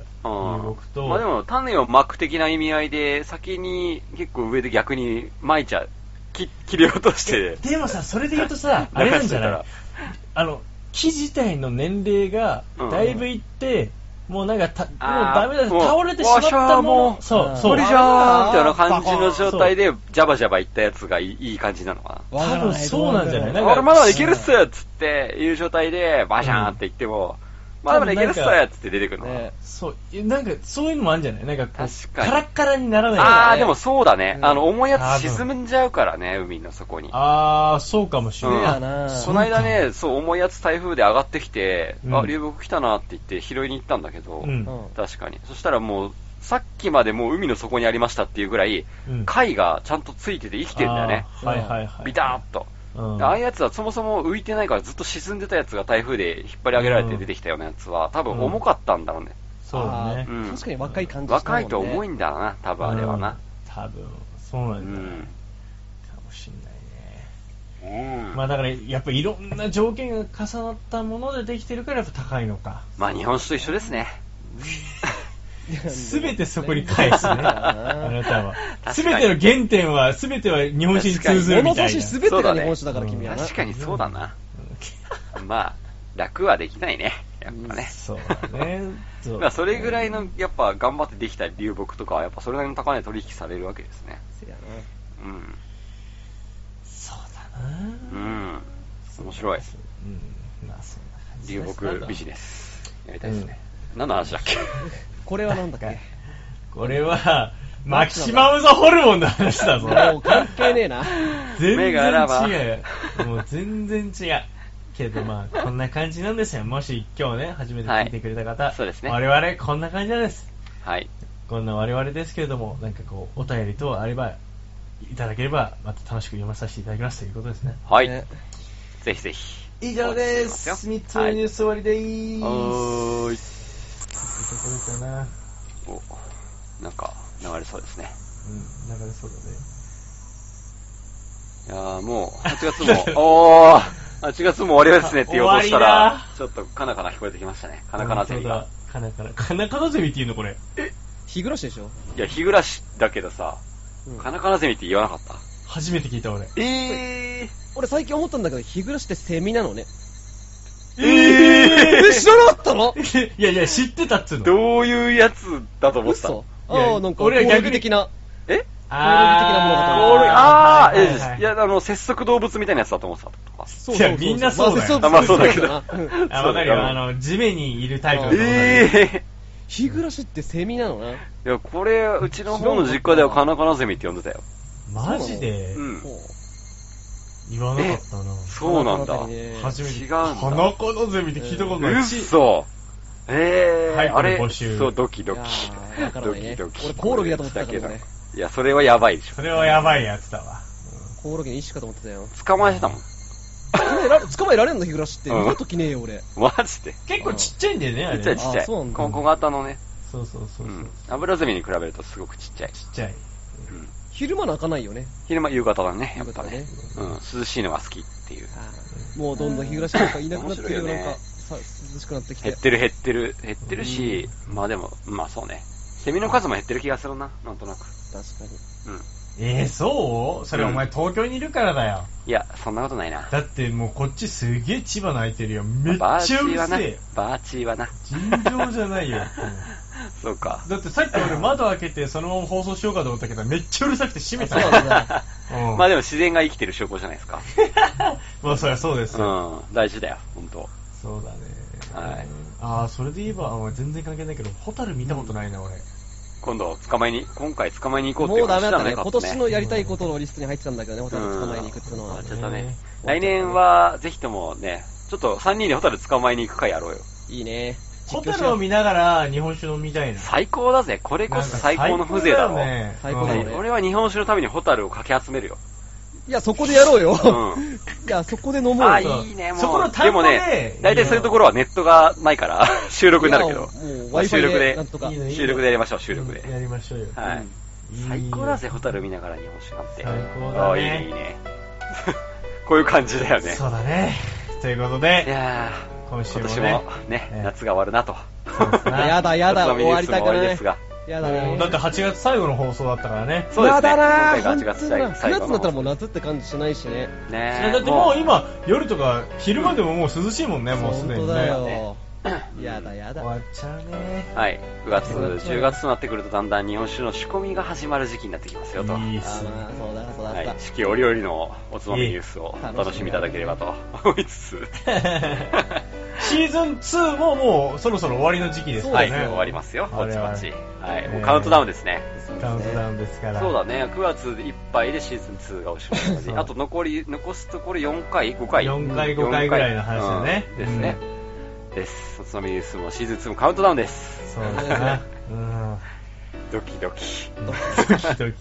[SPEAKER 4] 木と、
[SPEAKER 2] まあでも種をまく的な意味合いで、先に結構上で逆にまいちゃう、き切り落として、
[SPEAKER 4] でもさ、それで言うと さ、あれなんじゃ
[SPEAKER 2] 流
[SPEAKER 4] な
[SPEAKER 2] し
[SPEAKER 4] い
[SPEAKER 2] て
[SPEAKER 4] あの、木自体の年齢が
[SPEAKER 2] うん
[SPEAKER 4] だいぶいって、もうなんかた、もう
[SPEAKER 2] あー
[SPEAKER 4] ダメだ、
[SPEAKER 2] もう
[SPEAKER 4] 倒れてしまっ
[SPEAKER 2] わし
[SPEAKER 4] たも
[SPEAKER 2] ゃーも
[SPEAKER 4] の、
[SPEAKER 2] う
[SPEAKER 4] そう、そう。
[SPEAKER 2] 無理じゃーんみたいな感じ
[SPEAKER 4] バコー
[SPEAKER 2] の
[SPEAKER 4] ン
[SPEAKER 2] 状態で、ジャバジャバいったやつがいいいい感じなのか
[SPEAKER 3] わから
[SPEAKER 4] 多分そうなんじゃない
[SPEAKER 2] な。
[SPEAKER 4] なんか
[SPEAKER 2] 俺まだいけるっすっつって、いう状態で、バシャーンっていっても、まあでもレゲルスターや
[SPEAKER 4] 多分なんか
[SPEAKER 2] つって出てくるのは。
[SPEAKER 3] ね
[SPEAKER 4] そう、えなんか、そういうのもあるんじゃないなんかこう、
[SPEAKER 2] 確かに
[SPEAKER 4] カラッカラにならないように
[SPEAKER 2] ああ、
[SPEAKER 3] ね
[SPEAKER 2] でもそうだね。
[SPEAKER 3] うん
[SPEAKER 2] あの、重いや
[SPEAKER 4] あ
[SPEAKER 2] つ
[SPEAKER 4] ーでも
[SPEAKER 2] 沈んじゃうからね、海の底に。
[SPEAKER 4] あー、そうかもしれ
[SPEAKER 2] うん
[SPEAKER 4] ない。
[SPEAKER 3] やな
[SPEAKER 4] あ
[SPEAKER 2] この間ね、そう、重いやつ台風で上がってきて、
[SPEAKER 4] うん
[SPEAKER 2] あ、流木来たなって言って拾いに行ったんだけど、
[SPEAKER 4] うん
[SPEAKER 3] うん
[SPEAKER 2] 確かに。そしたらもう、さっきまでもう海の底にありましたっていうぐらい、
[SPEAKER 4] うん
[SPEAKER 2] 貝がちゃんとついてて生きてんだよね。
[SPEAKER 4] あーはいはいはい。
[SPEAKER 2] ビターっと。
[SPEAKER 4] うん
[SPEAKER 2] ああいうやつはそもそも浮いてないからずっと沈んでたやつが台風で引っ張り上げられて出てきたようなやつは、多分重かったんだろうね。
[SPEAKER 4] そうだね
[SPEAKER 3] あ。ー
[SPEAKER 2] うん
[SPEAKER 3] 確かに若い感じしな
[SPEAKER 2] 若
[SPEAKER 3] い
[SPEAKER 2] い
[SPEAKER 3] もんね
[SPEAKER 2] と重いんだな、多分あれはな。
[SPEAKER 4] うん。多分、そうな
[SPEAKER 2] うん
[SPEAKER 4] だね
[SPEAKER 2] ん。。
[SPEAKER 4] かもしんないね。
[SPEAKER 2] うん
[SPEAKER 4] まあだから、やっぱいろんな条件が重なったものでできてるからやっぱ高いのか。
[SPEAKER 2] まあ日本酒と一緒ですね。
[SPEAKER 4] すべてそこに返すね、あなたは。
[SPEAKER 2] 確
[SPEAKER 4] すべ
[SPEAKER 2] かに
[SPEAKER 4] ての原点は、すべては日本酒に通ずるみ
[SPEAKER 3] 物
[SPEAKER 4] た
[SPEAKER 3] 差
[SPEAKER 4] いな
[SPEAKER 3] し。すべてが日本酒だから
[SPEAKER 4] そう
[SPEAKER 3] 君
[SPEAKER 4] だね
[SPEAKER 3] はな。
[SPEAKER 2] 確かにそうだな。まあ、楽はできないね。やっぱね。
[SPEAKER 4] そうだね。そう
[SPEAKER 2] まあそれぐらいの、やっぱ頑張ってできた流木とかは、やっぱそれなりの高値で取引されるわけですね。
[SPEAKER 3] せやな
[SPEAKER 2] うん。
[SPEAKER 4] そう
[SPEAKER 2] う
[SPEAKER 4] だな。
[SPEAKER 2] ん。面白い。
[SPEAKER 4] うん。まあそんな感じ
[SPEAKER 2] 流
[SPEAKER 4] です
[SPEAKER 2] 木ビジネス。やりたいですね。何の話だっけ
[SPEAKER 3] これはなんだっけ
[SPEAKER 4] これは、マキシマムザホルモンの話だぞ。
[SPEAKER 3] もう関係ねえな。
[SPEAKER 4] 全
[SPEAKER 2] 目
[SPEAKER 4] 然
[SPEAKER 2] があらば
[SPEAKER 4] 違う。もう全然違う。けどまあ、こんな感じなんですよ。もし今日ね、初めて聞いてくれた方、
[SPEAKER 2] はいそうですね
[SPEAKER 4] 我々こんな感じなんです。
[SPEAKER 2] はい。
[SPEAKER 4] こんな我々ですけれども、なんかこう、お便り等あれば、いただければ、また楽しく読まさせていただきますということですね。
[SPEAKER 2] はい。
[SPEAKER 3] ね
[SPEAKER 2] ぜひぜひ。
[SPEAKER 4] 以上で
[SPEAKER 2] お待ち
[SPEAKER 4] す。
[SPEAKER 2] してますよ
[SPEAKER 4] 3つ目のニュース終わりでーす。
[SPEAKER 2] はーい
[SPEAKER 4] ところかな。
[SPEAKER 2] お、なんか流れそうですね。
[SPEAKER 4] うん、流れそうだね。
[SPEAKER 2] いやーもう、8月 も、おー、8月も終わりですねって言おうとした
[SPEAKER 4] 終わ
[SPEAKER 2] ら
[SPEAKER 4] り、
[SPEAKER 2] ちょっとカナカナ聞こえてきましたね。カナカナゼミが。
[SPEAKER 4] カナカナ。カナカナゼミっていうのこれ。
[SPEAKER 3] 日暮らしでしょ
[SPEAKER 2] いや、日暮らしだけどさ、
[SPEAKER 3] うん
[SPEAKER 2] カナカナゼミって言わなかった。
[SPEAKER 4] 初めて聞いた俺。
[SPEAKER 2] えー、
[SPEAKER 3] 俺最近思ったんだけど、日暮らしってセミなのね。
[SPEAKER 2] え
[SPEAKER 3] え、知らなかったの
[SPEAKER 4] ー、 いやいや、知ってたっつうの。
[SPEAKER 2] どういうやつだと思った
[SPEAKER 3] 嘘
[SPEAKER 4] いや
[SPEAKER 3] ああ、なんか、
[SPEAKER 4] 俺は逆に
[SPEAKER 3] 攻撃的な。
[SPEAKER 2] え
[SPEAKER 4] あ
[SPEAKER 3] ゴール
[SPEAKER 2] あー、
[SPEAKER 4] はい
[SPEAKER 2] え
[SPEAKER 4] はいは
[SPEAKER 2] ー
[SPEAKER 4] い
[SPEAKER 2] いや、あの、節足動物みたいなやつだと思ってたとか。
[SPEAKER 3] そ
[SPEAKER 4] いやみんなそうだよ
[SPEAKER 2] あまあそうだけど
[SPEAKER 3] なうん
[SPEAKER 4] あ、わかるよ。あ
[SPEAKER 2] の、
[SPEAKER 4] の、地面にいるタイプだと思うんだけど
[SPEAKER 2] え
[SPEAKER 3] 日暮らしってセミなのね。
[SPEAKER 2] ー、いや、これ、うちの方の実家ではカナカナゼミって呼んでたよ。
[SPEAKER 4] マジで
[SPEAKER 2] うん
[SPEAKER 3] ほ
[SPEAKER 4] 言わなかったな。
[SPEAKER 2] そうなんだ
[SPEAKER 3] カナカナ。ゼミね
[SPEAKER 4] 初めて。
[SPEAKER 2] 違うんだ
[SPEAKER 4] 花子のゼミって聞いたことない。
[SPEAKER 2] 嘘ええー、
[SPEAKER 4] はい
[SPEAKER 2] あれ、
[SPEAKER 4] これ募集
[SPEAKER 2] そう、ドキドキ
[SPEAKER 3] いや。ーわから
[SPEAKER 2] ド
[SPEAKER 3] ない
[SPEAKER 2] キ
[SPEAKER 3] ね
[SPEAKER 2] ドキ。
[SPEAKER 3] 俺コオロギだと思ってたけどね
[SPEAKER 2] いや、それはやばいでし
[SPEAKER 4] それはやばいやつだわ。
[SPEAKER 3] うコオロギの一種かと思ってたよ。
[SPEAKER 2] ょ。捕まえてたもん。
[SPEAKER 3] 捕まえられ捕まえられんの日暮らしって。
[SPEAKER 2] うん
[SPEAKER 3] 見たときねえよ、俺。
[SPEAKER 2] マジで。
[SPEAKER 4] 結構ちっちゃいんだよね、あ
[SPEAKER 2] ちっ
[SPEAKER 4] れ。
[SPEAKER 2] ちゃい
[SPEAKER 4] ち
[SPEAKER 2] ち
[SPEAKER 4] っ
[SPEAKER 2] っちゃ
[SPEAKER 3] あ
[SPEAKER 2] い。
[SPEAKER 3] そうなんだ
[SPEAKER 2] コンコン型のね。
[SPEAKER 4] そうそうそううそう。
[SPEAKER 2] ん。油ゼミに比べるとすごくちっちゃい。
[SPEAKER 4] ちっちゃい。
[SPEAKER 2] うん。
[SPEAKER 3] 昼間の開かないよね。
[SPEAKER 2] 昼間、夕方だね、やっ
[SPEAKER 3] 夕
[SPEAKER 2] ぱ
[SPEAKER 3] 方
[SPEAKER 2] ね
[SPEAKER 3] ね。
[SPEAKER 2] うん。涼しいのが好きっていう。
[SPEAKER 3] あーもうどんどん日暮らしなんかいなくなってるよ、
[SPEAKER 2] 面白いよ
[SPEAKER 3] なん
[SPEAKER 2] ね
[SPEAKER 3] か。さ涼しくなってき
[SPEAKER 2] 減
[SPEAKER 3] て
[SPEAKER 2] っ。てる減ってる、減ってるし、まあでも、まあそうね。セミの数も減ってる気がするな、なんとなく。
[SPEAKER 3] 確かに。
[SPEAKER 2] うん。
[SPEAKER 4] えー、そうそれお前東京にいるからだよ。
[SPEAKER 2] いや、そんなことないな。
[SPEAKER 4] だってもうこっちすげえ千葉泣いてるよ。めっちゃ
[SPEAKER 2] バ
[SPEAKER 4] う
[SPEAKER 2] ーチーは
[SPEAKER 4] る
[SPEAKER 2] な
[SPEAKER 4] せえ。、
[SPEAKER 2] バーチーはな。
[SPEAKER 4] 尋常じゃないよ。
[SPEAKER 2] そうか。
[SPEAKER 4] だってさっき俺窓開けてそのまま放送しようかと思ったけど、めっちゃうるさくて閉めた
[SPEAKER 3] そうなんだ。
[SPEAKER 4] うん
[SPEAKER 2] まあでも自然が生きてる証拠じゃないですか。
[SPEAKER 4] まあそりゃそうですよ。
[SPEAKER 2] うん、大事だよ、本当。
[SPEAKER 4] そうだね。
[SPEAKER 2] はい
[SPEAKER 4] ああ、それで言えば、あー全然関係ないけど、ホタル見たことないな、俺。
[SPEAKER 2] 今度、捕まえに、今回捕まえに行こうっ
[SPEAKER 3] も
[SPEAKER 2] ていう
[SPEAKER 3] うダ
[SPEAKER 2] 話
[SPEAKER 3] メ
[SPEAKER 2] じゃ
[SPEAKER 3] だった
[SPEAKER 2] な
[SPEAKER 3] ね。
[SPEAKER 2] いか
[SPEAKER 3] 今
[SPEAKER 2] った
[SPEAKER 3] 年
[SPEAKER 2] ね。
[SPEAKER 3] のやりたいことのリストに入ってたんだけどね、ホタル捕まえに行くっていうの
[SPEAKER 2] 終わ
[SPEAKER 3] は
[SPEAKER 2] っ。ちゃったね
[SPEAKER 4] ね。
[SPEAKER 2] 来年は、ぜひともね、ちょっと3人でホタル捕まえに行くかやろうよ。
[SPEAKER 3] いいね。
[SPEAKER 4] ホタルを見ながら日本酒飲みたいな。
[SPEAKER 2] 最高だぜ、これこそ最高の風情だろ。
[SPEAKER 4] なんか最高だ
[SPEAKER 3] 最
[SPEAKER 4] よね
[SPEAKER 3] 高
[SPEAKER 2] ね俺は日本酒のためにホタルをかき集めるよ。
[SPEAKER 3] いや、そこでやろうよ。
[SPEAKER 2] うん
[SPEAKER 3] いや、そこで飲もう
[SPEAKER 2] あ、
[SPEAKER 3] よ。
[SPEAKER 2] いいね、もう。
[SPEAKER 4] そこの田んぼで
[SPEAKER 2] でもね、大体そういうところはネットがないから、収録になるけど。
[SPEAKER 3] いやもう
[SPEAKER 2] まあ
[SPEAKER 3] Wi-Fi
[SPEAKER 2] 収録
[SPEAKER 3] でなんとか
[SPEAKER 4] いいね
[SPEAKER 2] 収録でやりましょう、収録
[SPEAKER 4] や
[SPEAKER 2] で。
[SPEAKER 4] りましょうよ。
[SPEAKER 2] は
[SPEAKER 3] う
[SPEAKER 2] い
[SPEAKER 3] ん。
[SPEAKER 4] いいよ
[SPEAKER 2] 最高だぜ、ホタル見ながら日本酒なんて。
[SPEAKER 4] 最高だね
[SPEAKER 2] あいいね、いいね。 こういう感じだよね。
[SPEAKER 4] そうだね。ということ
[SPEAKER 2] い
[SPEAKER 4] で、
[SPEAKER 2] や
[SPEAKER 4] 今
[SPEAKER 2] ー
[SPEAKER 4] 週
[SPEAKER 2] 今
[SPEAKER 4] も
[SPEAKER 2] 年
[SPEAKER 4] ね
[SPEAKER 2] も。ね、
[SPEAKER 4] ええ
[SPEAKER 2] 夏が終わるなと。
[SPEAKER 4] そうです な
[SPEAKER 3] やだやだ、
[SPEAKER 2] 夏の
[SPEAKER 3] 終
[SPEAKER 2] ミニ
[SPEAKER 3] わ
[SPEAKER 2] ニュース
[SPEAKER 3] り
[SPEAKER 2] も
[SPEAKER 3] た
[SPEAKER 2] 終わ
[SPEAKER 3] く
[SPEAKER 2] り
[SPEAKER 3] な
[SPEAKER 2] で
[SPEAKER 3] い
[SPEAKER 2] す。が。
[SPEAKER 3] やだ
[SPEAKER 4] も
[SPEAKER 3] ね
[SPEAKER 4] う。だって8月最後の放送だったからね。
[SPEAKER 2] そうですね。
[SPEAKER 3] やだな
[SPEAKER 2] 今回が8月
[SPEAKER 3] 本当だ
[SPEAKER 2] 最最後
[SPEAKER 3] 9
[SPEAKER 2] の
[SPEAKER 3] 月になったらもう夏って感じしないしね。
[SPEAKER 2] ね
[SPEAKER 4] だってもう今、夜とか昼間でももう涼しいもんね、もうすで
[SPEAKER 3] 本当
[SPEAKER 4] に
[SPEAKER 3] だ
[SPEAKER 4] ね。
[SPEAKER 3] よ。やだやだ
[SPEAKER 4] 終わっちゃうね
[SPEAKER 2] はい、9月、10月となってくるとだんだん日本酒の仕込みが始まる時期になってきますよと。
[SPEAKER 4] いいっ
[SPEAKER 3] あ
[SPEAKER 4] すね
[SPEAKER 3] まあそうだそうだ
[SPEAKER 2] は
[SPEAKER 3] そうだ
[SPEAKER 2] い、四季折々のおつまみニュースを
[SPEAKER 3] ええ
[SPEAKER 2] お楽しみいただければと思いつつ、
[SPEAKER 4] シーズン2ももうそろそろ終わりの時期ですか
[SPEAKER 2] は
[SPEAKER 4] ら
[SPEAKER 2] い、
[SPEAKER 4] ね、
[SPEAKER 2] 終わりますよ、
[SPEAKER 4] 我
[SPEAKER 2] ぼち
[SPEAKER 4] 々
[SPEAKER 2] ぼち。はい、も
[SPEAKER 4] え
[SPEAKER 2] う
[SPEAKER 4] え
[SPEAKER 2] カウントダウンですね。
[SPEAKER 3] そうですね
[SPEAKER 4] カウントダウンですから
[SPEAKER 2] そうだね、9月いっぱいでシーズン2がおしまい
[SPEAKER 4] そう
[SPEAKER 2] あと残り、残すところ4回 ?5 回
[SPEAKER 4] 4回5回ぐらいの話だね
[SPEAKER 2] うんですね。です。おつまみニュースもシーズン2もカウントダウンです。
[SPEAKER 4] そうですねうん
[SPEAKER 2] ドキドキ。
[SPEAKER 4] ドキドキ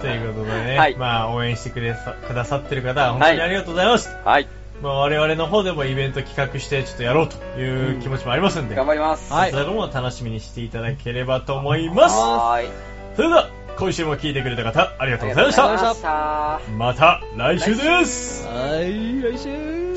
[SPEAKER 4] ということでね、
[SPEAKER 2] はい
[SPEAKER 4] まあ応援してくれさくださってる方は本当にありがとうございます、
[SPEAKER 2] はい、
[SPEAKER 4] まあ、我々の方でもイベント企画してちょっとやろうという気持ちもありますんで、
[SPEAKER 2] 頑張ります。
[SPEAKER 3] はい
[SPEAKER 4] そちらの方も楽しみにしていただければと思います
[SPEAKER 2] はーい。
[SPEAKER 4] それでは今週も聞いてくれた方ありがとうございまし
[SPEAKER 2] ありがとうござい
[SPEAKER 4] た
[SPEAKER 2] ました。
[SPEAKER 4] また来週です
[SPEAKER 3] はい来週